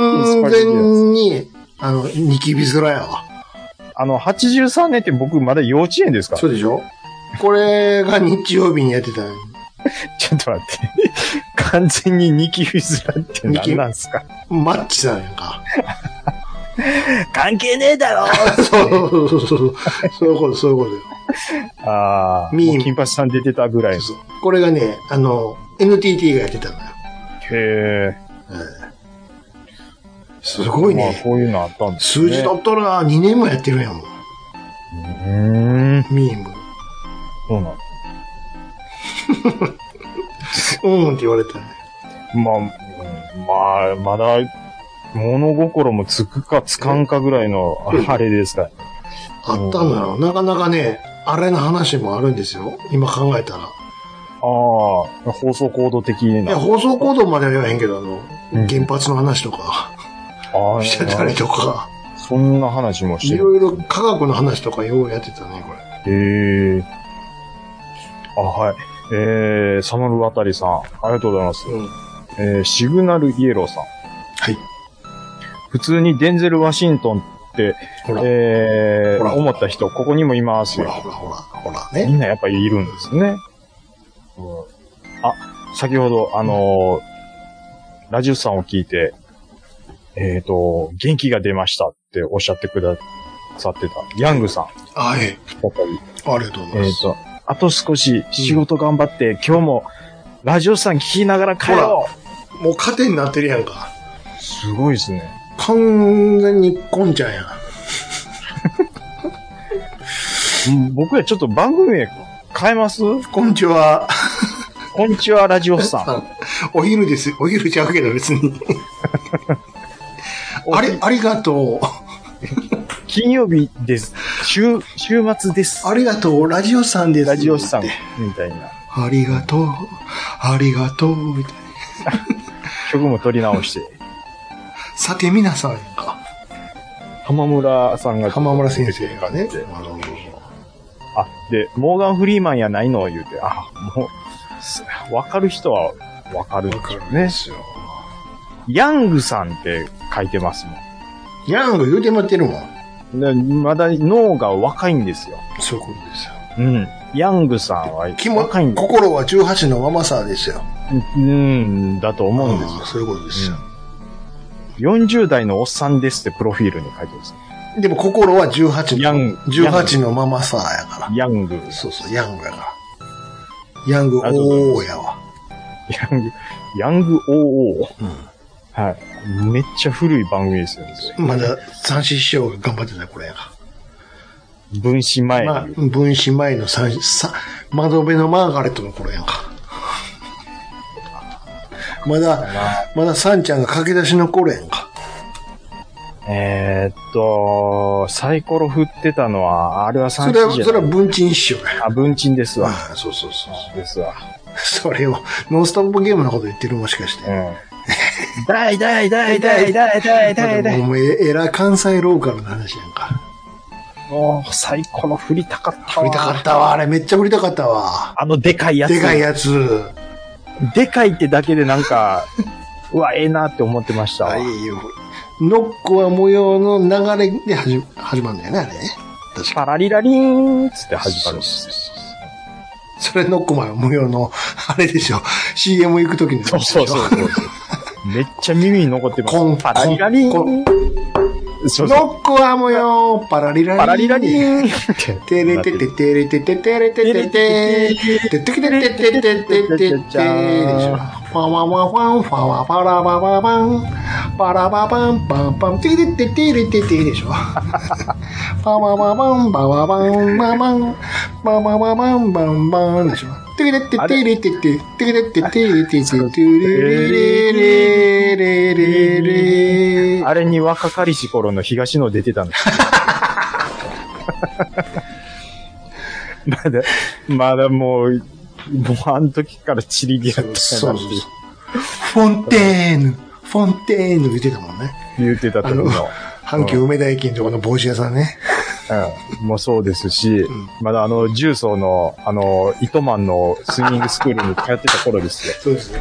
に。
全に、あの、ニキビ面やわ。
あの、83年って僕まだ幼稚園ですから。ち
そ
ょ
うでしょこれが日曜日にやってたのに
っと待って。完全にニキビ面って
ニキ
何なんですか
マッチさんやん
(laughs)
か。
関係ねえだろ
そうそうそうそう。そういうこと、そういうことよ。
ああ、
ミーム
もう金八さん出てたぐらい。へ
そうこれがね、あの、NTT がやってたのよ。
え。
すごい
まあ、
ね。
こういうのあったんですね。
数字取っとるな。2年もやってるやんもん。
うーん。
ミーム。
そうなん
うんって言われたね。
まあ、うんまあ、まだ、物心もつくかつかんかぐらいの、
うん
あれですから。
あったのよ。なかなかね、あれの話もあるんですよ。今考えたら。
ああ、放送行動的
いや、
な。
放送行動までは言わへんけど、あの、原発の話とか、
ああ、
してたりとか、
そんな話もし
い
てる。
ろいろ科学の話とかようやってたね、これ。
へえ。あ、はい。えー、サマルあたりさん、ありがとうございます。
うん。
えー、シグナルイエローさん。
はい。
普通にデンゼル・ワシントンって、
ほら、
え
ほら
ー、思った人、ここにもいます
ほら
よ。
ほらほら、ほら
み
ね。
んなやっぱりいるんですね。あ、先ほど、あのーラジオさんを聞いて、えっ、と、元気が出ましたっておっしゃってくださってた、ヤングさん。
はい。
やっぱり、
ありがとうご
え
ざいま
っ、
す。
と、あと少し仕事頑張って、今日もラジオさん聞きながら帰ろう
もう糧になってるやんか。
すごいですね。
完全にこんちゃんやん。
うん僕はちょっと番組名変えます
こんにちは。 (laughs)
こんにちは、ラジオさん。
お昼です。お昼ちゃうけど別に。あれ、ありがとう。
金曜日です。週、週末です。
ありがとう。ラジオさんです。
ラジオさん。みたいな。
ありがとう。ありがとう。みたいな。
曲も取り直して。
さて皆さんやんか。
浜村さんが。
浜村先生がね。あの
あ、で、モーガン・フリーマンやないのを言うて、あ、もう、わかる人はわかるんでしょうね。ヤングさんって書いてますも
ヤング言うてもらってるもん。
ん。でまだ脳が若いんですよ。
そういうことですよ。
うん。ヤングさんは
気も
若いんだ。
心は18のままさですよ。
うん、だと思うんです
ああそういうことですよ。
よ。40代のおっさんですってプロフィールに書いてます。
でも心は18
ヤン
の、18のままさやから。
ヤング。
そうそう、ヤングやから。ヤング、おーやわ。
ヤング、ヤング OO。
う
はい。めっちゃ古い番組ですよね。
ん。まだ、三子師匠が頑張ってた、これやか
分子前
ら。
に。
まあ、分子前の三子、さ、窓辺のマーガレットの頃やんか。まだ、まだサンちゃんが駆け出しの頃やんか。
えーっと、サイコロ振ってたのは、あれは
そ
三
れ
種
は、
じ
それ
ゃ
は
ない。
文鎮師匠や。
あ、文鎮ですわ。
ああ、そうそうそう。
ですわ。
それを、ノンストップゲームのこと言ってるもしかして
う。ん。だいだいだいだいだいだいだいだい。
もうええら関西ローカルの話やんか。
もう、サイコロ振りたかった
振
わ。
りたかったわ、あれめっちゃ振りたかったわ。
あの、でかいやつ。
でかいやつ。
でかいってだけでなんか、 (laughs) うわ、ええなって思ってましたわ。
はいよ。ノックは模様の流れで始ま始まるんだよね、あれね。確か
パラリラリーンっつって始まるんですよ。
に。 (laughs) それノックは模様の、あれでしょ。CM 行くときの。
そうそうそうそう。めっちゃ耳に残ってます。
コン
パラリラリ
コ
ン。そうそう。
ノックは模様、パラリラリン。
パラリラリンって。
テレテテテレテテテレテテテテテテテテテテテテでしょ。ファワワファンファワパラバババンパラババンパンパンテテテテレテテでしょ。パワワバンパワバンババンパワワバンバンバンでしょ。テレテテレテテテレテテテテテレレレレレレレ
あれに若かりし頃の東野出てたん
(laughs)
ですよまだ、まだもう、もうあの時からチリギやったな
そうそう
って
そう。フォンテーヌ、フォンテーヌ言ってたもんね。
言ってた時の、
阪急梅田駅のとこの帽子屋さんね。、
うん、もうそうですし、まだあの、重曹の、あの、糸満のスイミングスクールに通ってた頃ですよ
(laughs) そうですね。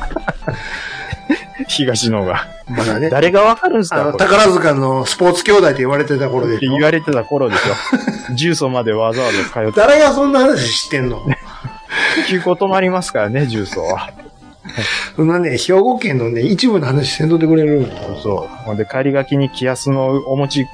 東野が。
まだね。
誰がわかるんです
あ
か
の、
これっ
宝塚のスポーツ兄弟って言われてた頃で
て。言われてた頃ですよ。
(laughs)
重曹までわざわざ通って
誰がそんな話知ってんの
休校止まりますからね、重曹は。
そんなね、兵庫県のね、一部の話せんとってくれるの
そう。ほんで、帰りがきに気安のお
(laughs)
餅、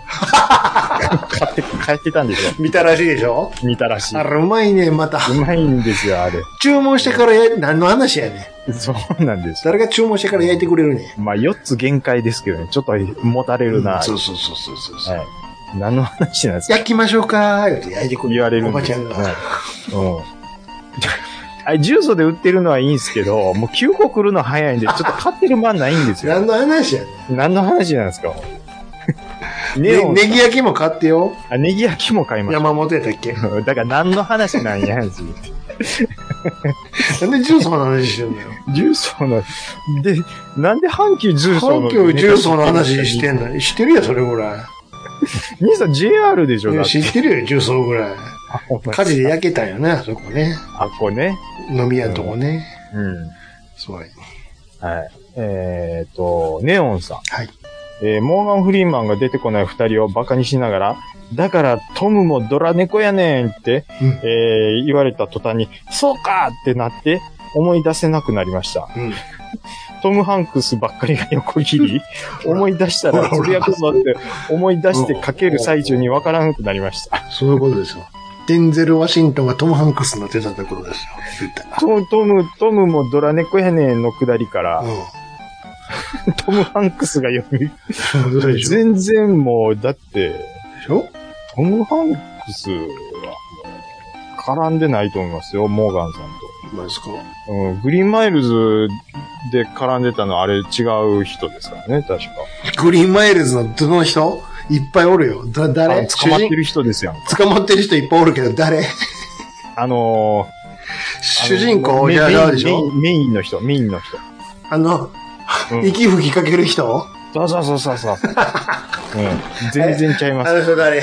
買って、帰ってたんですよ。
見たらしいでしょ
みたらし。
あ
う
れ、うまいね、また。
まいんですよ、あれ。
注文してからや、何の話やねん。
そうなんですよ。
誰が注文してから焼いてくれるね
まあ、4つ限界ですけどね、ちょっと持たれ
ん。
るな、
そうそうそうそうそうそう。
はい。何の話なんですか
焼きましょうかー言って焼いてくる。
言われる
お
ん
ば
です
ちゃ
よ
んが。
はい。うん。 (laughs) あれ、重曹で売ってるのはいいんですけど、もう9個来るの早いんで、ちょっと買ってる間ないんです
何
よ。
の話やね
何の話なんですか
ん。
ネオ
ね
ン、
ネギ焼きも買ってよ。
あネギ焼きも買いました
山本やったっけ
だ
(laughs)
から何の話なんやんす
なんで重曹の話してんのよ。
重曹の、で、なんで阪急重曹
環
の。
境重曹の話してんの知ってるよ、それぐら
兄さん JR でしょ、だっ
い。
て
知ってるよ、重曹ぐらい。
あほんま
火事で焼けたんよね、あそこね。
あ、これね。
飲み屋のとこね。
うん。
すごい。
はい。えっ、と、ネオンさん。
はい。
えーモーガン・フリーマンが出てこない二人をバカにしながら、だからトムもドラ猫やねんって、
うん
えー言われた途端に、そうかってなって、思い出せなくなりました。
うん
トム・ハンクスばっかりが横切 (laughs) り、思い出したらつぶやくぞって思い出してかける最中にわからなくなりました。 (laughs)
そういうことですよ。デンゼル・ワシントンがトム・ハンクスになってたってことですよ。言ったら。
トム、トム、トムもドラ猫やねんのくだりから、
う
トム・ハンクスが読み、 (laughs)
ん。そうでしょ
全然もう、だって、
でしょ
トム・ハンクスは、絡んでないと思いますよ、モーガンさん
ほんまですか
と。うん、グリーンマイルズで絡んでたのはあれ違う人ですからね、確か。
グリーンマイルズのどの人いっぱいおるよ。だ、
あ
誰
の捕まってる人ですやん。
主人捕まってる人いっぱいおるけど、誰
あのー、
主人
あの
公
メ
じゃ
メイン
あ、でし
メ
ょ
インメインの人、メインの人。
あ
う
の、
ん
息吹きかける人
そうそうそうそうそう。うん、全然ちゃいま
あ (laughs)
す。
の人誰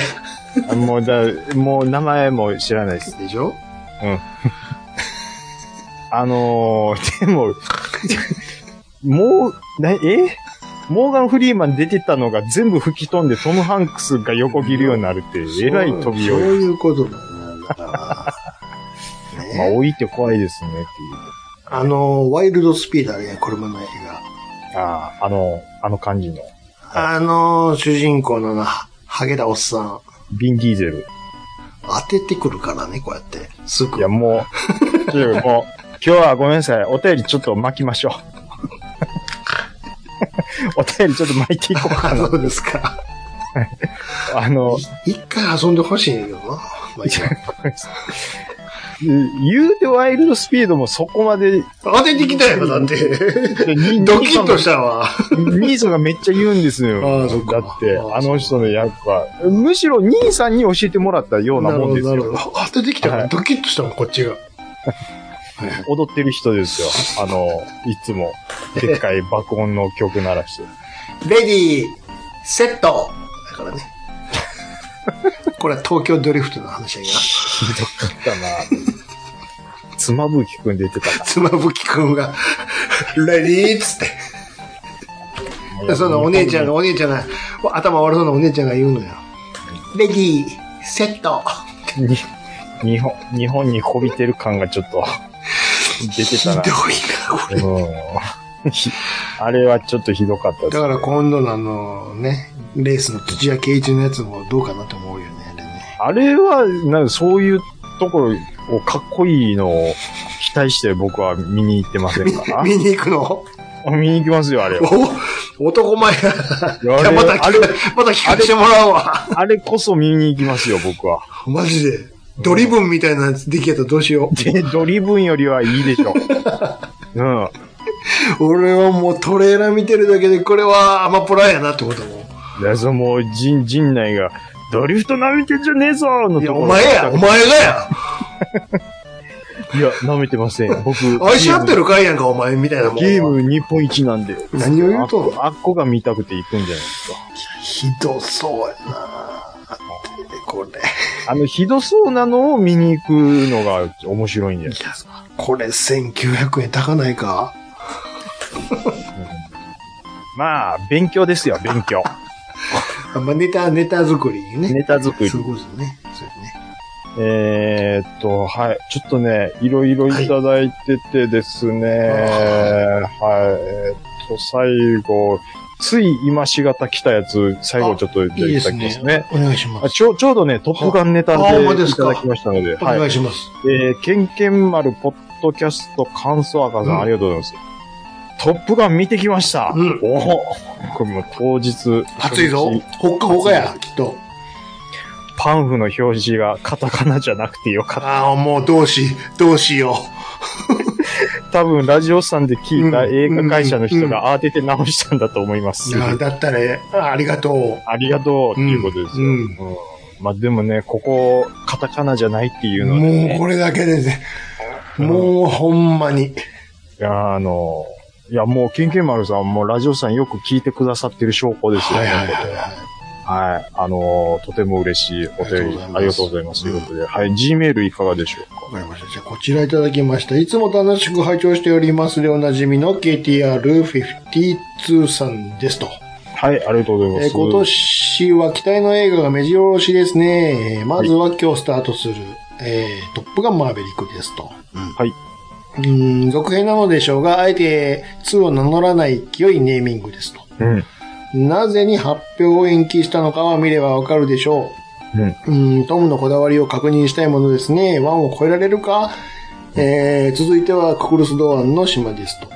あもうだ、もう名前も知らないです。
でしょ
あのー、で (laughs) も、もう、な、えモーガン・フリーマン出てたのが全部吹き飛んでトム・ハンクスが横切るようになるって、えらい飛び
そ
を、
ういうことだな。だから、
まあ、
ね、
置いて怖いですねってい
あの、ワイルドスピードあるやん、車の映画。
う。ああ、あの、あの感じの。
あの、主人公のな、ハゲだおっさん、
ビン・ディーゼル。
当ててくるからね、こうやって。す
い
ぐ (laughs)
や、。もう、ちょっともう、今日はごめんなさい。お便りちょっと巻きましょう。お (laughs) 便りちょっと巻いていこうか
あ、
な。
そうですか。
あの、
一回遊んでほしいよな。まあいいや
言うてワイルドスピードもそこまで、
当ててきた
(laughs)
よ、だって。 (laughs) ド
ド
キッとしたわ。
兄さんがめっちゃ言うんですよ。
ああそっ
だ
か
って、
ああ
あの人の役は。むしろ兄さんに教えてもらったようなもんです
なるほど
よ。
なるほど当ててきたか
は
ら
い
ドキッとしたもん、こっちが。
踊ってる人ですよ。あの、いつも、でっかい爆音の曲鳴らして。
レディー、セットだからね。 (laughs) これは東京ドリフトの話やけど。
ひどかったな。妻夫木くん出てたな。
妻夫木くんが、レディーっつって。で (laughs) そのお姉ちゃんが、お姉ちゃんが、頭悪そうなお姉ちゃんが言うのよ。レディー、セット
に日本、日本にこびてる感がちょ
(laughs)
っと出て
ひど
た
い
な
な、。これ。
うんひあれはちょっとひどかったです
だから今度のあのね、レースの土屋圭一のやつもどうかなと思うよね、あれ
あ
ね。
れは、なんかそういうところをかっこいいのを期待して僕は見に行ってませんから。
(laughs) 見に行くの
(laughs) 見に行きますよ、あれは。
お男前やな。
いや
じゃあ (laughs) また
あ
聞
れ
か、また聞かせてもらうわ。
あれこそ見に行きますよ、僕
(laughs)
は。
マジで。ドリブンみたいなやつできやったらどうしよ
で、ドリブンよりはいいでしょ (laughs) う。うん。
う。俺はもうトレーラー見てるだけで、これはアマプラやなってことも。
で、そのもう、陣、陣内が、ドリフト舐めてんじゃねえぞの
い
と
や、
ころ。
お前や、お前がや。
いや、舐めてません。僕、
(laughs) 愛し合ってるかいやんか、お前みたいなもん。
ゲーム日本一なんで。
何を言う
あっ
と
こ、あっこが見たくて行くんじゃないですか。
ひどそうやなこれ、
あの、ひどそうなのを見に行くのが面白いんじゃないですか。
これ1900円高ないか
まあ、勉強です
(laughs)
よ、勉強。
あまあ、ネタ、ネタ作りにね。
ネタ作り
そういうことですね。そうですね。
えーっと、はい。ちょっとね、いろいろいただいててですね、はい。えーっと、最後、つい今しがた来たやつ、最後ちょっといただきたいですね。
お願いしま
あ
す。
ちょちょうどね、トップガンネタ
あ
で
ほんまで
い
す
た
か
だきましたので、
お
はい
願い。します。
えー、ケンケン丸ポッドキャスト感想赤さ
うん
ん、ありがとうございます。トップガン見てきました。
うん
おおこれもう当日。
暑いぞ
初日。
ほっかほかや、きっと。
パンフの表示がカタカナじゃなくてよかっ
ああ、もうどうし、どうしよ
た。多分、ラジオさんで聞いた
うん
映画会社の人
う
が慌てて直したんだと思いま
う。い
す。
や、だったら、あありがと
ありがとうっていうことですよ。
うん。
うんまあでもね、ここ、カタカナじゃないっていううので、
もう
ね、
これだけでね、もう、ほんまに。
いや、あの、いや、もう、ケンケン丸さんもうラジオさんよく聞いてくださってる証拠ですよ。
はいはい
本当にはい。あのとても嬉しいお便り、あ
あ
りが
りが
と
と
うご
うご
ざ
ざ
い
い
ま。
ますす
ということで、はい。G メールいかがでしょうか
わかりました。じゃあ、こちらいただきました。いつも楽しく拝聴しておりますでおなじみの KTR52 さんですと。
はい、ありがとうございま
え
す。
ー今年は期待の映画が目白押しですね。えーまずは今日スタートする、えートップガンマーベリックですと。
はい。
うーん、続編なのでしょうが、あえて2を名乗らない良いネーミングですと。
うん。
なぜに発表を延期したのかは見ればわかるでしょう。うん、トムのこだわりを確認したいものですね。ワンを超えられるか、えー、続いてはククルス・ドアンの島ですと。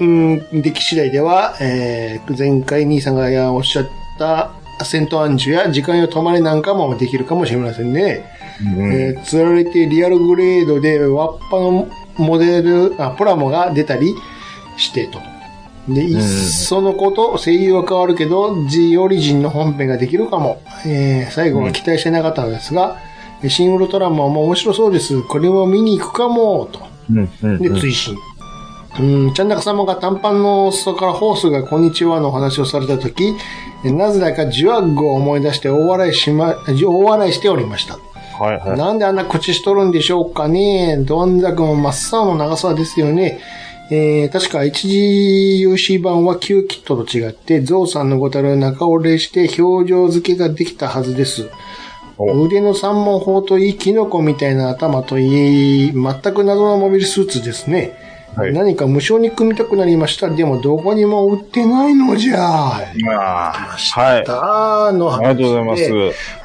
うん、出来次第では、えー、前回兄さんがおっしゃったセントアンジュや時間よ止まれなんかもできるかもしれませんね。えー、釣られてリアルグレードでワッパのモデル、あ、プラモが出たりしてと。で、いっそのこと、声優は変わるけど、G オリジンの本編ができるかも。えー最後は期待してなかったのですが、シン・ウルトラマンも面白そうです。これも見に行くかも、と。
うん、うん。
で、追伸。うん、ちゃんなか様が短パンの裾からホースがこんにちはのお話をされたとき、なぜだかジュアッグを思い出して大笑いしま、大笑いしておりました。
はい、はい。
なんであんな口しとるんでしょうかね。どんざくも真っ青の長さですよね。えー、確か 1GUC 版は旧キットと違って、ゾウさんのごたる中折れして表情付けができたはずです。
お
腕の三門砲といい、キノコみたいな頭といい、全く謎のモビルスーツですね。
はい
何か無償に組みたくなりました。でもどこにも売ってないのじゃ。
あーはい。
あーの
ありがとうございます。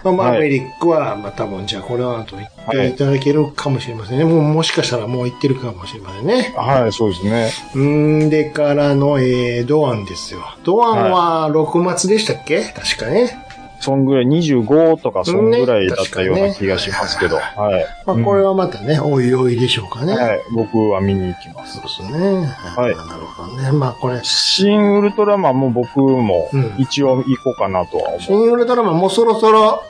まあ、マ
はい
ーベリックは、まあ、多分、じゃあ、これは、と言っ
はい
ていただけるかもしれませんね。もう、もしかしたらもう言ってるかもしれませんね。
はい、そうですね。
うーん、でからの、えー、ドアンですよ。ドアンは、6末でしたっけ、確かね。
そんぐらい、25とか、そんぐらいだったような気がしますけど、
ね
はい。
まあ、これはまたね、おいおいでしょうかね。
はい、僕は見に行きます。
そうですね。
はい
なるほどね。まあ、これ、
新ウルトラマンも僕も
うん
一応行こうかなとは思。
シン・ウルトラマンもうそろそろ、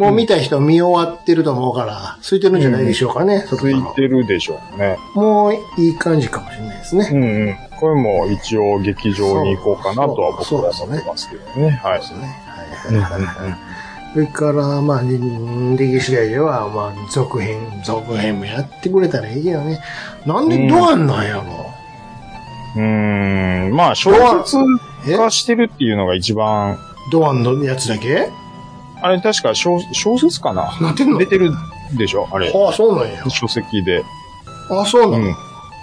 もう見た人見終わってると思うから、空いてるんじゃないでしょうかね。そう
つ
ろそ
い
ろ
てるでしょうね。
もういい感じかもしれないですね。
うんうん。これも一応劇場に行こうかなとは僕は思ってますけどね。はい。
そうですね。はいはいはいはい。それから、まあ、うん出来次第では、まあ、続編、続編もやってくれたらいいけどね。なんでドアンなんやろ
うーん。まあ、小説
え
化してるっていうのが一番、
ドアンのやつだけ
あれ確か小小説かな
なってんの
出てるでしょあれ。
ああ、そうなんや。
書籍で。
ああ、そ
う
うなんの。。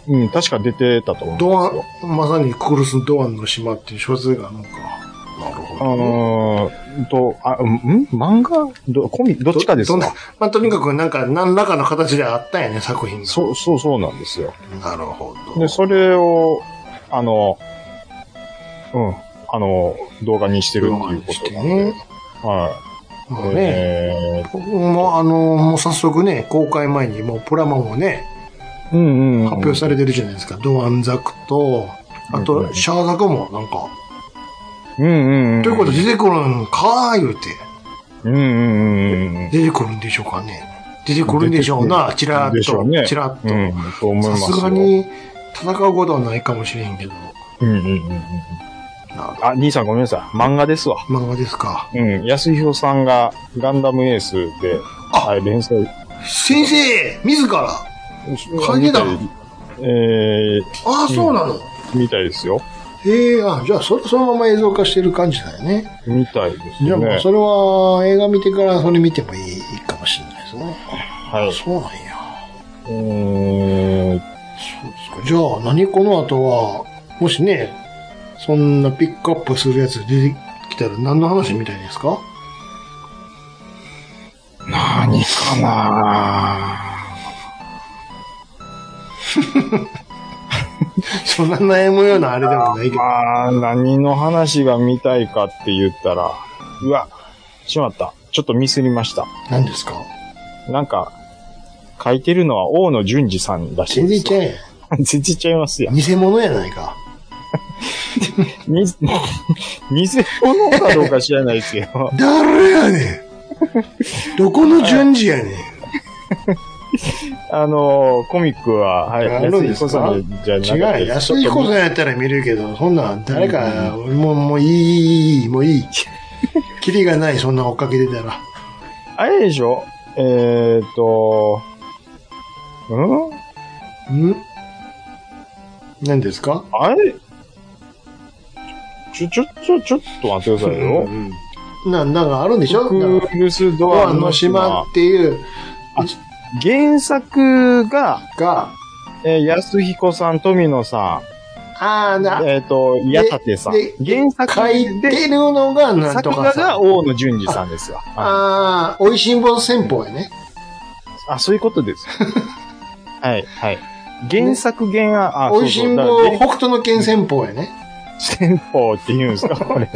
うん、確か出てたと思うんです
ド
よ。
アン、まさにクルスドアンの島っていう小説があるのか。なる
あ
ほど。
のー、と、あ、うんん漫画ど、コミ、どっちかです
どんな
か
まあ、とにかくなんか、何らかの形であったんやね、作品が。
そう、そうそうなんですよ。
なるほど
で、。それを、あの、うん、あの、動画にしてるっていうこ
して
となんで、
ね。
は
まあ
い。
ね。
え
もう、あの、もう早速ね、公開前にもうプラモもね、
ーうんうん。
発表されてるじゃないですか。ドアンザクと、
う
あ
んうん
と、シャアザクもなんか、
うんうんうん。
ということで出てくるんかー言うて、
うんうんうんうん。
出てくるんでしょうかね。出てくるんでしょうな、チラ
で
ッ
しょ
と、
うね。
チラッ
う
と。
ん、と思い
さ
ますよ。
すが。に、戦うことはないかもしれんけど、
うんうんうんうん。
な
あ、兄さんごめんなさい。漫画ですわ。
漫画ですか。
うん。安弘さんがガンダムエースで、はい、連載。
先生自ら書いてたの
えー、
ああ、そうなの。
みたいですよ。
へえ、あ、じゃあそれ、そのまま映像化してる感じだよね。
みたいですね。
じゃあもうそれは映画見てからそれ見てもいいかもしれないですね。
はい。
そうなんや。
えー、
そうですか。じゃあ何この後は、もしね、そんなピックアップするやつ出てきたら何の話みたいですか
何かな
(laughs) そんな悩むようなあれでもないけど。
まあ、何の話が見たいかって言ったら、うわ、しまった。ちょっとミスりました。
何ですか
なんか、書いてるのは大野淳二さんらしい
全
で
然
す
ちゃ
よ。
うや
(laughs)
ん。
全然ちゃいますよ。
偽物やないか。
に (laughs) 偽物かどうか知らないですけど、
誰やねん。どこの順次やねん。
あの、コミックは、はい、
あるんで
安
すか
井小さんじゃなく
違う、
て
安い子さんやったら見るけど、そんなん誰か、もう、もういい、いい、いいもういい。キリがない、そんな追っかけてたら。
あれでしょえーっと、うん
ん何ですか
あれちょ、ちょ、ちょ、ちょっと待ってくださいよ。
な、なんかあるんでしょ
ク
なんか
ールスド
ド
アの
アの
島
島。っていう
原作が、
が、
えー安彦さん、富野さ
あー
ん、
な、
えーっと、矢立さん。原
書
作
いて
で、
るのが、なん
作
と
画
か
が
さ。
大野淳二さんですよ。はい
(laughs) ああ、美味しんぼ戦法やね。
あ、そういうこと
(laughs)
です。はい、はい。原作原案、あ、
美味しんぼ
そうそうだから
北斗の剣戦法やね。
戦法って言うんですか、これ。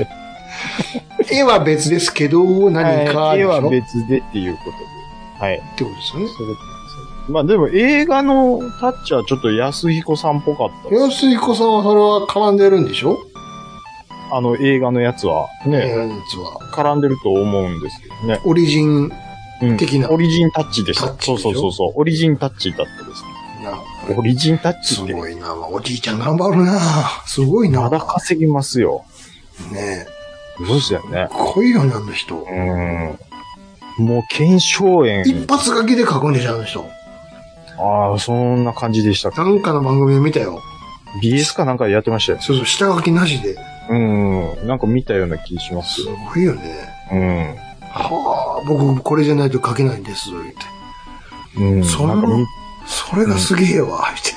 絵は別ですけど、何か
はい
で
絵
し
は
ょっ
別でっていうことで。はい。
てことです
そ
よね。
ういうことですまあでも映画のタッチはちょっと安彦さんっぽかったです。
安彦さんはそれは絡んでるんでしょ
あの映画のやつは。
え
ね、
え、実は。
絡んでると思うんですけどね。
オリジン
うん
的な
オリジンタッチでし
タ
た
ッ。チ
そう
でし
そう
ょ
そうそう。オリジンタッチだったですね。
な。
オリジンタッチ
す
って。
ごいな。おじいちゃん頑張るな。すごいな
ま。だ稼ぎますよ。
ねえ。
そうですよね。
濃いよね、あの人
う。ん。もう検証炎。
一発書きで書くんでしょ、あの人。
ああ、そんな感じでした。
なんかの番組で見たよ。
BS かなんかでやってましたよ。
そうそう、下書きなしで。
うん。なんか見たような気します
す
よ。
ごいよね。
うん。
はあ、僕これじゃないと書けないんです、言って。
うん。
そ
なん
の
か見
それがすげえわ、って。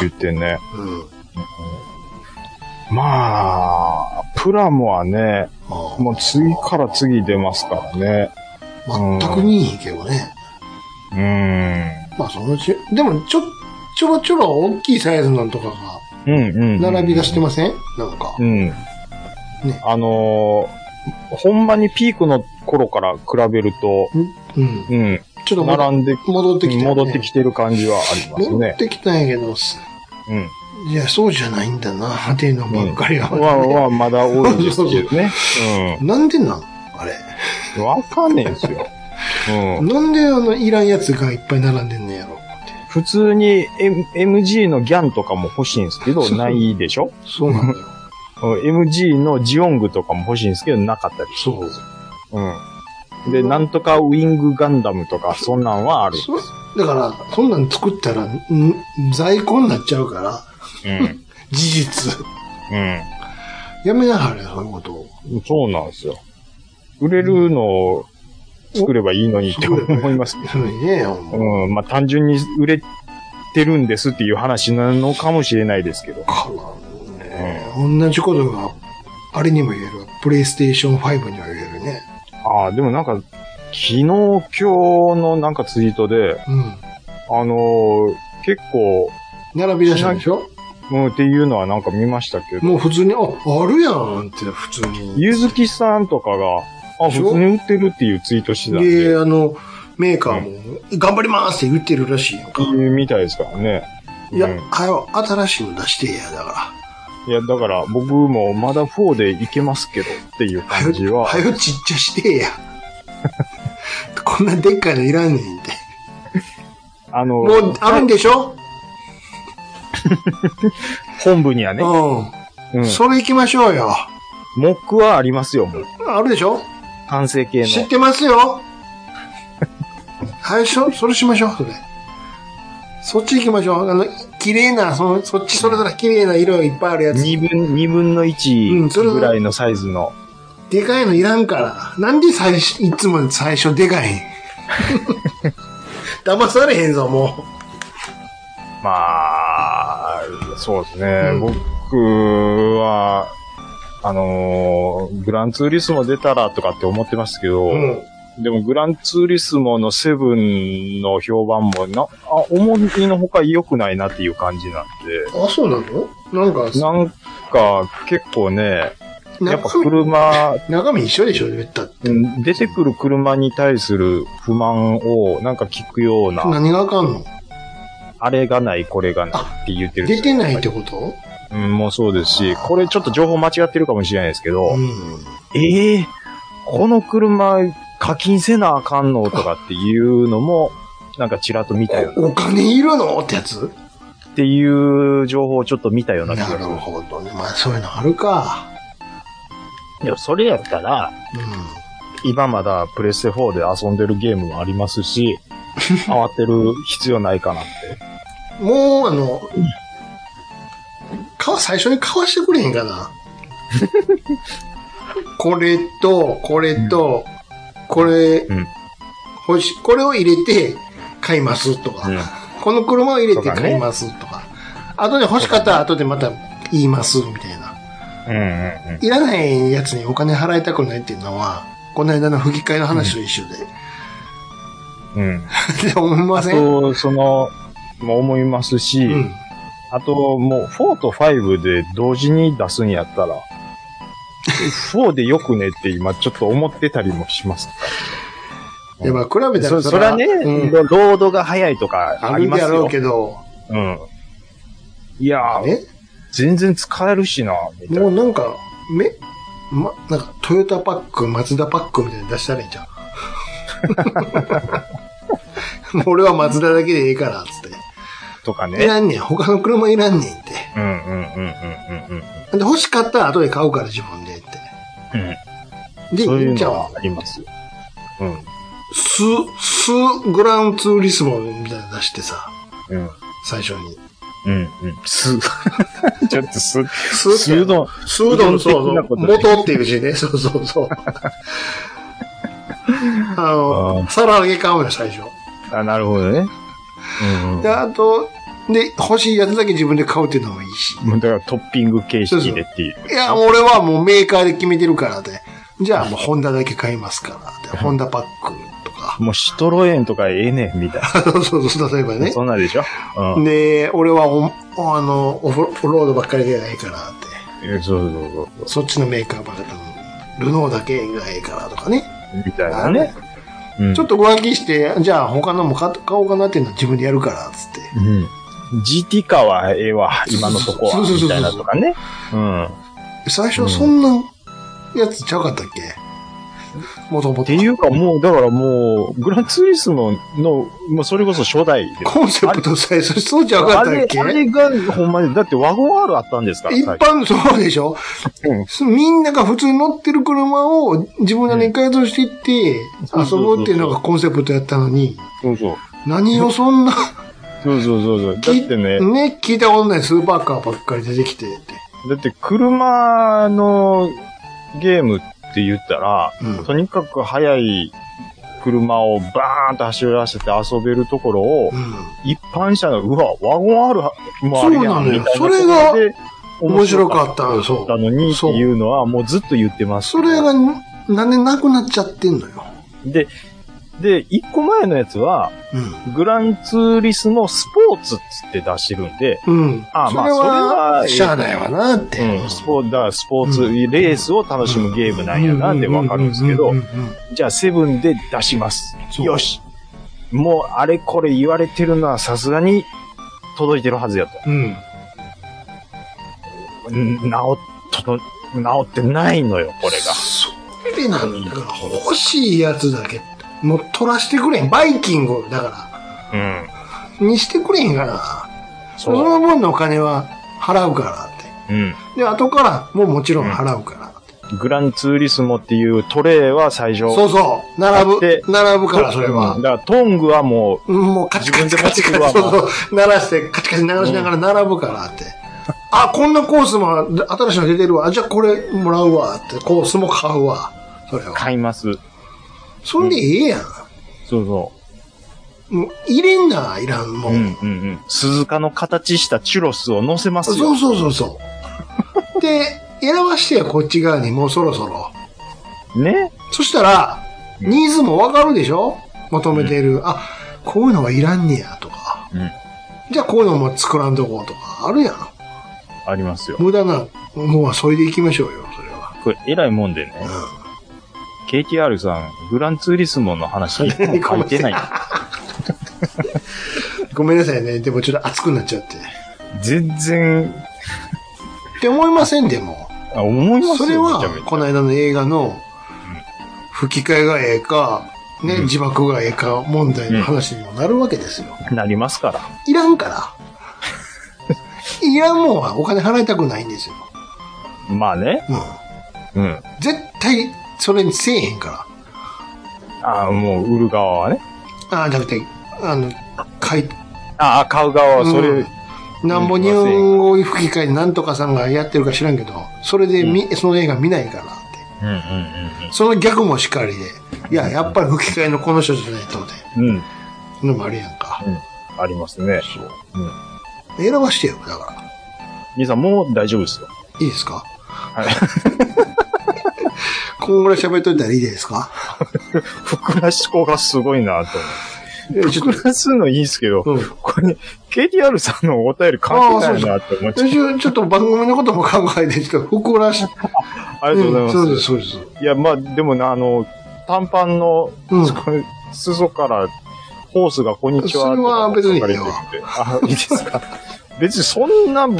言ってね。
うん。
まあ、プラモはね、
ああ
もう次から次出ますからね。
全く見えへんけどね。
う
まあ、そのうち、でも、ちょ、ちょろちょろ大きいサイズなんとか
ん。うんうん。
が、並びがしてませんなんか
う。ん。あのー、ほんまにピークの頃から比べると、
うん。
うん。
ちょっとまだ
並んで、
戻ってきたよね、
戻ってきてる感じはあります
戻っ
ね。
てきたんやけど、
うん。
いや、そうじゃないんだな、っていうのばっかりが。
は、は、まだ多いんですけどね。
なんでなんあれ。
うん。わかんねえんですよ。うん。
なんであの、いらんやつがいっぱい並んでんのやろって。
普通に、M、MG のギャンとかも欲しいんですけど、ないでしょ
そうなんだよ。
うん MG のジオングとかも欲しいんですけど、なかったり。
そう。
うん。で、なんとかウィングガンダムとか、そんなんはある。
そだから、そんなん作ったら、ん在庫になっちゃうから、
うん。
事実。やめなはれ、そういうことを。
うん。そうなんですよ。売れるのを作ればいいのにって
うん
思いますけど。
そうねえよ、もう。
うん。まあ、単純に売れてるんですっていう話なのかもしれないですけど。
からね、同じことが、あれにも言えるわ。プレイステーション5には言えるね。
ああ、でもなんか、昨日今日のなんかツイートで、
うん。
あのー結構、
並び出したんでしょ
うんっていうのはなんか見ましたけど。
もう普通に、あ、あるやんって、普通に。
ゆずきさんとかが、あ、
でし
普
ょ
通に売ってるっていうツイートしてたんで
で、、あの、メーカーも、頑張りますって言ってるらしいやんか。
みたいですからね。
いや
うん、
はよ、新しいの出してや、だから。
いや、だから僕もまだ4でいけますけどっていう
は
感じ
よ、
は、
はよちっちゃしてや。 (laughs) こんなでっかいのいらんねんって。
あの、
もう、あるんでしょ
本部にはね、
う
うん
ん。、それ行きましょうよ。
モックはありますよ、もう。
あるでしょ
完成形
知っ
の。
てますよ。はい、そ、それしましょう、それ。そっち行きましょう。あの、綺麗な、その、そっちそれぞれ綺麗な色がいっぱいあるやつ。
2分、二分の
うんそれ
1ぐらいのサイズの。
でかいのいらんから。なんで最初、いつも最初でかいん (laughs) 騙されへんぞ、も
まあ、そうですね。
うん
僕は、あのーグランツーリスモ出たらとかって思ってますけど、
う。うん。
でも、グランツーリスモのセブンの評判もな、あ、思いのほか良くないなっていう感じなん
あ、そうなのなんか
で、、なんか結構ね、やっぱ
中身
車、
中身一緒でしょ、言ったって。
うん出てくる車に対する不満をなんか聞くような、
何があかんの
あれがない、これがないって言ってるんで
出
すよ
てないってこと
うん、もうそうですし、これちょっと情報間違ってるかもしれないですけど、
うん。
ええこの車課金せなあかんのとかっていうのも、なんかちらっと見たような。
お金いるのってやつ
っていう情報をちょっと見たような気が
な
す
る
る。
ほどね。まあそういうのあるか。
いや、それやったら、今まだプレステ4で遊んでるゲームもあります
(laughs)
し、慌てる必要ないかなって。
うん。もう、あの、か、最初に買わしてくれへん
(laughs)
かな。これと、これと、これ、
うん
欲し、これを入れて買いますとか、
うん
この車を入れ
と
て
かね
買いますとか、後で欲しかったら後でまた言いますみたいな。
うんうんうん。
いらないやつにお金払いたくないっていうのは、この間の吹き替えの話と一緒で。
うん。
で、 (laughs) 思いま
あ
せん。
と、その、もう思いますし、
うん。
あと、もう4と5で同時に出すんやったら、4でよくねって今ちょっと思ってたりもし
(laughs)
ます。
やっぱ比べた
そ
ら
それはね、
うん
ロードが早いとか
あ
あ
る
り
ん
ま
だ
す
ろ
よ
う。けど、
うん。いやー、
ね、
全然使えるしな、みたい
も
な
う。なんか、め、ま、なんか、トヨタパック、マツダパックみたいなの出したらいいんじゃん。もう (laughs) 俺はマツダだけでええから、つっ
とか
て。い
ね。
らんねん。他の車いらんねんって。
うんうんうんうんうんうん。
で、欲しかったら後で買うから自分でって。で、
そう
い
い
いん
う
ちゃ
の
う
はありますよ。うん。
ス、スグランツーリスモみたいなの出してさ、
うん。
最初に。
うん。うん。す、 (laughs) ちょっとす、
ス
すうどん。
スードの、そう
うどん的な
そ
こ
う、
とね
元っていう字ね、そうそ
(laughs)
うそう。あ
あ
の、皿揚げ買うのよ、最初。
あ、なるほどね。うん、うん。
で、
だ
あと、で、欲しいやつだけ自分で買うっていうのもいいし。
からトッピング形式でっていう。
いや、もう俺はもうメーカーで決めてるからで、じゃあもうホンダだけ買いますから、で、ホンダパックとか。 (laughs)
もうシトロエンとかええねん、みたい
そうそうそう、例えば
な。
ね。
そんなんでしょうん。
で、俺はお、あの、オフオフロードばっかりでないからって。
えそうそうそうそう。
そっちのメーカーばっかりだとルノーだけがええからとかね。
みたいなね。うん、
ちょっと浮気して、じゃあ他のも買買おうかなっていうのは自分でやるから、つって。
うん。GT カーはええわ、今のとこ
そう
は、
そうそうそう
みたいなとかね。うん。っ
最初そんなやつちゃうかったっけもともと。って
いうかもう、だからもう、グランツーリスモの、もうそれこそ初代で。
コンセプトさえそそうちゃうか
あ
ったっ
れ、
け
あれがほんまに、だってワゴン R あったんですから、
一
最初
般のそうでしょ、みんなが普通に乗ってる車を自分らで改造していって
うん
遊ぶっていうのがコンセプトやったのに、
そうそう。
何をそんな、
そうそうそうそう。だ
き
ってね、
ね、聞いたことないスーパーカーばっかり出てきてって。
だって車のゲームって言ったら、
うん
とにかく速い車をバーンと走らせて遊べるところを
う、ん。
一般車の、うわ、ワゴンあるもあるやん、みたいなとこ
そう
ろ
なのよ
で。
それ面白かったの、そ
あった
う。
のにっていうのはもうずっと言ってます。
それが、なんでなくなっちゃってんのよ。
で、で、一個前のやつは、
うん。
グランツーリスのスポーツっつって出してるんで、
うん。
あまあそれは
しゃあないわなって。
うん、スポーツ、だからスポーツ、
う
レースを楽しむゲームなんやなってわかるんですけど
うう、んうんうん
じゃあセブンで出します。
そう
よし。もうあれこれ言われてるのはさすがに届いてるはずやと。
うんうん。
うん直っと、直ってないのよ、これが。
それなんだから、欲しいやつだけ、乗っ取らしてくれへん。バイキング、だか
うん。
ら、にしてくれへんから。
そ
そ
う。
の分のお金は払うからって。
うん。
で、後から、もうもちろん払うから。
グランツーリスモっていうトレイは最初。
そうそう。並
だって
ぶ、並ぶから、それは
うん。だからトングはも
うんもうカチカチカチ
自
カ
分で持
チ、
ってくる
そ
わ
うそう、鳴らして、カチカチ鳴らしながら並ぶからって。あ、こんなコースも新しいの出てるわ。じゃあこれもらうわって、コースも買うわ。それ
う
は。
買います。
そんでいいやん。
そうそ
もう入れんな、いらん
う。
も。
うんんうんうん。鈴鹿の形したチュロスを乗せます
そう
よ。
そうそうそう。で、選ばしてよ、こっち側に、もうそろそろ。
ね
そしたら、ニーズもわかるでしょ求めてる。あ、こういうのはいらんねや、とか。
うん
じゃあこういうのも作らんとこうとか、あるやん。
ありますよ。
無駄なのはそれでいきましょうよ、それは。
これ、偉いもんでね。KTR さん、グランツーリスモの話一本書いてない。
ごめんなさいね。でもちょっと熱くなっちゃって。
全然、
って思いません、でも。
あ思いますよ。
それ
めちゃめ
は、
ちゃ
この間の映画の、吹き替えがええか、ね、自爆がええか問題の話にもなるわけですよ。
なりますから。
いらんから。 (laughs) いらんもんはお金払いたくないんですよ。
まあね。
うん。
うん。
絶対、それにせえへんか
ああ、もう売る側はね。
ら。ああ、じゃなくて、あの、かい、
ああ、買う側はそれ、
うんなんぼ日本語吹き替えでなんとかさんがやってるか知らんけど、それでみ、その映画見ないからって。
うん
その逆もしかりで、いや、やっぱり吹き替えのこの人じゃないとね、
うんうん。うん。
のもあるやんか。
ありますね。
そう。
うん。
選ばしてよ、だから。
兄さん、もう大丈夫ですよ。 (laughs)
いいですか
はい。
(laughs) こんぐらい喋っといたらいいですか
ふくらし子がすごいなと思
いや
う。
ちょっ
ふくらすのいいんですけど、
と、うん。
これ、KTR さんのお便り関係ないなって思っちゃう。
私はちょっと番組のことも考えて、ちょっと誇らしい。
ありがとうございます。
うんそうです、そうです。
いや、まあ、でもな、あの、短パンの、
うん
すごい裾から、ホースがこんにちは。
それは別にいいよ
とか書かれててあ、いいですか。別にそんな、 (laughs)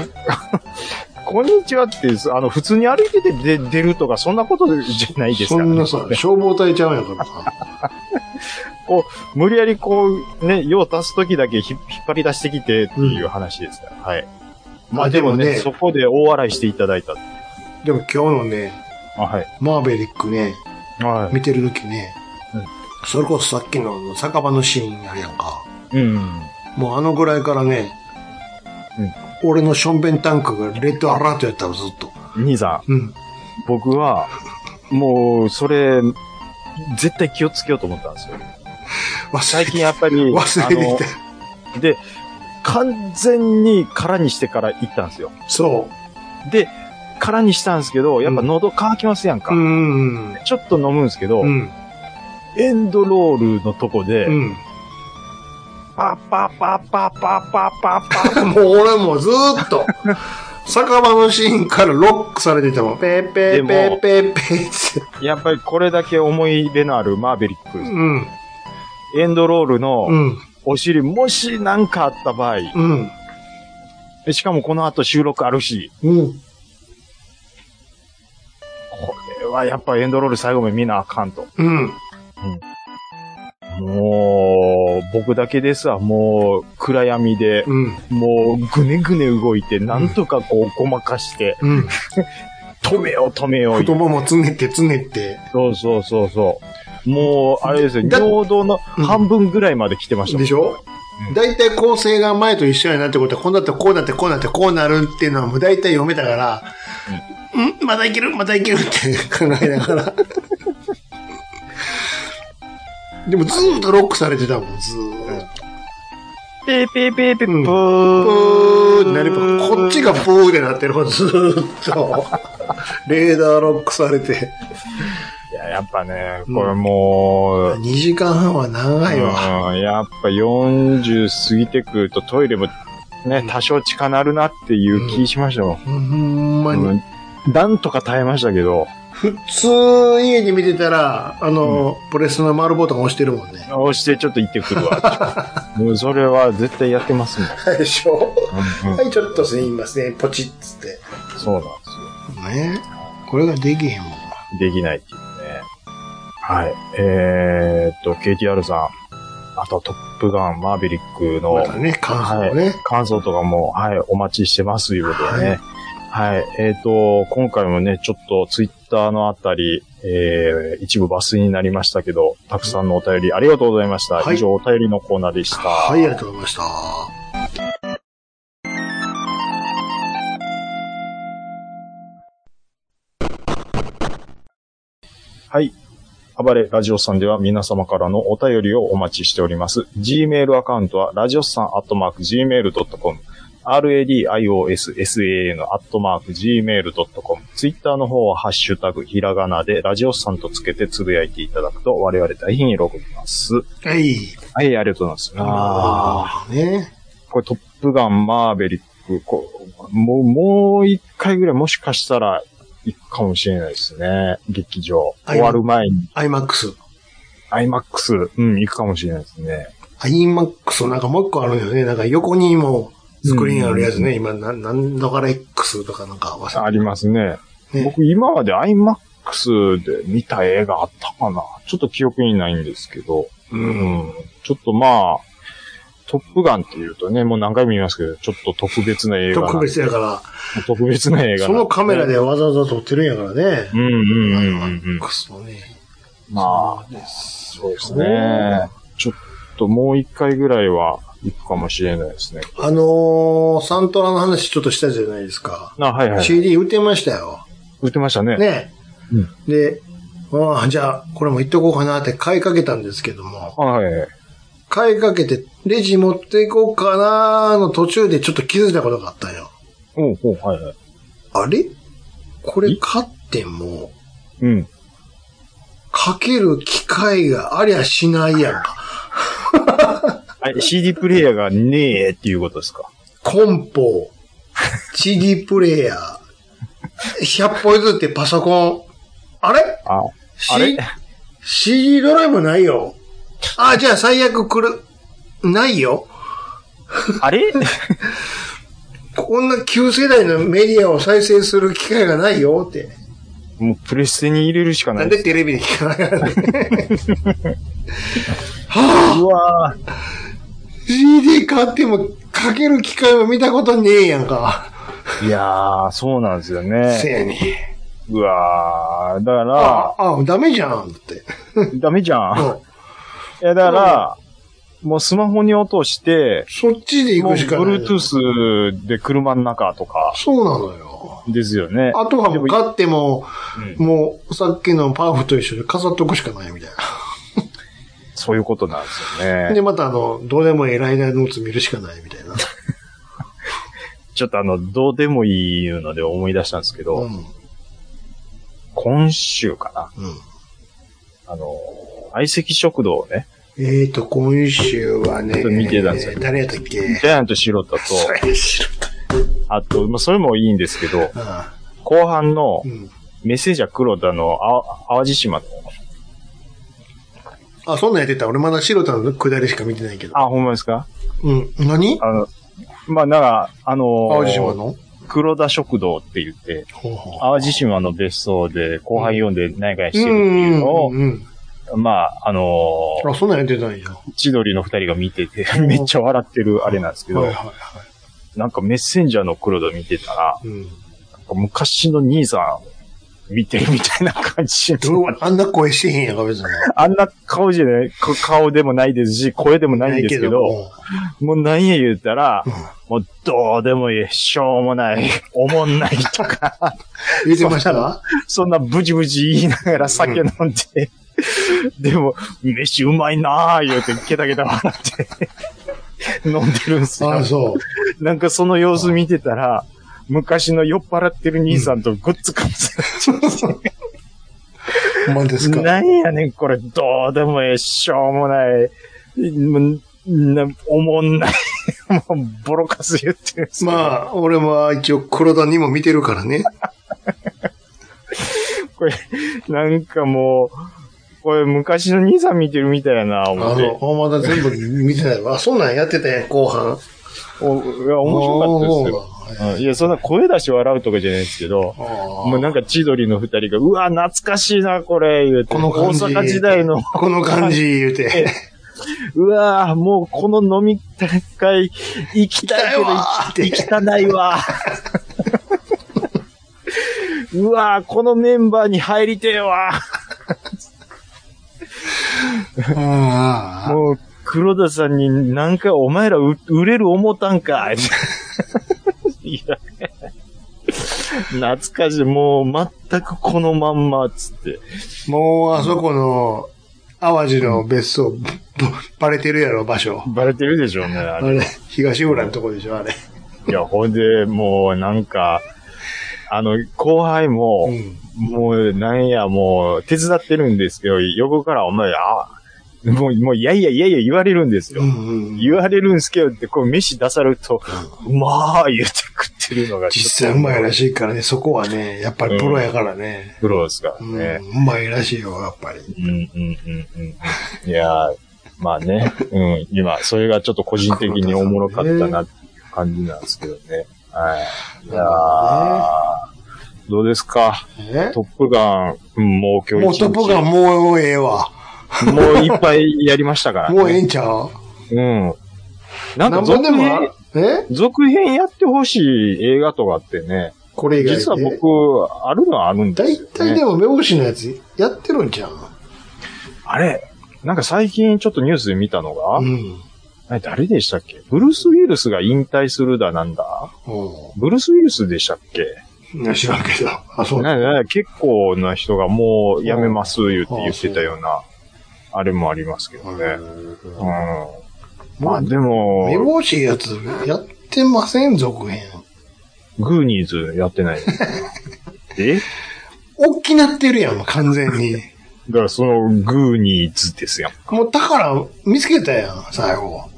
こんにちはって、あの、普通に歩いてて出出るとか、そんなことじゃないです
そ
から、
んなさ、消防隊ちゃうんやからさ。
無理やりこう、ね、用足すときだけひ引っ張り出してきてっていう話ですから、はい。まあでもね
でもね
そこで大笑いしていただいた。
でも今日のね、
あはい。
マーベリックね、
は
見てる時ね、
うん
それこそさっきの酒場のシーンあるやんか。
い。うん。
もうあのぐらいからね、俺のションベンタンクがレッドアラートやったのずっと。
兄さん、
うん。
僕は、もう、それ、絶対気をつけようと思ったんですよ。
忘れ
最
て
近やっぱり、
忘れてき
あので、完全に空にしてから行ったんですよ。
た。そ
で、空にしたんですけど、やっぱ喉乾きますやんか。
う。うん。
ちょっと飲むんですけど、
うん。
エンドロールのとこで、
うん。
パッパッパッパッパッパッパッパッ
もう俺もずーっ (laughs) と、酒場のシーンからロックされてても、ペーペーペーペーペーって。
やっぱりこれだけ思い入れのあるマーベリック、
うん。
エンドロールの
うん。
お尻、もし何かあった場合、
うん。
しかもこの後収録あるし、
うん。
これはやっぱエンドロール最後まで見なあかんと。
うん。
もう、僕だけですわ、もう、暗闇で、
うん。
もう、ぐねぐね動いて、なんとかこう、ごまかして、
うん。
止めよう、止めよう。
言葉もつねってつねって。
そうそうそうそう。もう、あれですよ、
だ
平等の半分ぐらいまで来てましたもん
でしょ
うん
大体構成が前と一緒やなってことは、こうなってこうなってこうなってこうなるっていうのはもう大体読めたから、うん、まだいけるまだいけるって考えなが (laughs) ら。でもずーっとロックされてたもん、ずーっと。
ペーペーペーペー、
うん
ぷ
ブ
ー。
ーってなれば、こっちがブーってなってるもん、ずーっ (laughs) と。レーダーロックされて。
いや、やっぱね、これもう、
2時間半は長いわ。
うんやっぱ40過ぎてくるとトイレもね、多少近なるなっていう気しましたもん。
ほんまに。
うんなんとか耐えましたけど、
普通家に見てたら、あの、プレスの丸ボタン押してるもんね。
押してちょっと行ってくるわ。
(laughs)
もうそれは絶対やってますもん。
でしょ
うんうん
はい、ちょっとすいません、ポチッつって。
そうなんで
ねこれができへんもん。
すよ。できないっていうね。はい。えー、っと、KTR さん、あとトップガン、マーヴェリックの
またね、感想をね。
感想とかも、はい、お待ちしてます、ということでね。はい。えっ、と、今回もね、ちょっとツイッターのあたり、えー、一部抜粋になりましたけど、たくさんのお便りありがとうございました。
はい
以上、お便りのコーナーでした。
はい、ありがとうございました。
はい。暴れラジオスさんでは皆様からのお便りをお待ちしております。Gmail アカウントは、ラジオスさんアットマーク Gmail.com、radiossan アットマーク Gmail.com、Twitter の方はハッシュタグ、ひらがなでラジオスさんとつけてつぶやいていただくと我々大変喜びます。
はい。
はい、ありがとうございます。ああ。
あー。ね。
これトップガン、マーベリック、こもう、もう一回ぐらいもしかしたら行くかもしれないですね。劇場。
はい
終わる前に。
IMAX。
IMAX、うん、行くかもしれないですね。
IMAX なんかもう一個あるんよね。なんか横にもスクリーンあるやつね。今、なん、なんだから X とかなんか忘れ
ありますね。
ね
僕、今まで IMAX X で見た映画あったかなちょっと記憶にないんですけど、うん。ちょっとまあ、トップガンっていうとね、もう何回も言いますけど、ちょっと特別な映画なん
特
で。
別やか
特別な映画なん
ら、
で
そのカメラでわざわざ撮ってるんやからね。
うんうんうんうんうん。
クソね。
ま
あ、です。
そうですね。ちょっともう一回ぐらいは行くかもしれないですね。
あのー、サントラの話ちょっとしたじゃないですか。
あ、はいはい。
CD 売ってましたよ。
売ってましたね。
ね。
うん
で、ああ、じゃあ、これも言っとこうかなって買いかけたんですけども、
あはいはい。
買いかけてレジ持っていこうかなの途中でちょっと気づいたことがあったんよ。
おうおう、はいはい。
あれこれ買っても、
うん。
かける機会がありゃしないやんか。
あれ CD プレイヤーがねえっていうことですか。
コンポ、CD プレイヤー、100歩譲ってパソコン、あれ
あ、あ
C
れ
CD ドライブないよ。あ、じゃあ最悪くる、ないよ。
あ
(laughs)
れ
こんな旧世代のメディアを再生する機会がないよって。
もうプレステに入れるしかな
ないんでテレビで聞かないからね。
うわー
CD 買ってもかける機会も見たことねえやんか。
いやー、そうなんですよね。
やに。
うわー、だから
あ、あ、ダメじゃんって。
ダメじゃ。
うんん
いや、だから、もうスマホに落として、
そっちで行
もう
くしかない。
Bluetooth で車の中とか
そうなのよ。
ですよね。
あとはもう買っても、
うん
もうさっきのパーフと一緒で飾っとくしかないみたい
そういうことなんですよ
な。
ね
で、。またあの、どうでもいいライダーノーツ見るしかないみたいな。
ちょっとあの、どうでもいいので思い出したんですけど、
うん。うん。
今週かな。あの、相席食堂をね、
えーと、今週はね、
ちょっと見てたんですよ
誰やったっけ
ジャイアントシロタと、
それ知らん
あと、まあ、それもいいんですけど、
あ
後半の
あうん。
メッセージャー黒田のあ淡路島の、
あ、そんなんやってた。俺まだ白田の下りしか見てないけど。
あ、ほんまですか
うん。何
あの、まあ、なんか、あのー
淡路島の
黒田食堂って言って、
ほうほう
淡路島の別荘で後輩読んで内外して
う
るっていうんのを、
うんうん。
まあ、あのー
あ、そんなんやってたんや。
千鳥の二人が見て (laughs) て、めっちゃ笑ってるあれなんですけど、
はいはいは
なんかメッセンジャーの黒田見てたら、
い。うん。
なんか昔の兄さん見てるみたいな感じで
どうあんな声してへんやんか、別に。
あんな顔じゃない、か顔でもないですし、声でも (laughs) ないんですけど、もう何や言うたら、
うん
もうどうでもいい、しょうもない、おもんないとか、 (laughs)
言ってましたか
そんなブチブチ言いながら酒飲んで、でも、飯うまいなぁ言うて、ケタケタ笑って、飲んでるんすよ
あ、。そう。
なんかその様子見てたら、昔の酔っ払ってる兄さんとグッズかもしれ
ほんまです
(laughs)
か。
ない。なんやねん、これ、どうでもええ、しょうもない、もうなおもんない、 (laughs) もう、ボロカス言ってるんですけど
まあ、俺も一応黒田にも見てるからね。
なんかもう、これ昔の兄さん見てるみたいやな、
あ
思って
の、。ほんまだ全部見てないわ。あ、そんなんやってたやん、後半。
おいや、面白かったですよ。
おー
うんいや、そんな声出して笑うとかじゃないですけど、
あー
もうなんか千鳥の二人が、うわ、懐かしいな、これ、言うて。
この感じ
大阪時代の、
この感じ言う (laughs) て。
うわ、もうこの飲み会、行きたいけど、行
行き
き行きたないわ。うわこのメンバーに入りてえわ。
あ
もう、黒田さんに何回お前らう売れる思ったんかい。いや、懐かしい。もう、全くこのまんま、つって。
あもう、あそこの、淡路の別荘、ばバレてるやろ、場所。
バレてるでしょうね、あ
あ
れ。
れ、東浦のとこでしょ、あれ。
いや、ほんで、もう、なんか、あの、後輩も、
うん。
もう、なんや、もう、手伝ってるんですけど、横からお前、あ、もう、もう、いやいやいやいや言われるんですよ。
うんうん
言われるんですけどって、こう、飯出されると、うまー言うて食ってるのが、
実際うまいらしいからね、そこはね、やっぱりプロやからね。
苦労ですか
う
ら
ん、
ね。
うまいらしいよ、やっぱり。
うん、うん、うん、うん。いやー、まあね、うん、今、それがちょっと個人的におもろかったなっていう感じなんですけどね。はい。いやー、どうですか
え
トップガン、うんもう今日
もうトップガンもうええわ。
ン。 (laughs) もういっぱいやりましたから、
もうええんちゃう
うん。なんか
何本
続
でも
編
ある、え
続編やってほしい映画とかってね、
これ以外で。
実は僕、あるのはあるんで
大
すよ、ね。
体でも目星のやつやってるんじゃん。
あれなんか最近ちょっとニュースで見たのが、
うん。
あれ誰でしたっけブルース・ウィルスが引退するだなんだ
う
ブルース・ウィルスでしたっけ
んいや。知らんけど。あ、そう。
なんか結構な人がもう辞めます言って言ってたような、あれもありますけどね。うん。まあで
目
も、
星やつやってません、続編。
グーニーズやって
(laughs)
ない。え
大きなってるやん、完全に。
だからそのグーニーズですよ。
もう宝見つけたやん、最後。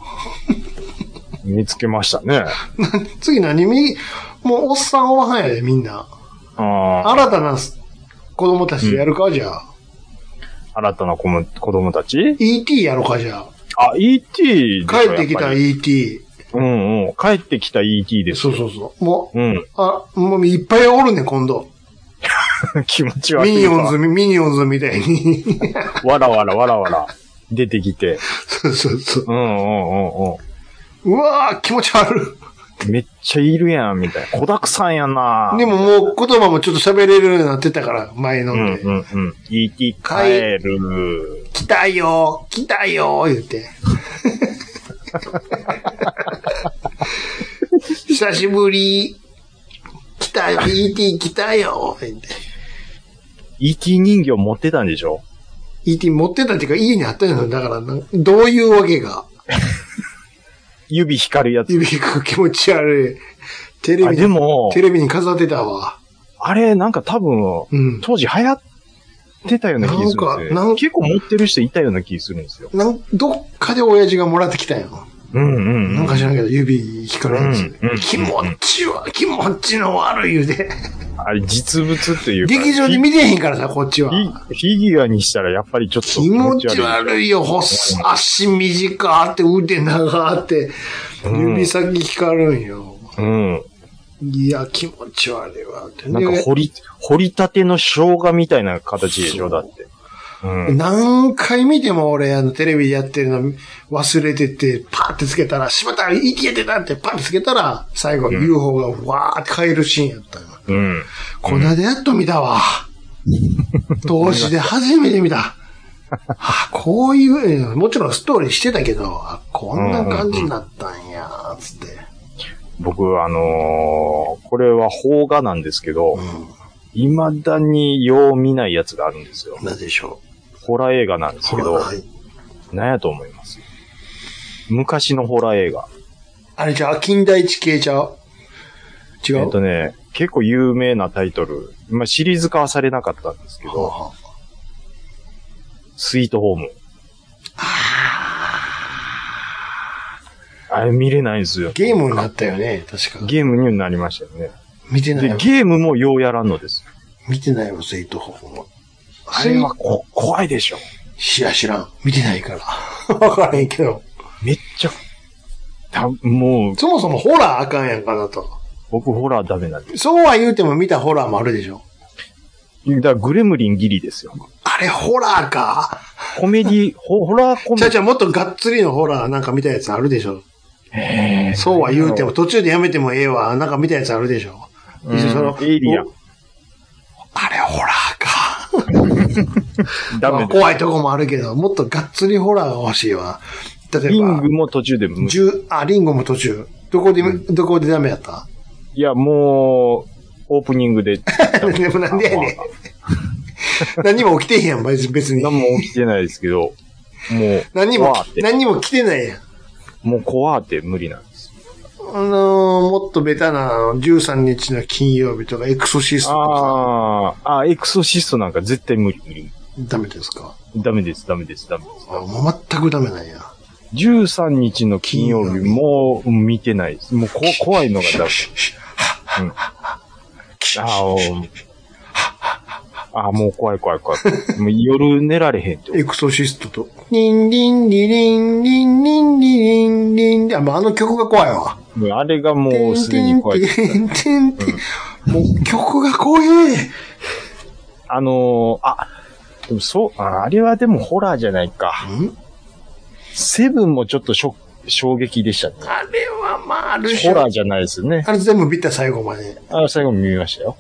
見つけましたね。
次何見、もうおっさんおばはんやで、みんな。
ああ、
新たな子供たちでやるか、じゃあ。
新たな子も子供たち
ET やろうか、じゃあ。
あ、ET でしょ
帰ってきた
やっぱり
ET。
うんうん。帰ってきた ET です。
そうそうそう。もう、
うん。 (laughs)
あ、もういっぱいおるね、今度。
気持ち悪
ミ
い
ニオン
わ。
ズ、ミニオンズみたいに。
(laughs) わらわらわらわら。出てきて。
そうそうそう。
うんうんうんうん。
うわー、気持ち悪
めっちゃいるやん、みたいな。子沢さんやな。
い。でももう言葉もちょっと喋れるようになってたから、前の
うん
で。
うんうん。ET 帰る。
来たよー、来たよー、
(laughs)
言って。久しぶり来たよ、ET 来たよー、言って。
ET 人形持ってたんでしょ
ET 持ってたっていうか家にあったんだからな、どういうわけが。
指光るやつ。
指が気持ち悪い。テレ
あ、
ビ
で
に、
も、
テレビに飾ってたわ。
あれ、なんか多分、
うん。
当時流行ってたような気がするんですよね
なんかなん
結構持ってる人いたような気がするんですよ。
なんどっかで親父がもらってきたんやろ。
うんうんうん。
なんか知らんけど、指光るやつ
うんうん。
気持ちは、気持ちの悪い言うて。
あれ、実物っていうか。
劇場で見てへんからさ、こっちは。
フィギュアにしたらやっぱりちょっと
気持ち悪いよ、細足短って、腕長って、
うん
指先光るんよ。
うん。
いや、気持ち悪いわ、って。
なんか掘り、掘りたての生姜みたいな形でしょ、だって。うん。
何回見ても俺、あの、テレビでやってるの忘れてて、パーってつけたら、しまった生きてたってパーってつけたら、最後、UFO がわーって変えるシーンやったよ。
うん。
こんなでやっと見たわ。投資で初めて見た。あこういう、もちろんストーリーしてたけど、あこんな感じになったんや、つって。
僕、あのーこれは邦画なんですけど
う、
未だによう見ないやつがあるんですよ。
ん。なんでしょ
ホラー映画なんで
う。
すけど、
はい
なんやと思います昔のホラー映画。
あれじゃあ、近代地形ちゃう違う、
えっとね、結構有名なタイトル。まあ、シリーズ化はされなかったんですけ
はあ
ど、
はあ
スイートホーム。あれ見れないんですよ。
ゲームになったよね、確か。
ゲームになりましたよね。
見てない
で、
わ。
ゲームもようやらんのです。
見てないわ、スイートホームは。
あれはこ怖いでしょ。
知ら知らん。見てないから。 (laughs) わからへんけど。
めっちゃ、たもう、
そもそもホラーあかんやんかなと。
僕ホラーダメなんで。
そうは言うても見たホラーもあるでしょ。
だからグレムリンギリですよ。
あれ、ホラーか
コメディ、ホホラーコメ
ち
デ
ゃう
ィ
ちゃう、もっとがっつりのホラーなんか見たやつあるでしょ。
えー。
そうは言うても、途中でやめてもええわ、なんか見たやつあるでしょ。
うん
一緒その
エイリアン
おあれ、ホラーか。
ダ
ま
メ
あ
です。
怖いとこもあるけど、もっとがっつりホラーが欲しいわ。例え
リン
ば
グ、も途中で無
十あ、リンゴも途中。どこで、どこでダメやった
いや、もう、オープニングで。
でもなんでやねん。何も起きてへんやん、別別に。
何も起きてないですけど、もう、
何も
怖っ、て、
何も来てないやん。
もう怖って無理なんです。
あのー、もっとベタな、あの13日の金曜日とか、エクソシストとか、
あーあー、エクソシストなんか絶対無理無理。
ダメですか
ダメです、ダメです、ダメです。
あもう全くダメなんや。
13日の金曜日、もう見てないです。もうこ怖いのがダメ。ああ、おうああ、もう怖い怖い怖い。もう夜寝られへんって。
エクソシストと、リンリンリリンリンリンリリンリンリン、あもうあの曲が怖いわ。
もうあれがもうすでに怖い。
テンテンテンテンテンもう曲が怖え。
あのー、あ、でもそう、ああれはでもホラーじゃないか。
ん
セブンもちょっとショ衝撃でしたね。
あれはまあ、ある
ホ
種。
ラーじゃないですよね。
あれ全部見た最後まで。
あ最後見ましたよ。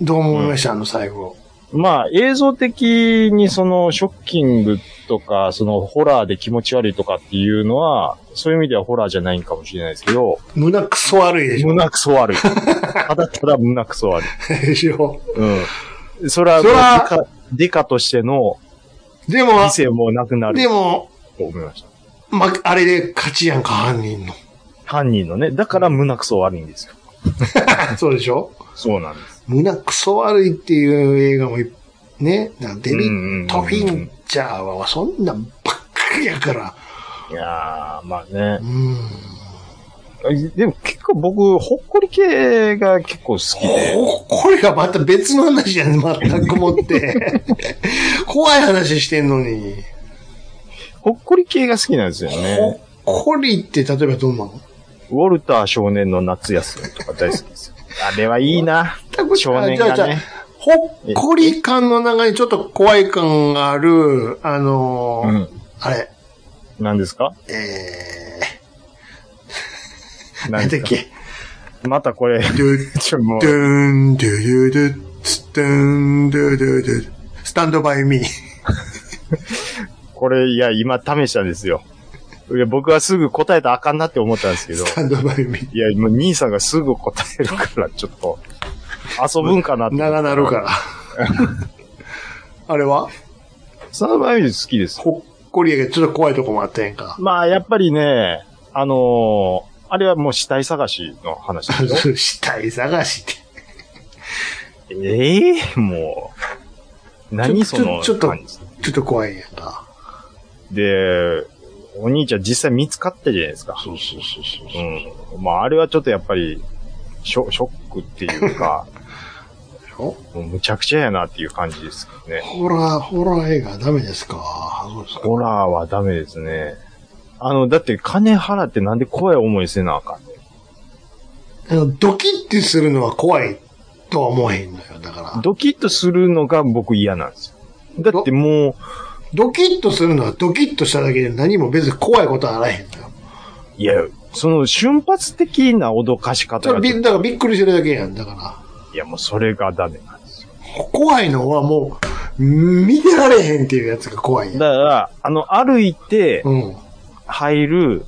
どう思いました、あの最後。
まあ、映像的にそのショッキングとか、そのホラーで気持ち悪いとかっていうのは、そういう意味ではホラーじゃないんかもしれないですけど、
胸くそ悪いでしょ。
胸くそ悪い。ただただ胸くそ悪い。
でしょ
うん。それは、
それは
デカ、デカとしての
でも
理、性もなくな
で
る
も、
と思いました。
ま、あれで勝ちやんか、犯人の。
犯人のね、だから胸くそ悪いんですよ。
そうでしょ
そうなんです。
胸くそ悪いっていう映画もいっ、ね、なんかデビ
うんうんうんうん
ット・フィンチャーはそんなんばっかりやから。
いやー、まあね
う。ん。
でも結構僕、ほっこり系が結構好きで。
ここれがまた別の話やね、全くもって。怖い話してんのに。
ほっこり系が好きなんですよね。
コリって例えばどうなの
ウォルター少年の夏休みとか大好きですよ。あれはいいな。少年
あじゃあ
が
じゃ
ね
あ。ほっこり感の中にちょっと怖い感がある、あのー
うん。
あれ、
何ですか
えー、な
何
んだ
で
っ
すか
け。
またこれ、
ドゥ
ちょ、も
ドゥ
う、
ーン、ドゥドゥドゥ、スドゥーン、ドゥドゥドゥ、スタンドバイミー。
これ、いや、今試したんですよ。いや、僕はすぐ答えたらあかんなって思ったんですけど。
スタンドバイミー。
いや、もう兄さんがすぐ答えるから、ちょっと、遊ぶんかなって。
長なるから。あれは
その場合好きです。
ほっこりやけど、ちょっと怖いとこもあったやんか。
まあ、やっぱりね、あのーあれはもう死体探しの話でしょ
(laughs) 死体探しって。
ええもう、何
ち
そ
ょ
の
ちょちょっと
感じ
ちょっと怖いやんか。
で、お兄ちゃん実際見つかったじゃないですか。
そうそうそうそうそう。
うん。まあ、あれはちょっとやっぱり、ショショックっていう
(laughs)
か、
ょ
もうむちゃくちゃやなっていう感じですけどね。
ホラー、ホラー映画ダメですかそうですか
ホラーはダメですね。あの、だって金払ってなんで怖い思いせなあかんね
あのドキッてするのは怖いとは思えへんのよ。だから
ん。、ドキッとするのが僕嫌なんですよ。だっても
ドキッとするのはドキッとしただけで何も別に怖いことはあらへんのよ。
う、いや、その瞬発的な脅かし
そ
方
れ
が、
び
い
だからびっくりしてるだけやん。だか
やもうそれがダメなんですよ。
ら、怖いのはもう、見てられへんっていうやつが怖い
だ
やん。
から、あの、歩いて
うん。
入る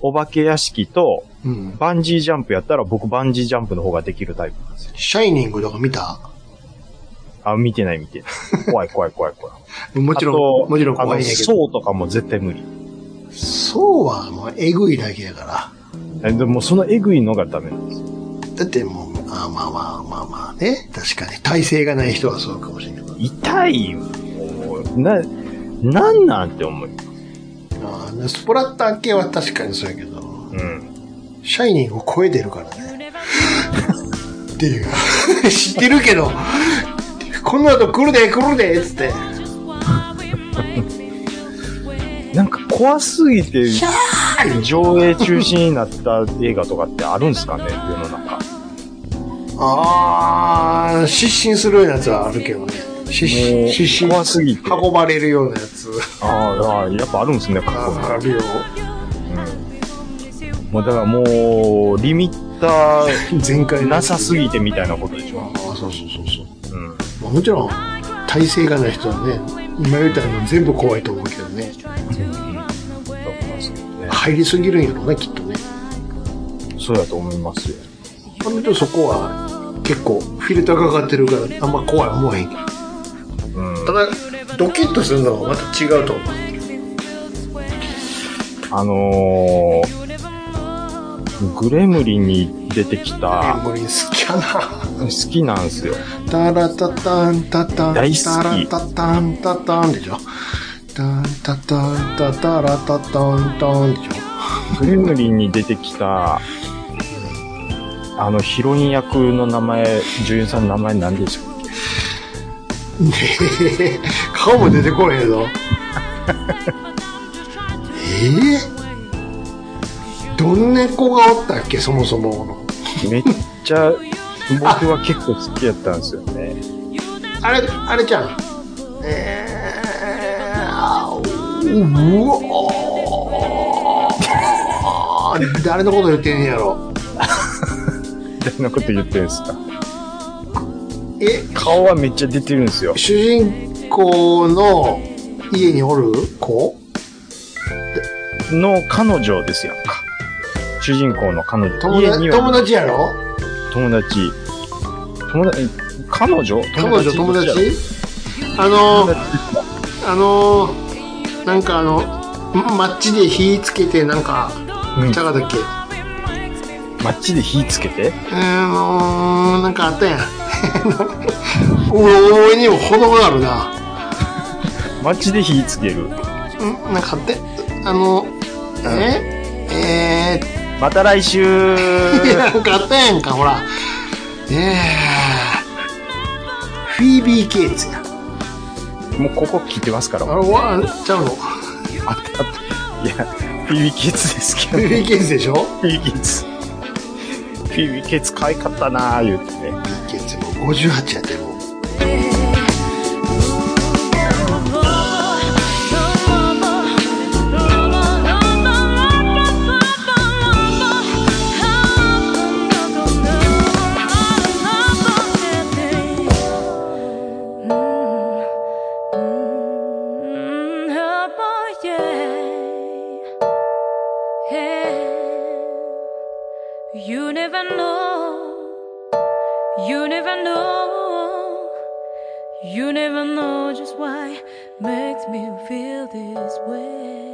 お化け屋敷と
うん。
バンジージャンプやったら僕バンジージャンプの方ができるタイプなんですよ。
シャイニングとか見た
あ、見てない見てない。
(laughs)
怖い怖い怖い怖い。
もち
あ
ろ
と
ん、もちろん怖い
あ
ん
の、
やけど。
そうとかも絶対無理。
そうはもうえぐいだけやから。
えでもそのえぐいのがダメなんですよ。
だってもう、あまあまあまあまあね。確かに。体勢がない人はそうかもしれんけど。
痛いもうな、なんなんって思う。
あースプラッター系は確かにそうやけど、
うん。
シャイニングを超えてるからね。っていう。 (laughs) 知ってるけど、この後来るで来るでっつって。
なんか怖すぎて、上映中止になった映画とかってあるんですかね世の中。
あー、失神するようなやつはあるけどね。失
もう
神、失神
怖すぎて
運ばれるようなやつ。
あーあー、やっぱあるんですね、過去
ああるよ。
に。もうだからもう、リミッター
前回の
なさすぎてみたいなことでし
あ
ょ。
ーそうそうそうそう。
うん。
まあもちろん、体勢がない人はね、今言ったの全部怖いと思うけどね。
そうなんですけどね
入りすぎるんやろうね、きっとね。
そうだと思いますよ。
あの人そこは結構フィルターかかってるからあんま怖い思わへん
うん。
ただドキッとするのはまた違うと思う
あのー、グレムリンに出てきた、
メモリー好きやな
好きなんですよ。
タラタタンタタン
大好き
タラタタンタタンでしょタンタタンタタラタタンタンでしょ
グレムリンに出てきた、あの、ヒロイン役の名前、女優さんの名前何でしょう
ねえ顔も出てこへんぞええどんな子がおったっけそもそもの
めっちゃ僕は結構好きやったんですよね。
あれ、あれちゃん。えー、あうわー (laughs) 誰のこと言ってんねやろ。
誰のこと言ってんすか
え、
顔はめっちゃ出てるんですよ。
主人公の家におる子
の彼女ですやんか。主人公の彼女。
友
家
達
には
友達やろ
友達。友達、彼女
彼女友
どっちやろ
達あのー、あのー、なんかあの、マッチで火つけてなんか、
うん
ちゃがだっけう
マッチで火つけて
ーん、なんかあっ
(laughs)
たやん。おおにも程があるな。
マッチで火つける。
んなんかあって、あの、ええー、
また来
(laughs)
週 (laughs)
なんかあったやんか、ほら。えー、フィービー・ケイツや。
もうここ聞いてますから。
あ
あ
れ、わ、ちゃうの (laughs) フ
あったあった。いや、フィビキッズですけど、
(laughs) ィー
ね、
ビー・ケイツでしょ
フ
フ
ィビキッズ。フィビキッズ可愛かったなぁ、言うてね。
ィービー・ケイツもう58やってもう。
You never know, you never know. You never know just why makes me feel this way.